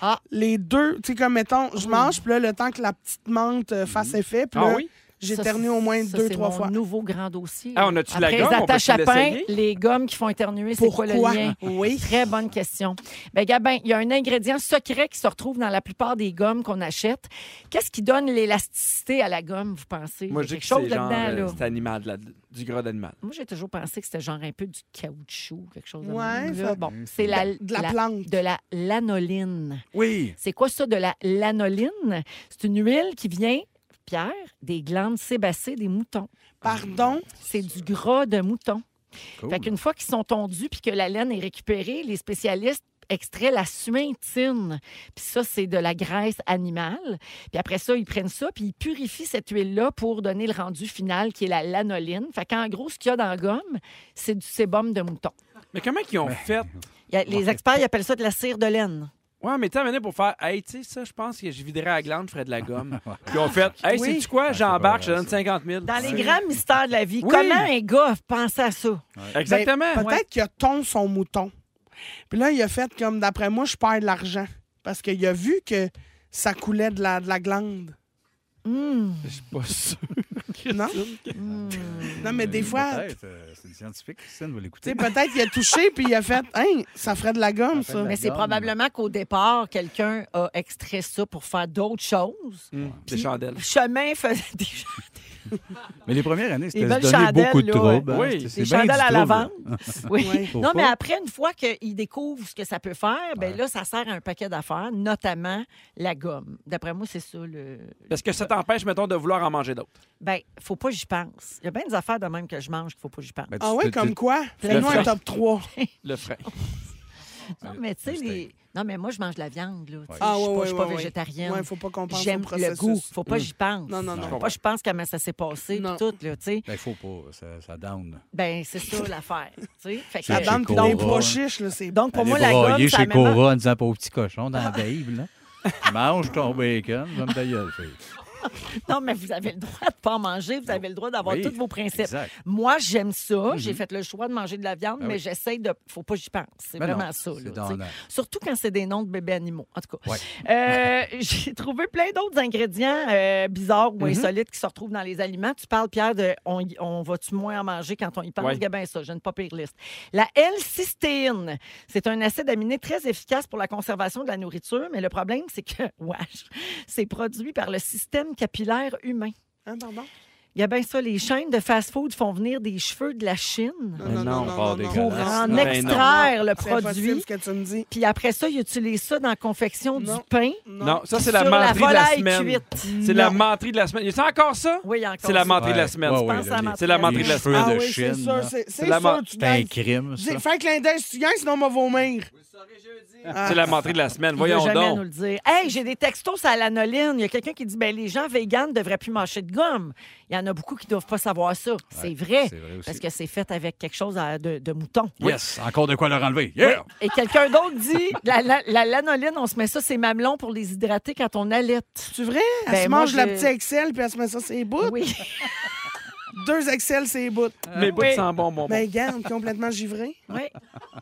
Speaker 1: Ah. Oh.
Speaker 3: Les deux, tu sais, comme mettons, je mange, puis là, le temps que la petite menthe euh, fasse
Speaker 4: Mm-hmm.
Speaker 3: effet, puis
Speaker 2: Ah
Speaker 3: là,
Speaker 2: oui?
Speaker 3: j'éternue au moins
Speaker 1: Ça,
Speaker 3: deux,
Speaker 1: c'est
Speaker 3: trois
Speaker 1: mon
Speaker 3: fois.
Speaker 1: nouveau grand dossier.
Speaker 2: Ah, on a-tu de la
Speaker 1: Après
Speaker 2: gomme?
Speaker 1: les
Speaker 2: On
Speaker 1: attaches à
Speaker 2: peut-tu
Speaker 1: pain,
Speaker 2: l'essayer?
Speaker 1: les gommes qui font éternuer, c'est quoi
Speaker 3: Pourquoi?
Speaker 1: le lien?
Speaker 3: Oui.
Speaker 1: Très bonne question. Ben, Gabin, il y a un ingrédient secret qui se retrouve dans la plupart des gommes qu'on achète. Qu'est-ce qui donne l'élasticité à la gomme, vous pensez?
Speaker 2: Moi,
Speaker 1: Il y
Speaker 2: je
Speaker 1: a
Speaker 2: dis que
Speaker 1: quelque
Speaker 2: c'est
Speaker 1: chose
Speaker 2: genre
Speaker 1: là-dedans,
Speaker 2: euh,
Speaker 1: là.
Speaker 2: cet animal, de la- du gras d'animal.
Speaker 1: Moi, j'ai toujours pensé que c'était genre un peu du caoutchouc, quelque chose de
Speaker 3: Ouais,
Speaker 1: même, là.
Speaker 3: ça-
Speaker 1: Bon,
Speaker 2: Mm.
Speaker 1: c'est la,
Speaker 3: De la, plante.
Speaker 1: de la lanoline.
Speaker 4: Oui.
Speaker 1: C'est quoi ça de la lanoline? C'est une huile qui vient, Pierre, des glandes sébacées des moutons.
Speaker 3: Pardon.
Speaker 1: C'est du gras de mouton.
Speaker 4: Cool.
Speaker 1: Fait qu'une fois qu'ils sont tondus puis que la laine est récupérée, les spécialistes extraient la suintine. Puis ça, c'est de la graisse animale. Puis après ça, ils prennent ça puis ils purifient cette huile-là pour donner le rendu final qui est la lanoline. Fait qu'en gros, ce qu'il y a dans la gomme, c'est du sébum de mouton.
Speaker 2: Mais comment ils ont fait?
Speaker 1: Il y a- les experts, ils appellent ça de la cire de laine.
Speaker 2: Ouais, mais tu sais, à un moment donné, pour faire, hey, tu sais, ça, je pense que je viderais à la glande, je ferais de la gomme. Puis on fait, hey,
Speaker 1: Oui.
Speaker 2: sais-tu quoi, j'embarque, je te donne 50 000.
Speaker 1: Dans les
Speaker 2: Ouais.
Speaker 1: grands mystères de la vie,
Speaker 2: Oui.
Speaker 1: comment un gars pensait à ça?
Speaker 2: Exactement.
Speaker 3: Ben, Peut-être qu'il a ton son mouton. Puis là, il a fait comme, d'après moi, je perds de l'argent. Parce qu'il a vu que ça coulait de la, de la glande.
Speaker 1: Hmm.
Speaker 2: Je suis pas sûr.
Speaker 3: Non? Non, mais des fois, tu
Speaker 4: Hmm. Peut-être, euh, c'est scientifique, Christine va l'écouter.
Speaker 3: sais, peut-être qu'il a touché, puis il a fait, hein, ça ferait de la gomme,
Speaker 4: Ça
Speaker 3: ça.
Speaker 4: fait
Speaker 1: Mais c'est
Speaker 4: gomme.
Speaker 1: probablement qu'au départ, quelqu'un a extrait ça pour faire d'autres choses.
Speaker 4: Mm.
Speaker 2: Hum, Des chandelles.
Speaker 1: Chemin faisait des,
Speaker 4: Mais les premières années,
Speaker 1: Des
Speaker 4: c'était
Speaker 1: belles
Speaker 4: se donner
Speaker 1: chandelles,
Speaker 4: beaucoup de
Speaker 1: là,
Speaker 4: troubles.
Speaker 2: ouais.
Speaker 4: hein.
Speaker 2: Oui.
Speaker 4: C'est
Speaker 1: des
Speaker 4: bien du
Speaker 1: chandelles à
Speaker 4: trouble.
Speaker 1: l'avande. Oui.
Speaker 3: Ouais.
Speaker 4: Faut
Speaker 1: Non, mais
Speaker 4: pas.
Speaker 1: après, une fois qu'il découvre ce que ça peut faire, ben là, ça sert à un paquet d'affaires, notamment la gomme. D'après moi, c'est ça le.
Speaker 2: Parce que ça t'empêche, mettons, de vouloir en manger d'autres.
Speaker 1: Ben, faut pas que j'y pense. Il y a bien des affaires de même que je mange qu'il faut pas que j'y pense.
Speaker 4: Ben, tu-
Speaker 3: Ah ouais,
Speaker 4: tu-
Speaker 3: comme quoi?
Speaker 1: tu-
Speaker 3: Fais-nous
Speaker 2: tu-
Speaker 3: un top 3.
Speaker 2: Le frein.
Speaker 1: Oh, Non, Ah, mais tu sais,
Speaker 4: steak.
Speaker 1: les... non, mais moi, je mange de la viande, là. tu sais,
Speaker 3: Ah
Speaker 1: je suis
Speaker 3: ouais,
Speaker 1: pas,
Speaker 3: ouais,
Speaker 1: je suis pas
Speaker 3: ouais, ouais.
Speaker 1: végétarienne.
Speaker 3: Ouais, faut pas qu'on pense au
Speaker 1: J'aime le
Speaker 3: processus. Mm.
Speaker 1: goût. Faut pas que j'y pense.
Speaker 3: Non, non, non.
Speaker 1: Faut pas que je pense comment ça s'est passé, puis
Speaker 3: Non.
Speaker 1: tout, là, tu sais.
Speaker 4: Ben, faut pas, ça, ça down.
Speaker 1: Ben, c'est ça l'affaire, tu sais. Fait que-
Speaker 3: La
Speaker 4: Chez
Speaker 3: dame qui
Speaker 4: Cora.
Speaker 3: des pois chiches, là, c'est
Speaker 1: Donc, pour
Speaker 4: Allez
Speaker 1: moi, la gomme,
Speaker 4: broyer
Speaker 1: ça
Speaker 4: chez
Speaker 1: amène-
Speaker 4: Cora en disant pas au petit cochon dans la Bible, là. Mange ton bacon, va me ta gueule, fille.
Speaker 1: Non, mais vous avez le droit de pas en manger, vous avez le droit d'avoir
Speaker 4: Oui,
Speaker 1: tous vos principes.
Speaker 4: exact.
Speaker 1: Moi, j'aime ça.
Speaker 3: Mhm.
Speaker 1: J'ai fait le choix de manger de la
Speaker 3: Ah
Speaker 1: viande, mais
Speaker 4: oui.
Speaker 1: j'essaye de. Faut pas que j'y pense. C'est
Speaker 4: Ben
Speaker 1: vraiment
Speaker 4: non,
Speaker 1: ça.
Speaker 4: c'est
Speaker 1: là,
Speaker 4: dans
Speaker 1: t'sais.
Speaker 4: la-
Speaker 1: Surtout quand c'est des noms de bébés animaux, en tout cas.
Speaker 4: Ouais.
Speaker 1: Euh, J'ai trouvé plein d'autres ingrédients euh, bizarres
Speaker 2: Mhm.
Speaker 1: ou insolites qui se retrouvent dans les aliments. Tu parles, Pierre, de on, y- on va-tu moins en manger quand on y pense?
Speaker 2: Ouais.
Speaker 1: Eh bien, ça, j'ai une pas pire liste. La L-cystéine, c'est un acide aminé très efficace pour la conservation de la nourriture, mais le problème, c'est que, wesh, c'est produit par le système capillaire humain.
Speaker 3: Hein, pardon?
Speaker 1: Il y a bien ça, les chaînes de fast-food font venir des cheveux de la Chine
Speaker 3: Non,
Speaker 2: non,
Speaker 3: non, non,
Speaker 4: on part
Speaker 3: non,
Speaker 4: des
Speaker 3: non.
Speaker 4: Pour
Speaker 1: pour en
Speaker 2: non.
Speaker 1: extraire le
Speaker 3: C'est impossible
Speaker 1: produit.
Speaker 3: ce que tu me dis.
Speaker 1: Puis après ça, ils utilisent ça dans la confection du
Speaker 3: Non. Mm.
Speaker 1: pain
Speaker 3: Non.
Speaker 2: Non, ça, c'est la
Speaker 1: sur
Speaker 2: menterie de la
Speaker 1: volaille
Speaker 2: semaine.
Speaker 1: cuite.
Speaker 2: C'est la menterie de la semaine. C'est encore ça?
Speaker 1: Oui, il y a encore
Speaker 2: C'est la
Speaker 1: ça.
Speaker 2: menterie de la
Speaker 4: Ouais.
Speaker 2: semaine.
Speaker 4: Ouais,
Speaker 1: Je
Speaker 4: ouais,
Speaker 1: pense à la
Speaker 4: les-
Speaker 1: menterie
Speaker 2: C'est
Speaker 1: de
Speaker 2: la
Speaker 1: la
Speaker 2: menterie de
Speaker 1: semaine.
Speaker 2: la
Speaker 4: les
Speaker 2: semaine.
Speaker 4: cheveux
Speaker 3: Ah oui, c'est
Speaker 4: de Chine.
Speaker 3: sûr.
Speaker 4: là.
Speaker 3: C'est c'est
Speaker 2: la
Speaker 3: sûr,
Speaker 2: menthe.
Speaker 3: tu
Speaker 4: C'est un
Speaker 3: gagnes.
Speaker 4: crime, ça.
Speaker 3: Dis- Fais un clin d'œil, si tu gagnes, sinon on m'a vos mains.
Speaker 2: Ah. C'est la menterie de la semaine.
Speaker 1: Il veut
Speaker 2: Voyons
Speaker 1: jamais nous
Speaker 2: donc.
Speaker 1: le dire. Hey, j'ai des textos à l'anoline. Il y a quelqu'un qui dit ben les gens véganes devraient plus mâcher de gomme. Il y en a beaucoup qui doivent pas savoir ça. c'est vrai.
Speaker 4: c'est vrai aussi.
Speaker 1: Parce que c'est fait avec quelque chose à- de, de mouton.
Speaker 4: Yes, encore de quoi leur enlever. Yeah!
Speaker 1: Et quelqu'un d'autre dit la, la- la lanoline, on se met ça ses mamelons pour les hydrater quand on allait.
Speaker 3: C'est vrai? Elle
Speaker 1: Ben,
Speaker 3: se
Speaker 1: moi,
Speaker 3: mange la
Speaker 1: je-
Speaker 3: petite Excel, puis elle se met ça, c'est bout.
Speaker 1: Oui.
Speaker 3: Deux Excel, c'est bout.
Speaker 2: Mais pas de sang Ah, bon, bon,
Speaker 1: Ben,
Speaker 3: Mais garde, complètement givré.
Speaker 1: oui.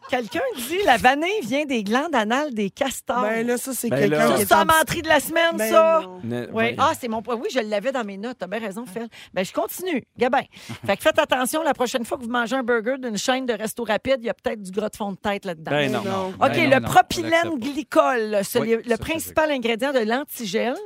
Speaker 1: Quelqu'un dit la vanille vient des glandes anales des castors.
Speaker 3: Ben là, ça, c'est
Speaker 2: Ben là.
Speaker 3: quelqu'un
Speaker 1: Ah. ça,
Speaker 3: qui
Speaker 1: c'est
Speaker 3: est en-
Speaker 1: la menterie de la semaine,
Speaker 3: Ben
Speaker 1: ça.
Speaker 3: non.
Speaker 1: Oui. Ah, c'est mon point. Oui, je l'avais dans mes notes. T'as bien raison, Phil. Ben, je continue. Gabin. Fait que faites attention la prochaine fois que vous mangez un burger d'une chaîne de resto rapide, il y a peut-être du gras de fond de tête là-dedans.
Speaker 2: Ben non.
Speaker 3: non.
Speaker 1: OK,
Speaker 4: Ben
Speaker 1: le
Speaker 4: non, non, on
Speaker 1: propylène
Speaker 4: l'accepte pas.
Speaker 1: glycol, c'est
Speaker 4: Oui,
Speaker 1: le- le
Speaker 4: ça, c'est
Speaker 1: principal ingrédient de l'antigel.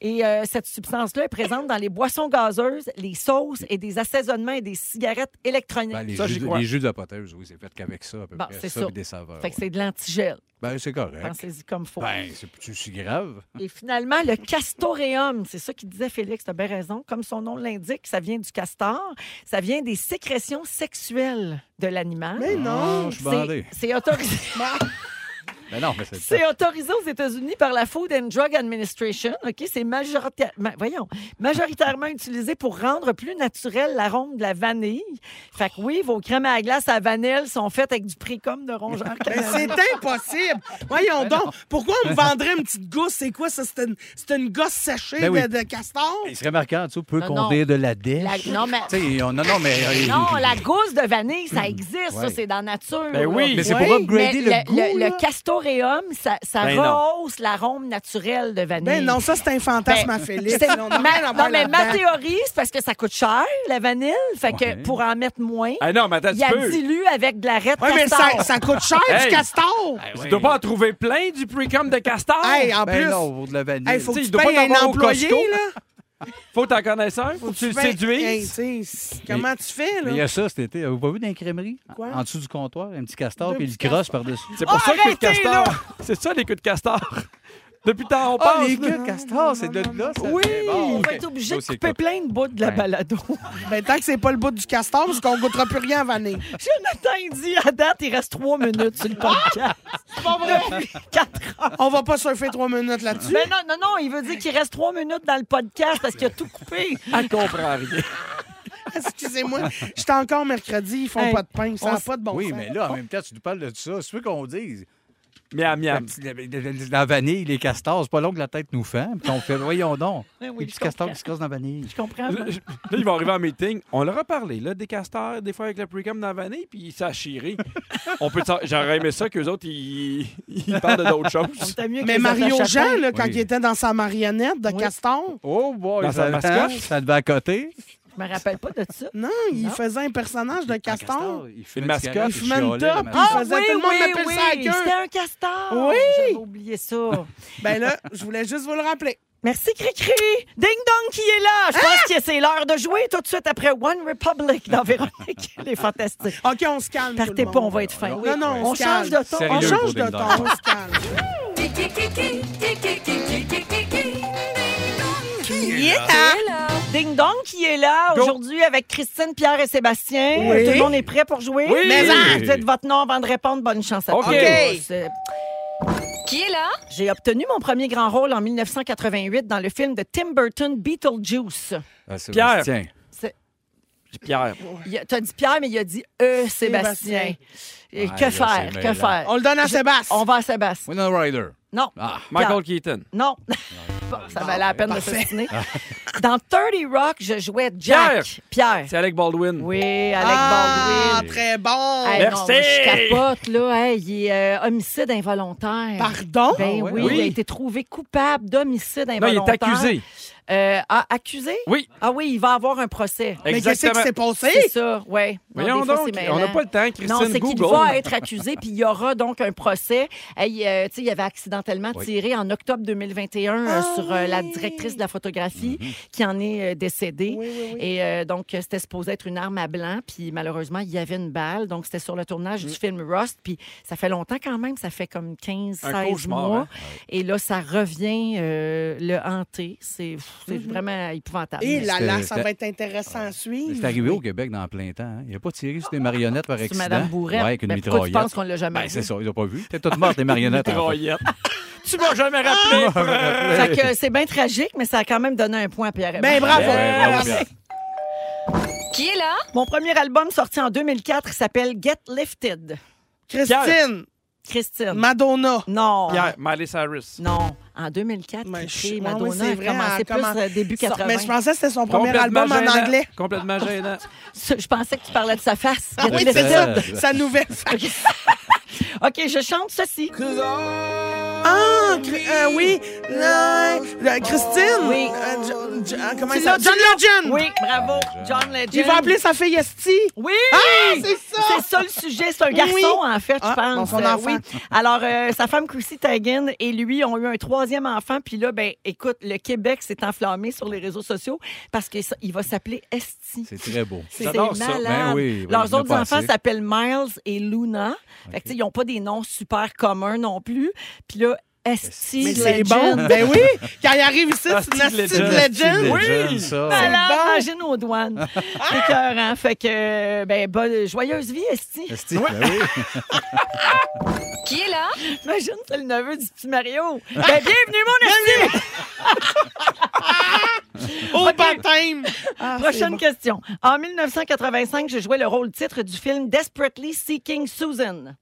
Speaker 1: Et euh, cette substance-là est présente dans les boissons gazeuses, les sauces et des assaisonnements et des cigarettes électroniques.
Speaker 4: Ben, les,
Speaker 2: Ça, j'y
Speaker 4: jus de,
Speaker 2: crois.
Speaker 4: les jus de poteuse, oui, c'est fait qu'avec ça, à peu
Speaker 1: Bon,
Speaker 4: près.
Speaker 1: c'est
Speaker 4: Ça,
Speaker 1: ça.
Speaker 4: puis des saveurs.
Speaker 1: fait que
Speaker 4: ouais.
Speaker 1: c'est de l'antigel.
Speaker 4: Ben, c'est correct.
Speaker 1: Pensez-y comme faut.
Speaker 4: Ben, c'est plus si grave.
Speaker 1: Et finalement, le castoreum, c'est ça qu'il disait Félix, t'as bien raison. Comme son nom l'indique, ça vient du castor, ça vient des sécrétions sexuelles de l'animal.
Speaker 3: Mais non.
Speaker 4: Ah, je suis
Speaker 1: C'est-
Speaker 4: bandé.
Speaker 1: C'est autorisé,
Speaker 4: Ben non, mais c'est
Speaker 1: c'est autorisé aux États-Unis par la Food and Drug Administration. Ok, c'est majoritairement, voyons, majoritairement utilisé pour rendre plus naturel l'arôme de la vanille. Fait que oui, vos crèmes à glace à vanille sont faites avec du précum de rongeur.
Speaker 3: Ben, c'est impossible! Voyons donc! Pourquoi on me vendrait une petite gousse? C'est quoi ça? C'est une, c'est une gosse séchée
Speaker 4: Ben oui.
Speaker 3: de, de castor?
Speaker 4: Il serait marquant, tu sais, peut
Speaker 1: Non, non.
Speaker 4: conduire de la dèche.
Speaker 1: La- non, mais-
Speaker 4: Tu sais, on- non, non, mais. euh,
Speaker 1: Non, la gousse de vanille, ça existe, ça,
Speaker 4: Ouais.
Speaker 1: c'est dans la nature.
Speaker 2: Ben oui.
Speaker 4: Mais c'est pour
Speaker 3: Ouais,
Speaker 4: upgrader le, goût.
Speaker 1: le,
Speaker 4: là.
Speaker 1: castoreum, ça, ça
Speaker 2: Ben non.
Speaker 1: rehausse l'arôme naturel de vanille.
Speaker 3: Ben non, ça, c'est un fantasme
Speaker 1: Ben,
Speaker 3: à Félix.
Speaker 1: C'est-
Speaker 3: Là, on
Speaker 1: ma,
Speaker 3: a rien à voir
Speaker 1: non, mais ma
Speaker 3: là-dedans.
Speaker 1: théorie, c'est parce que ça coûte cher, la vanille. Fait que
Speaker 4: Ouais.
Speaker 1: pour en mettre moins,
Speaker 2: Ah non, mais attends,
Speaker 1: il
Speaker 2: tu
Speaker 1: la
Speaker 2: peux.
Speaker 1: dilue avec de la rette
Speaker 3: Ouais, mais
Speaker 1: castor.
Speaker 3: ça, ça coûte cher,
Speaker 2: Hey.
Speaker 3: du castor!
Speaker 2: Tu dois pas en trouver plein du pre-com de castor?
Speaker 3: Hey, en
Speaker 4: Ben
Speaker 3: plus,
Speaker 4: non, pour de la vanille.
Speaker 3: hey, faut
Speaker 2: Tu
Speaker 3: que
Speaker 2: sais, il
Speaker 3: tu
Speaker 2: doit pas
Speaker 3: payes
Speaker 2: en avoir
Speaker 3: un
Speaker 2: au
Speaker 3: employé,
Speaker 2: Costco.
Speaker 3: là.
Speaker 2: Faut t'en connaître un, faut que tu le
Speaker 3: payes- Hey,
Speaker 2: séduises.
Speaker 3: tu sais, comment tu fais,
Speaker 4: Mais il y a
Speaker 3: là?
Speaker 4: ça cet été. hein. Avez-vous pas vu dans les crèmeries?
Speaker 3: Quoi?
Speaker 4: En dessous du comptoir, un petit castor,
Speaker 3: Deux
Speaker 4: puis il le
Speaker 3: petits
Speaker 4: crosse par-dessus.
Speaker 2: C'est pour ça que les coups de
Speaker 3: arrêtez,
Speaker 2: castor. C'est ça, les coups de castor. Depuis tard, on
Speaker 4: Ah,
Speaker 2: passe.
Speaker 4: les queues de castor, c'est de là. ça-
Speaker 1: Oui,
Speaker 4: Ben Bon,
Speaker 1: on
Speaker 4: ok.
Speaker 1: va être obligé
Speaker 4: Ça,
Speaker 1: de
Speaker 4: c'est
Speaker 1: couper plein de bouts de la
Speaker 4: Ouais.
Speaker 1: balado.
Speaker 3: Ben, tant que c'est pas le bout du castor, parce qu'on goûtera plus rien à vanille.
Speaker 1: Jonathan, il dit, à date, il reste trois minutes sur le podcast. C'est pas vrai! Quatre heures.
Speaker 3: On va pas surfer trois minutes là-dessus.
Speaker 1: Mais non, non, non, il veut dire qu'il reste trois minutes dans le podcast parce qu'il a tout coupé.
Speaker 2: Elle comprend rien.
Speaker 3: Excusez-moi, j'étais encore mercredi, ils font
Speaker 1: Hey,
Speaker 3: pas de pain, ça
Speaker 1: on
Speaker 3: n'a
Speaker 1: s-
Speaker 3: pas de bon
Speaker 4: oui,
Speaker 3: sens.
Speaker 4: mais là, en même temps, tu nous parles de ça. C'est veux qu'on dise.
Speaker 2: Miam,
Speaker 4: La,
Speaker 2: miam.
Speaker 4: petite- la- la- la vanille, les castors, c'est pas long que la tête nous fend. Puis on fait, voyons donc.
Speaker 1: Oui, Ben oui,
Speaker 4: les
Speaker 1: je
Speaker 4: petits castors
Speaker 1: comprends.
Speaker 4: qui se cassent dans la vanille.
Speaker 1: Je comprends.
Speaker 2: Là, je- là, ils vont arriver en meeting. On leur a parlé, là, des casteurs, des fois avec le pre-com dans la vanille, puis ça a chiré. On peut sa- J'aurais aimé ça qu'eux autres, ils, ils parlent de d'autres choses.
Speaker 1: C'était mieux que
Speaker 3: Mais
Speaker 1: les
Speaker 3: Mario
Speaker 1: attaches à
Speaker 3: Jean,
Speaker 1: pain.
Speaker 3: là, quand
Speaker 4: Oui.
Speaker 3: il était dans sa marionnette de
Speaker 1: Oui.
Speaker 3: Caston,
Speaker 4: Oh boy,
Speaker 2: Dans sa
Speaker 4: ça,
Speaker 2: mascotte?
Speaker 4: ça devait à côté.
Speaker 1: Je me rappelle pas de ça.
Speaker 3: non, il faisait un personnage de Caston.
Speaker 4: il
Speaker 2: Une mascotte.
Speaker 4: cigarette,
Speaker 2: Il
Speaker 3: fumait une
Speaker 4: chialait la
Speaker 3: top.
Speaker 4: matinée.
Speaker 3: Ah! faisait- tout le monde appelle ça à queue.
Speaker 1: C'était un castor.
Speaker 3: Oui.
Speaker 1: J'avais oublié ça.
Speaker 3: Ben là, je voulais juste vous le rappeler.
Speaker 1: Merci, Cricri. Ding Dong qui est là. Je
Speaker 3: Ah!
Speaker 1: pense que c'est l'heure de jouer tout de suite après One Republic dans Véronique. Elle est fantastique.
Speaker 3: OK, on se calme. tout
Speaker 1: Partez
Speaker 3: le
Speaker 1: pas, on
Speaker 3: monde.
Speaker 1: va être fin.
Speaker 3: Non, non, on,
Speaker 1: On
Speaker 3: se
Speaker 1: change de
Speaker 3: calme.
Speaker 1: ton.
Speaker 4: Sérieux.
Speaker 3: On
Speaker 4: Sérieux
Speaker 3: change
Speaker 4: pour
Speaker 3: de
Speaker 4: Ding
Speaker 3: ton,
Speaker 4: Dong.
Speaker 3: on se calme.
Speaker 1: Ding Dong qui est là aujourd'hui avec Christine, Pierre et Sébastien.
Speaker 3: Oui.
Speaker 1: Tout le monde est prêt pour jouer?
Speaker 2: Oui. Mais
Speaker 4: en-
Speaker 1: Dites votre nom avant de répondre. Bonne chance à
Speaker 2: OK.
Speaker 1: tous.
Speaker 2: OK.
Speaker 1: C'est-
Speaker 7: Qui est là?
Speaker 1: J'ai obtenu mon premier grand rôle en 1988 dans le film de Tim Burton, Beetlejuice.
Speaker 4: Ah, c'est-
Speaker 2: Pierre.
Speaker 4: Tiens.
Speaker 2: Pierre,
Speaker 1: Il a- T'as dit Pierre, mais il a dit E, Sébastien.
Speaker 3: Sébastien.
Speaker 1: Et que
Speaker 4: là,
Speaker 1: faire?
Speaker 4: c'est
Speaker 1: Que
Speaker 4: mêlant.
Speaker 1: faire?
Speaker 3: On le donne à Sébastien.
Speaker 1: On va à Sébastien.
Speaker 4: Winona Ryder.
Speaker 1: Non.
Speaker 4: Ah.
Speaker 2: Michael Keaton.
Speaker 1: Non. Bon, ça valait la peine de s'assiner. Dans 30 Rock, je jouais Jack. Pierre.
Speaker 2: C'est Alec Baldwin.
Speaker 1: Eh. Oui, Alec
Speaker 3: Ah,
Speaker 1: Baldwin.
Speaker 3: très bon.
Speaker 1: Hey, non,
Speaker 2: Merci.
Speaker 1: je capote, là. Hey, il est euh, homicide involontaire.
Speaker 3: Pardon?
Speaker 1: Ben
Speaker 4: Ah ouais,
Speaker 1: oui,
Speaker 2: oui.
Speaker 1: il a été trouvé coupable d'homicide
Speaker 2: Non, il
Speaker 1: involontaire.
Speaker 2: est accusé.
Speaker 1: Euh, ah, accusé?
Speaker 2: Oui.
Speaker 1: Ah oui, il va avoir un procès.
Speaker 3: Mais Ben, qu'est-ce qui s'est
Speaker 1: C'est
Speaker 3: passé?
Speaker 1: ça, oui.
Speaker 2: Voyons donc, on n'a pas le temps, Christine.
Speaker 1: non, c'est qu'il
Speaker 2: Google.
Speaker 1: va être accusé, puis il y aura donc un procès. Hey, euh, tu sais, il avait accidentellement
Speaker 4: Oui.
Speaker 1: tiré en octobre 2021 euh,
Speaker 3: Ah
Speaker 1: sur euh, la
Speaker 3: oui.
Speaker 1: directrice de la photographie
Speaker 4: Mm-hmm.
Speaker 1: qui en est euh, décédée.
Speaker 3: Oui, oui, oui.
Speaker 1: Et euh, donc, euh, c'était supposé être une arme à blanc, puis malheureusement, il y avait une balle. Donc, c'était sur le tournage
Speaker 4: Mm.
Speaker 1: du film Rust, puis ça fait longtemps quand même, ça fait comme 15,
Speaker 2: Un
Speaker 1: 16
Speaker 2: cauchemar,
Speaker 1: mois.
Speaker 2: hein?
Speaker 1: Et là, ça revient euh, le hanter. C'est pff, c'est vraiment épouvantable.
Speaker 3: Mm-hmm. Et là, là,
Speaker 4: Ah, C'était-
Speaker 3: ça va être intéressant à suivre.
Speaker 4: C'est arrivé au Québec dans plein temps. hein. Il n'a pas tiré sur des marionnettes par
Speaker 1: C'est
Speaker 4: accident.
Speaker 1: Madame Bourret.
Speaker 4: Ouais, avec une
Speaker 1: Ben, pourquoi tu
Speaker 4: mitraillette.
Speaker 1: penses qu'on l'a jamais
Speaker 4: Ben,
Speaker 1: vu?
Speaker 4: c'est ça, il n'a pas vu. T'es toute morte, les marionnettes. en fait.
Speaker 2: Mitraillette. tu m'as jamais rappelé.
Speaker 1: Fait que, euh, c'est bien tragique, mais ça a quand même donné un point à Pierre. Hébert.
Speaker 3: Ben bravo.
Speaker 4: Ouais, bravo, Pierre.
Speaker 7: Qui est là?
Speaker 1: Mon premier album sorti en 2004 s'appelle Get Lifted.
Speaker 3: Christine,
Speaker 1: Christine.
Speaker 3: Madonna.
Speaker 1: non.
Speaker 2: Pierre, Miley Cyrus.
Speaker 1: Non. En 2004,
Speaker 3: Mais
Speaker 1: Christine,
Speaker 3: je- ouais, ouais,
Speaker 1: Madonna
Speaker 3: c'est
Speaker 1: a
Speaker 3: vrai,
Speaker 1: commencé
Speaker 3: elle
Speaker 1: plus
Speaker 3: commence-
Speaker 1: euh, début
Speaker 3: Ça-
Speaker 1: 80.
Speaker 3: Mais je pensais que c'était son premier album en
Speaker 2: gênant.
Speaker 3: anglais.
Speaker 2: Complètement gênant.
Speaker 1: Ça, je pensais que tu parlais de sa face.
Speaker 3: Ah
Speaker 1: Get
Speaker 3: oui,
Speaker 1: Lifted.
Speaker 3: c'est ça,
Speaker 4: Lifted.
Speaker 3: sa nouvelle face.
Speaker 1: OK, je chante ceci.
Speaker 3: Ah, Cri- euh, oui. Euh, euh, Christine.
Speaker 1: Oui.
Speaker 3: Euh, Jo- Jo- euh, comment
Speaker 1: Tu
Speaker 3: il s'appelle? John Legend.
Speaker 1: Oui, bravo. John Legend.
Speaker 3: Il va appeler sa fille Esti.
Speaker 1: Oui!
Speaker 3: Ah, c'est ça!
Speaker 1: C'est ça le sujet. C'est un garçon,
Speaker 3: Oui.
Speaker 1: en fait, je
Speaker 3: Ah,
Speaker 1: pense.
Speaker 3: bon, son
Speaker 1: Euh,
Speaker 3: enfant.
Speaker 1: oui. Alors, euh, sa femme, Chrissy Teigen, et lui ont eu un troisième enfant. Puis là, ben, écoute, le Québec s'est enflammé sur les réseaux sociaux parce qu'il s- il va s'appeler Esti.
Speaker 4: C'est très beau.
Speaker 1: C'est
Speaker 2: J'adore ça.
Speaker 1: malade.
Speaker 4: Ben oui, oui, il y
Speaker 1: Leurs
Speaker 4: en a
Speaker 1: autres
Speaker 4: pas
Speaker 1: enfants
Speaker 4: assez.
Speaker 1: s'appellent Miles et Luna. Fait que, tu sais, ils n'ont pas des noms super communs non plus. Puis là, Esti,
Speaker 3: Mais c'est
Speaker 1: Legend.
Speaker 3: bon. Ben oui. Quand il arrive ici, c'est une
Speaker 2: Esti de
Speaker 3: Esti de
Speaker 2: Legend.
Speaker 3: Legend.
Speaker 2: Oui.
Speaker 4: Legend, ça.
Speaker 1: Malade,
Speaker 3: bon.
Speaker 1: imagine aux douanes. C'est écœurant. Fait que, ben, bonne- joyeuse vie, Esti.
Speaker 4: Esti, ben oui.
Speaker 7: Qui est là?
Speaker 1: Imagine, c'est le neveu du petit Mario. Ben, bienvenue, mon ami!
Speaker 3: Au baptême. Ah,
Speaker 1: Prochaine question. En 1985, je jouais le rôle titre du film Desperately Seeking Susan.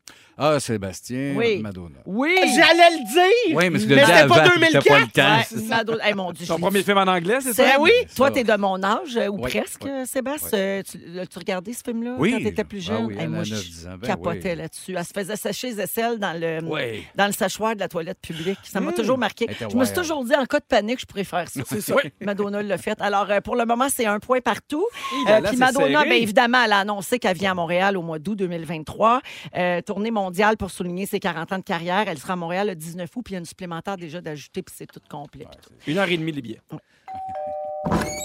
Speaker 4: Ah, Sébastien,
Speaker 1: Oui.
Speaker 4: Madonna.
Speaker 1: Oui!
Speaker 3: J'allais le dire.
Speaker 4: Oui, mais tu
Speaker 3: Mais
Speaker 4: l'as dit
Speaker 3: c'était
Speaker 4: avant.
Speaker 3: pas
Speaker 4: puis t'as pas le
Speaker 3: 2004.
Speaker 4: temps.
Speaker 1: Ouais, Mado- Hey, mon Dieu,
Speaker 2: Son
Speaker 1: je-
Speaker 2: premier film en anglais, c'est ça?
Speaker 1: C'est-
Speaker 3: Ben oui.
Speaker 1: Toi, t'es de mon âge, euh, ou
Speaker 4: Oui.
Speaker 1: presque,
Speaker 4: Oui.
Speaker 1: euh, Sébastien. Euh, Tu, l'as-tu regardé ce film-là
Speaker 4: Oui.
Speaker 1: quand t'étais plus
Speaker 4: Ah
Speaker 1: jeune?
Speaker 4: oui,
Speaker 1: Hey,
Speaker 4: à
Speaker 1: moi,
Speaker 4: 9-10
Speaker 1: je
Speaker 4: ans. Ben
Speaker 1: capotais
Speaker 4: oui.
Speaker 1: là-dessus. Elle se faisait sécher les aisselles dans le,
Speaker 4: Oui.
Speaker 1: dans le séchoir de la toilette publique. Ça m'a toujours marqué.
Speaker 4: Elle était
Speaker 1: Je me suis
Speaker 4: wild.
Speaker 1: toujours dit, en cas de panique, je pourrais faire ça. C'est
Speaker 2: ça.
Speaker 1: Madonna l'a fait. Alors, euh, pour le moment, c'est un point partout.
Speaker 2: là
Speaker 1: Euh,
Speaker 2: Eh ben là,
Speaker 1: Puis
Speaker 2: c'est
Speaker 1: Madonna,
Speaker 2: serré.
Speaker 1: bien évidemment, elle a annoncé qu'elle vient à Montréal au mois d'août 2023. Euh, tournée mondiale pour souligner ses 40 ans de carrière. Elle sera à Montréal le 19 août, puis il y a une supplémentaire déjà d'ajouter, puis c'est tout complet.
Speaker 2: Une heure et demie, les billets.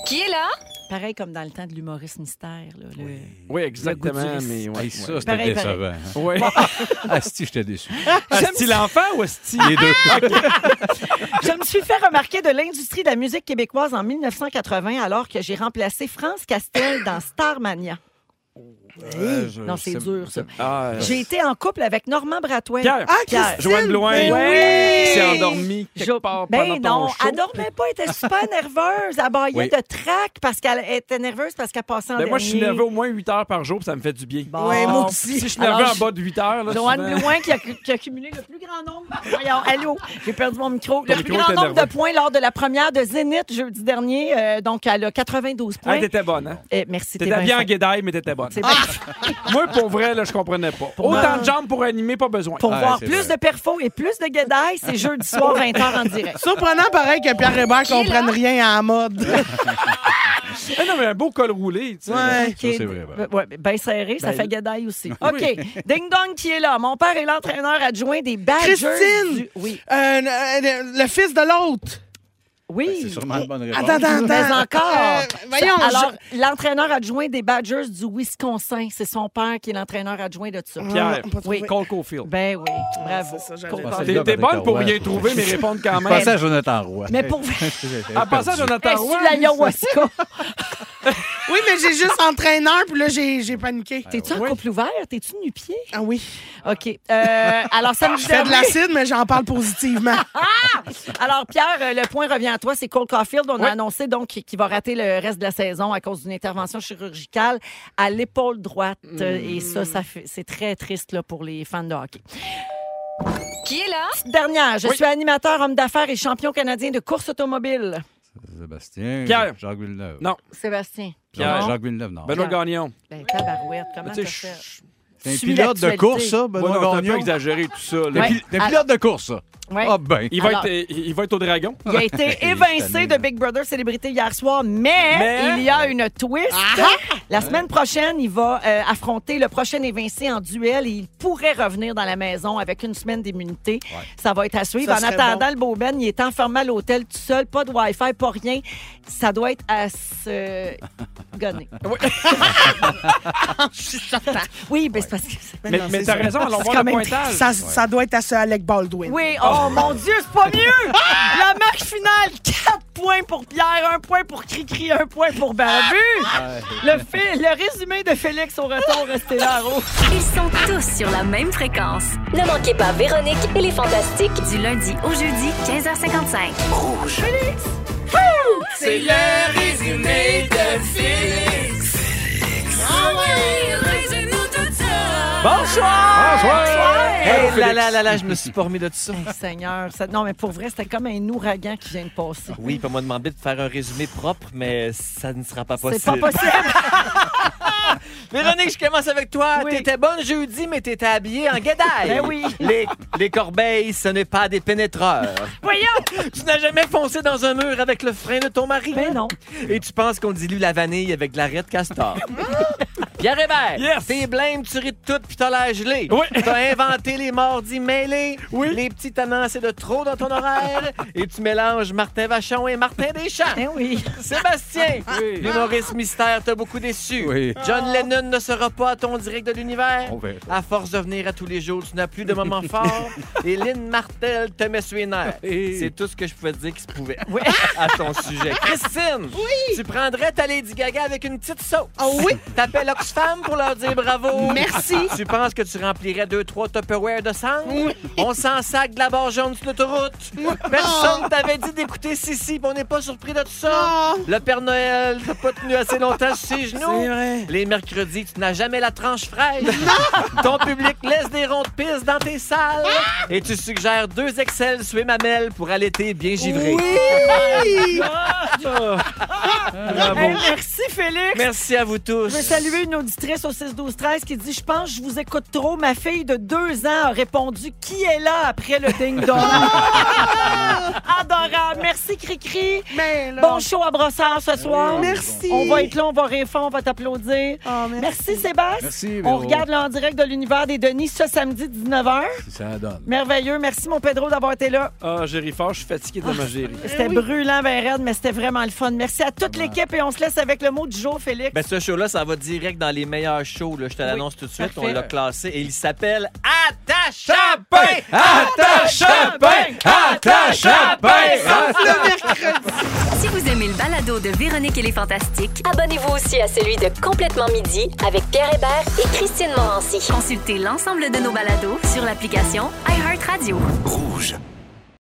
Speaker 7: Qui est là?
Speaker 1: Pareil comme dans le temps de l'humoriste mystère. là, le-
Speaker 2: Oui,
Speaker 1: Le goût
Speaker 2: exactement.
Speaker 1: du
Speaker 2: Mais ouais,
Speaker 4: Hey,
Speaker 2: ouais.
Speaker 4: ça,
Speaker 1: Pareil,
Speaker 4: c'était décevant. hein.
Speaker 2: Ouais.
Speaker 4: Asti, j'étais déçu.
Speaker 2: Est-ce l'enfant ou est-ce
Speaker 4: Les deux.
Speaker 1: Je me suis fait remarquer de l'industrie de la musique québécoise en 1980 alors que j'ai remplacé France Castel dans Starmania.
Speaker 4: Euh, je-
Speaker 1: non,
Speaker 4: je
Speaker 1: c'est
Speaker 4: sais-
Speaker 1: dur, ça.
Speaker 2: Ah, euh,
Speaker 1: J'ai été en couple avec Normand Bratouet.
Speaker 2: Pierre.
Speaker 3: Ah,
Speaker 1: Pierre.
Speaker 3: Christine!
Speaker 2: Joanne Blouin
Speaker 3: Ben
Speaker 1: oui!
Speaker 2: qui s'est endormie quelque
Speaker 1: Jo-
Speaker 2: part
Speaker 1: ben
Speaker 2: pendant
Speaker 1: non,
Speaker 2: ton show.
Speaker 1: elle dormait pas, elle était super nerveuse. Elle baillait
Speaker 4: Oui.
Speaker 1: de trac parce qu'elle était nerveuse parce qu'elle passait en
Speaker 2: Ben, moi, je suis
Speaker 1: dernier.
Speaker 2: nerveux au moins 8 heures par jour, puis ça me fait du bien.
Speaker 1: Bon.
Speaker 3: Ouais, moi
Speaker 2: Si
Speaker 3: aussi.
Speaker 2: je suis nerveux
Speaker 1: Alors,
Speaker 2: en bas de 8 heures, là,
Speaker 1: Joanne
Speaker 2: souvent-
Speaker 1: Blouin qui a, qui a cumulé le plus grand nombre. Voyons, allô, j'ai perdu mon micro. Le
Speaker 2: Ton
Speaker 1: plus
Speaker 2: micro
Speaker 1: grand
Speaker 2: était
Speaker 1: nombre de
Speaker 2: nerveux.
Speaker 1: points lors de la première de Zénith jeudi dernier. Euh, donc, elle a 92 points.
Speaker 2: Ah, t'étais bonne, hein?
Speaker 1: Eh, merci, t'es
Speaker 2: T'étais
Speaker 1: bien
Speaker 2: bien en
Speaker 1: fin.
Speaker 2: guédaille, mais t'étais bonne. Ah!
Speaker 1: C'est bien.
Speaker 2: Moi, pour vrai, là, je comprenais pas. Autant de jambes pour animer, pas besoin. Ah.
Speaker 1: Pour
Speaker 4: Ouais,
Speaker 1: voir
Speaker 4: c'est
Speaker 1: plus
Speaker 4: vrai.
Speaker 1: de perfos et plus de guédailles, c'est jeudi soir 20h en direct.
Speaker 3: Surprenant, pareil, que Pierre Hébert comprenne rien à la mode.
Speaker 2: Ah non, mais un beau col roulé, tu sais.
Speaker 3: Ouais.
Speaker 1: OK.
Speaker 4: c'est vrai, ben.
Speaker 1: Ouais, ben, ben serré, ça fait guédaille aussi. OK. Ding Dong qui est là. Mon père est l'entraîneur adjoint des Badgers.
Speaker 3: Christine!
Speaker 1: du- Oui.
Speaker 3: Euh, euh, le fils de l'autre.
Speaker 1: Oui.
Speaker 4: Ben, C'est sûrement une bonne réponse.
Speaker 3: Attends, attends, attends.
Speaker 1: Mais encore.
Speaker 3: Euh, voyons,
Speaker 1: Alors,
Speaker 3: je-
Speaker 1: l'entraîneur adjoint des Badgers du Wisconsin, c'est son père qui est l'entraîneur adjoint de ça.
Speaker 2: Pierre,
Speaker 1: Oui.
Speaker 2: Cole Caulfield.
Speaker 1: Ben oui, bravo.
Speaker 3: c'est ça, j'allais
Speaker 1: Cool.
Speaker 3: dire.
Speaker 4: C'est
Speaker 2: T'es
Speaker 4: là,
Speaker 2: t'es bonne
Speaker 4: Patrick
Speaker 2: pour
Speaker 4: Roy.
Speaker 2: rien trouver, mais répondre quand
Speaker 4: Je
Speaker 2: même.
Speaker 4: pensais à Jonathan Roy.
Speaker 1: Mais pour vrai,
Speaker 2: En passant à Jonathan
Speaker 1: est-ce
Speaker 2: Roy,
Speaker 1: que la ayahuasca?
Speaker 3: Oui, mais j'ai juste entraîneur, puis là, j'ai j'ai paniqué.
Speaker 1: T'es-tu en couple ouvert? T'es-tu nu-pied?
Speaker 3: Ah oui.
Speaker 1: OK. Euh, alors, samedi
Speaker 3: Je fais de
Speaker 1: dernier-
Speaker 3: l'acide, mais j'en parle positivement.
Speaker 1: Alors, Pierre, euh, le point revient à toi. C'est Cole Caulfield. On a annoncé donc qu'il qu'il va rater le reste de la saison à cause d'une intervention chirurgicale à l'épaule droite. Euh, Et ça, ça fait- c'est très triste là, pour les fans de hockey.
Speaker 7: Qui est là?
Speaker 1: Petite Dernière, je suis animateur, homme d'affaires et champion canadien de course automobile.
Speaker 4: Sébastien.
Speaker 2: Pierre.
Speaker 4: Jacques Villeneuve.
Speaker 2: Non.
Speaker 1: Sébastien.
Speaker 4: Jacques-
Speaker 2: Pierre.
Speaker 4: Jacques Villeneuve, non.
Speaker 2: Benoît Gagnon.
Speaker 1: Ben, tabarouette, comment
Speaker 2: Tu
Speaker 1: t'as
Speaker 2: sais,
Speaker 1: fait?
Speaker 2: je-
Speaker 4: T'es un
Speaker 1: suis
Speaker 4: pilote de
Speaker 1: l'actualité.
Speaker 4: course, ça,
Speaker 2: moi,
Speaker 4: Benoît
Speaker 2: non, t'as un peu
Speaker 4: Gagnon?
Speaker 2: exagéré tout ça.
Speaker 4: T'es
Speaker 2: là.
Speaker 1: Ouais.
Speaker 4: pi- t'es pilote de course, ça?
Speaker 1: Ouais.
Speaker 4: Ah ben.
Speaker 2: Il va,
Speaker 1: Alors-
Speaker 2: être, euh, il va être au dragon.
Speaker 1: Il a été évincé de Big Brother Célébrité hier soir, mais,
Speaker 2: Mais-
Speaker 1: il y a une twist. La semaine prochaine, il va euh, affronter le prochain évincé en duel et il pourrait revenir dans la maison avec une semaine d'immunité. Ça va être à suivre.
Speaker 3: Ça
Speaker 1: en
Speaker 3: serait
Speaker 1: attendant, le beau Ben, il est enfermé à l'hôtel tout seul, pas de Wi-Fi, pas rien. Ça doit être à se gonner. Oui, mais c'est parce que...
Speaker 2: Mais,
Speaker 3: non,
Speaker 2: mais
Speaker 3: c'est
Speaker 2: t'as
Speaker 3: ça.
Speaker 2: raison, allons voir le pointage.
Speaker 3: Ça, ça doit être à ce Alec Baldwin.
Speaker 1: Oui, oh mon Dieu, c'est pas mieux! La marque finale, 4 points pour Pierre, 1 point pour Cricri, 1 point pour Barbu. Le, fi- le résumé de Félix au retour, restez là, Ro.
Speaker 6: Ils sont tous sur la même fréquence.
Speaker 7: Ne manquez pas Véronique et les Fantastiques.
Speaker 6: Du lundi au jeudi, 15h55. Ah
Speaker 2: Bonsoir!
Speaker 8: Hey, là, là, là, là, je me suis pas remis de ça.
Speaker 1: Seigneur, ça- non, mais pour vrai, c'était comme un ouragan qui vient de passer.
Speaker 8: Oui, puis on m'a demandé de faire un résumé propre, mais ça ne sera pas possible.
Speaker 1: C'est pas possible.
Speaker 8: Véronique, je commence avec toi.
Speaker 1: Oui.
Speaker 8: T'étais bonne jeudi, mais t'étais habillée en guédaille.
Speaker 1: Ben oui.
Speaker 8: Les, les corbeilles, ce n'est pas des pénétreurs.
Speaker 1: Voyons!
Speaker 8: tu n'as jamais foncé dans un mur avec le frein de ton mari.
Speaker 1: Mais Ben non.
Speaker 8: Et tu penses qu'on dilue la vanille avec de la raie de castor. Pierre Hébert,
Speaker 2: Yes.
Speaker 8: t'es blême, tu ris de tout puis t'as l'air gelé.
Speaker 2: Oui.
Speaker 8: T'as inventé les mordis mêlés, les petites annonces de trop dans ton horaire, et tu mélanges Martin Vachon et Martin Deschamps.
Speaker 1: Ben oui.
Speaker 8: Sébastien,
Speaker 2: Oui.
Speaker 8: l'humoriste mystère t'a beaucoup déçu.
Speaker 4: Oui.
Speaker 8: John Lennon ne sera pas à ton direct de l'univers.
Speaker 4: On verra.
Speaker 8: À force de venir à tous les jours, tu n'as plus de moments forts. Et Lynn Martel te met sur les nerfs.
Speaker 4: Hey.
Speaker 8: C'est tout ce que je pouvais te dire qui se pouvait à ton sujet. Christine, tu prendrais ta Lady Gaga avec une petite sauce.
Speaker 3: Oh oui.
Speaker 8: T'appelles Oxfam pour leur dire bravo.
Speaker 3: Merci.
Speaker 8: Tu penses que tu remplirais deux, trois Tupperware de sang? On s'en sac de la barre jaune sur l'autoroute.
Speaker 3: Ah.
Speaker 8: Personne t'avait dit d'écouter Sissi, puis on n'est pas surpris de tout ça.
Speaker 3: Non.
Speaker 8: Le Père Noël t'a pas tenu assez longtemps sur ses genoux.
Speaker 3: vrai.
Speaker 8: Les mercredis, tu n'as jamais la tranche fraîche. Ton public laisse des ronds de piste dans tes salles.
Speaker 1: Ah!
Speaker 8: Et tu suggères deux Excel sous les mamelles pour allaiter bien givré.
Speaker 3: Oui!
Speaker 1: Hey, merci, Félix.
Speaker 8: Merci à vous tous.
Speaker 1: Je veux saluer une auditrice au 6-12-13 qui dit Je pense que je vous écoute trop. Ma fille de deux ans a répondu Qui est là après le ding-dong Adorable. Merci, Cricri.
Speaker 3: Mais Ben, là-
Speaker 1: Bon show à brossard ce soir.
Speaker 3: Merci.
Speaker 1: On va être là, on va rire fort, on va t'applaudir.
Speaker 3: Oh, merci.
Speaker 1: Merci, Sébastien.
Speaker 4: Merci, Véro.
Speaker 1: On regarde là en direct de l'univers des Denis ce samedi 19h.
Speaker 4: Ça donne.
Speaker 1: Merveilleux. Merci, mon Pedro, d'avoir été là.
Speaker 2: Ah, j'ai ri fort, je suis fatigué de ma gérie.
Speaker 3: Eh
Speaker 1: C'était brûlant, ben raide, mais c'était vraiment le fun. Merci à toute l'équipe et on se laisse avec le mot du jour, Félix.
Speaker 8: Ben, ce show-là, ça va direct dans les meilleurs shows. Là. Je te l'annonce tout de suite.
Speaker 1: parfait.
Speaker 8: On l'a classé et il s'appelle Attache à pain!
Speaker 4: Attache à pain! Attache à pain!
Speaker 6: Si vous aimez aimez le balado de Véronique et les Fantastiques,
Speaker 7: Abonnez-vous aussi à celui de Complètement Midi avec Pierre Hébert et Christine Morancy.
Speaker 6: consultez l'ensemble de nos balados sur l'application iHeartRadio.
Speaker 9: Rouge.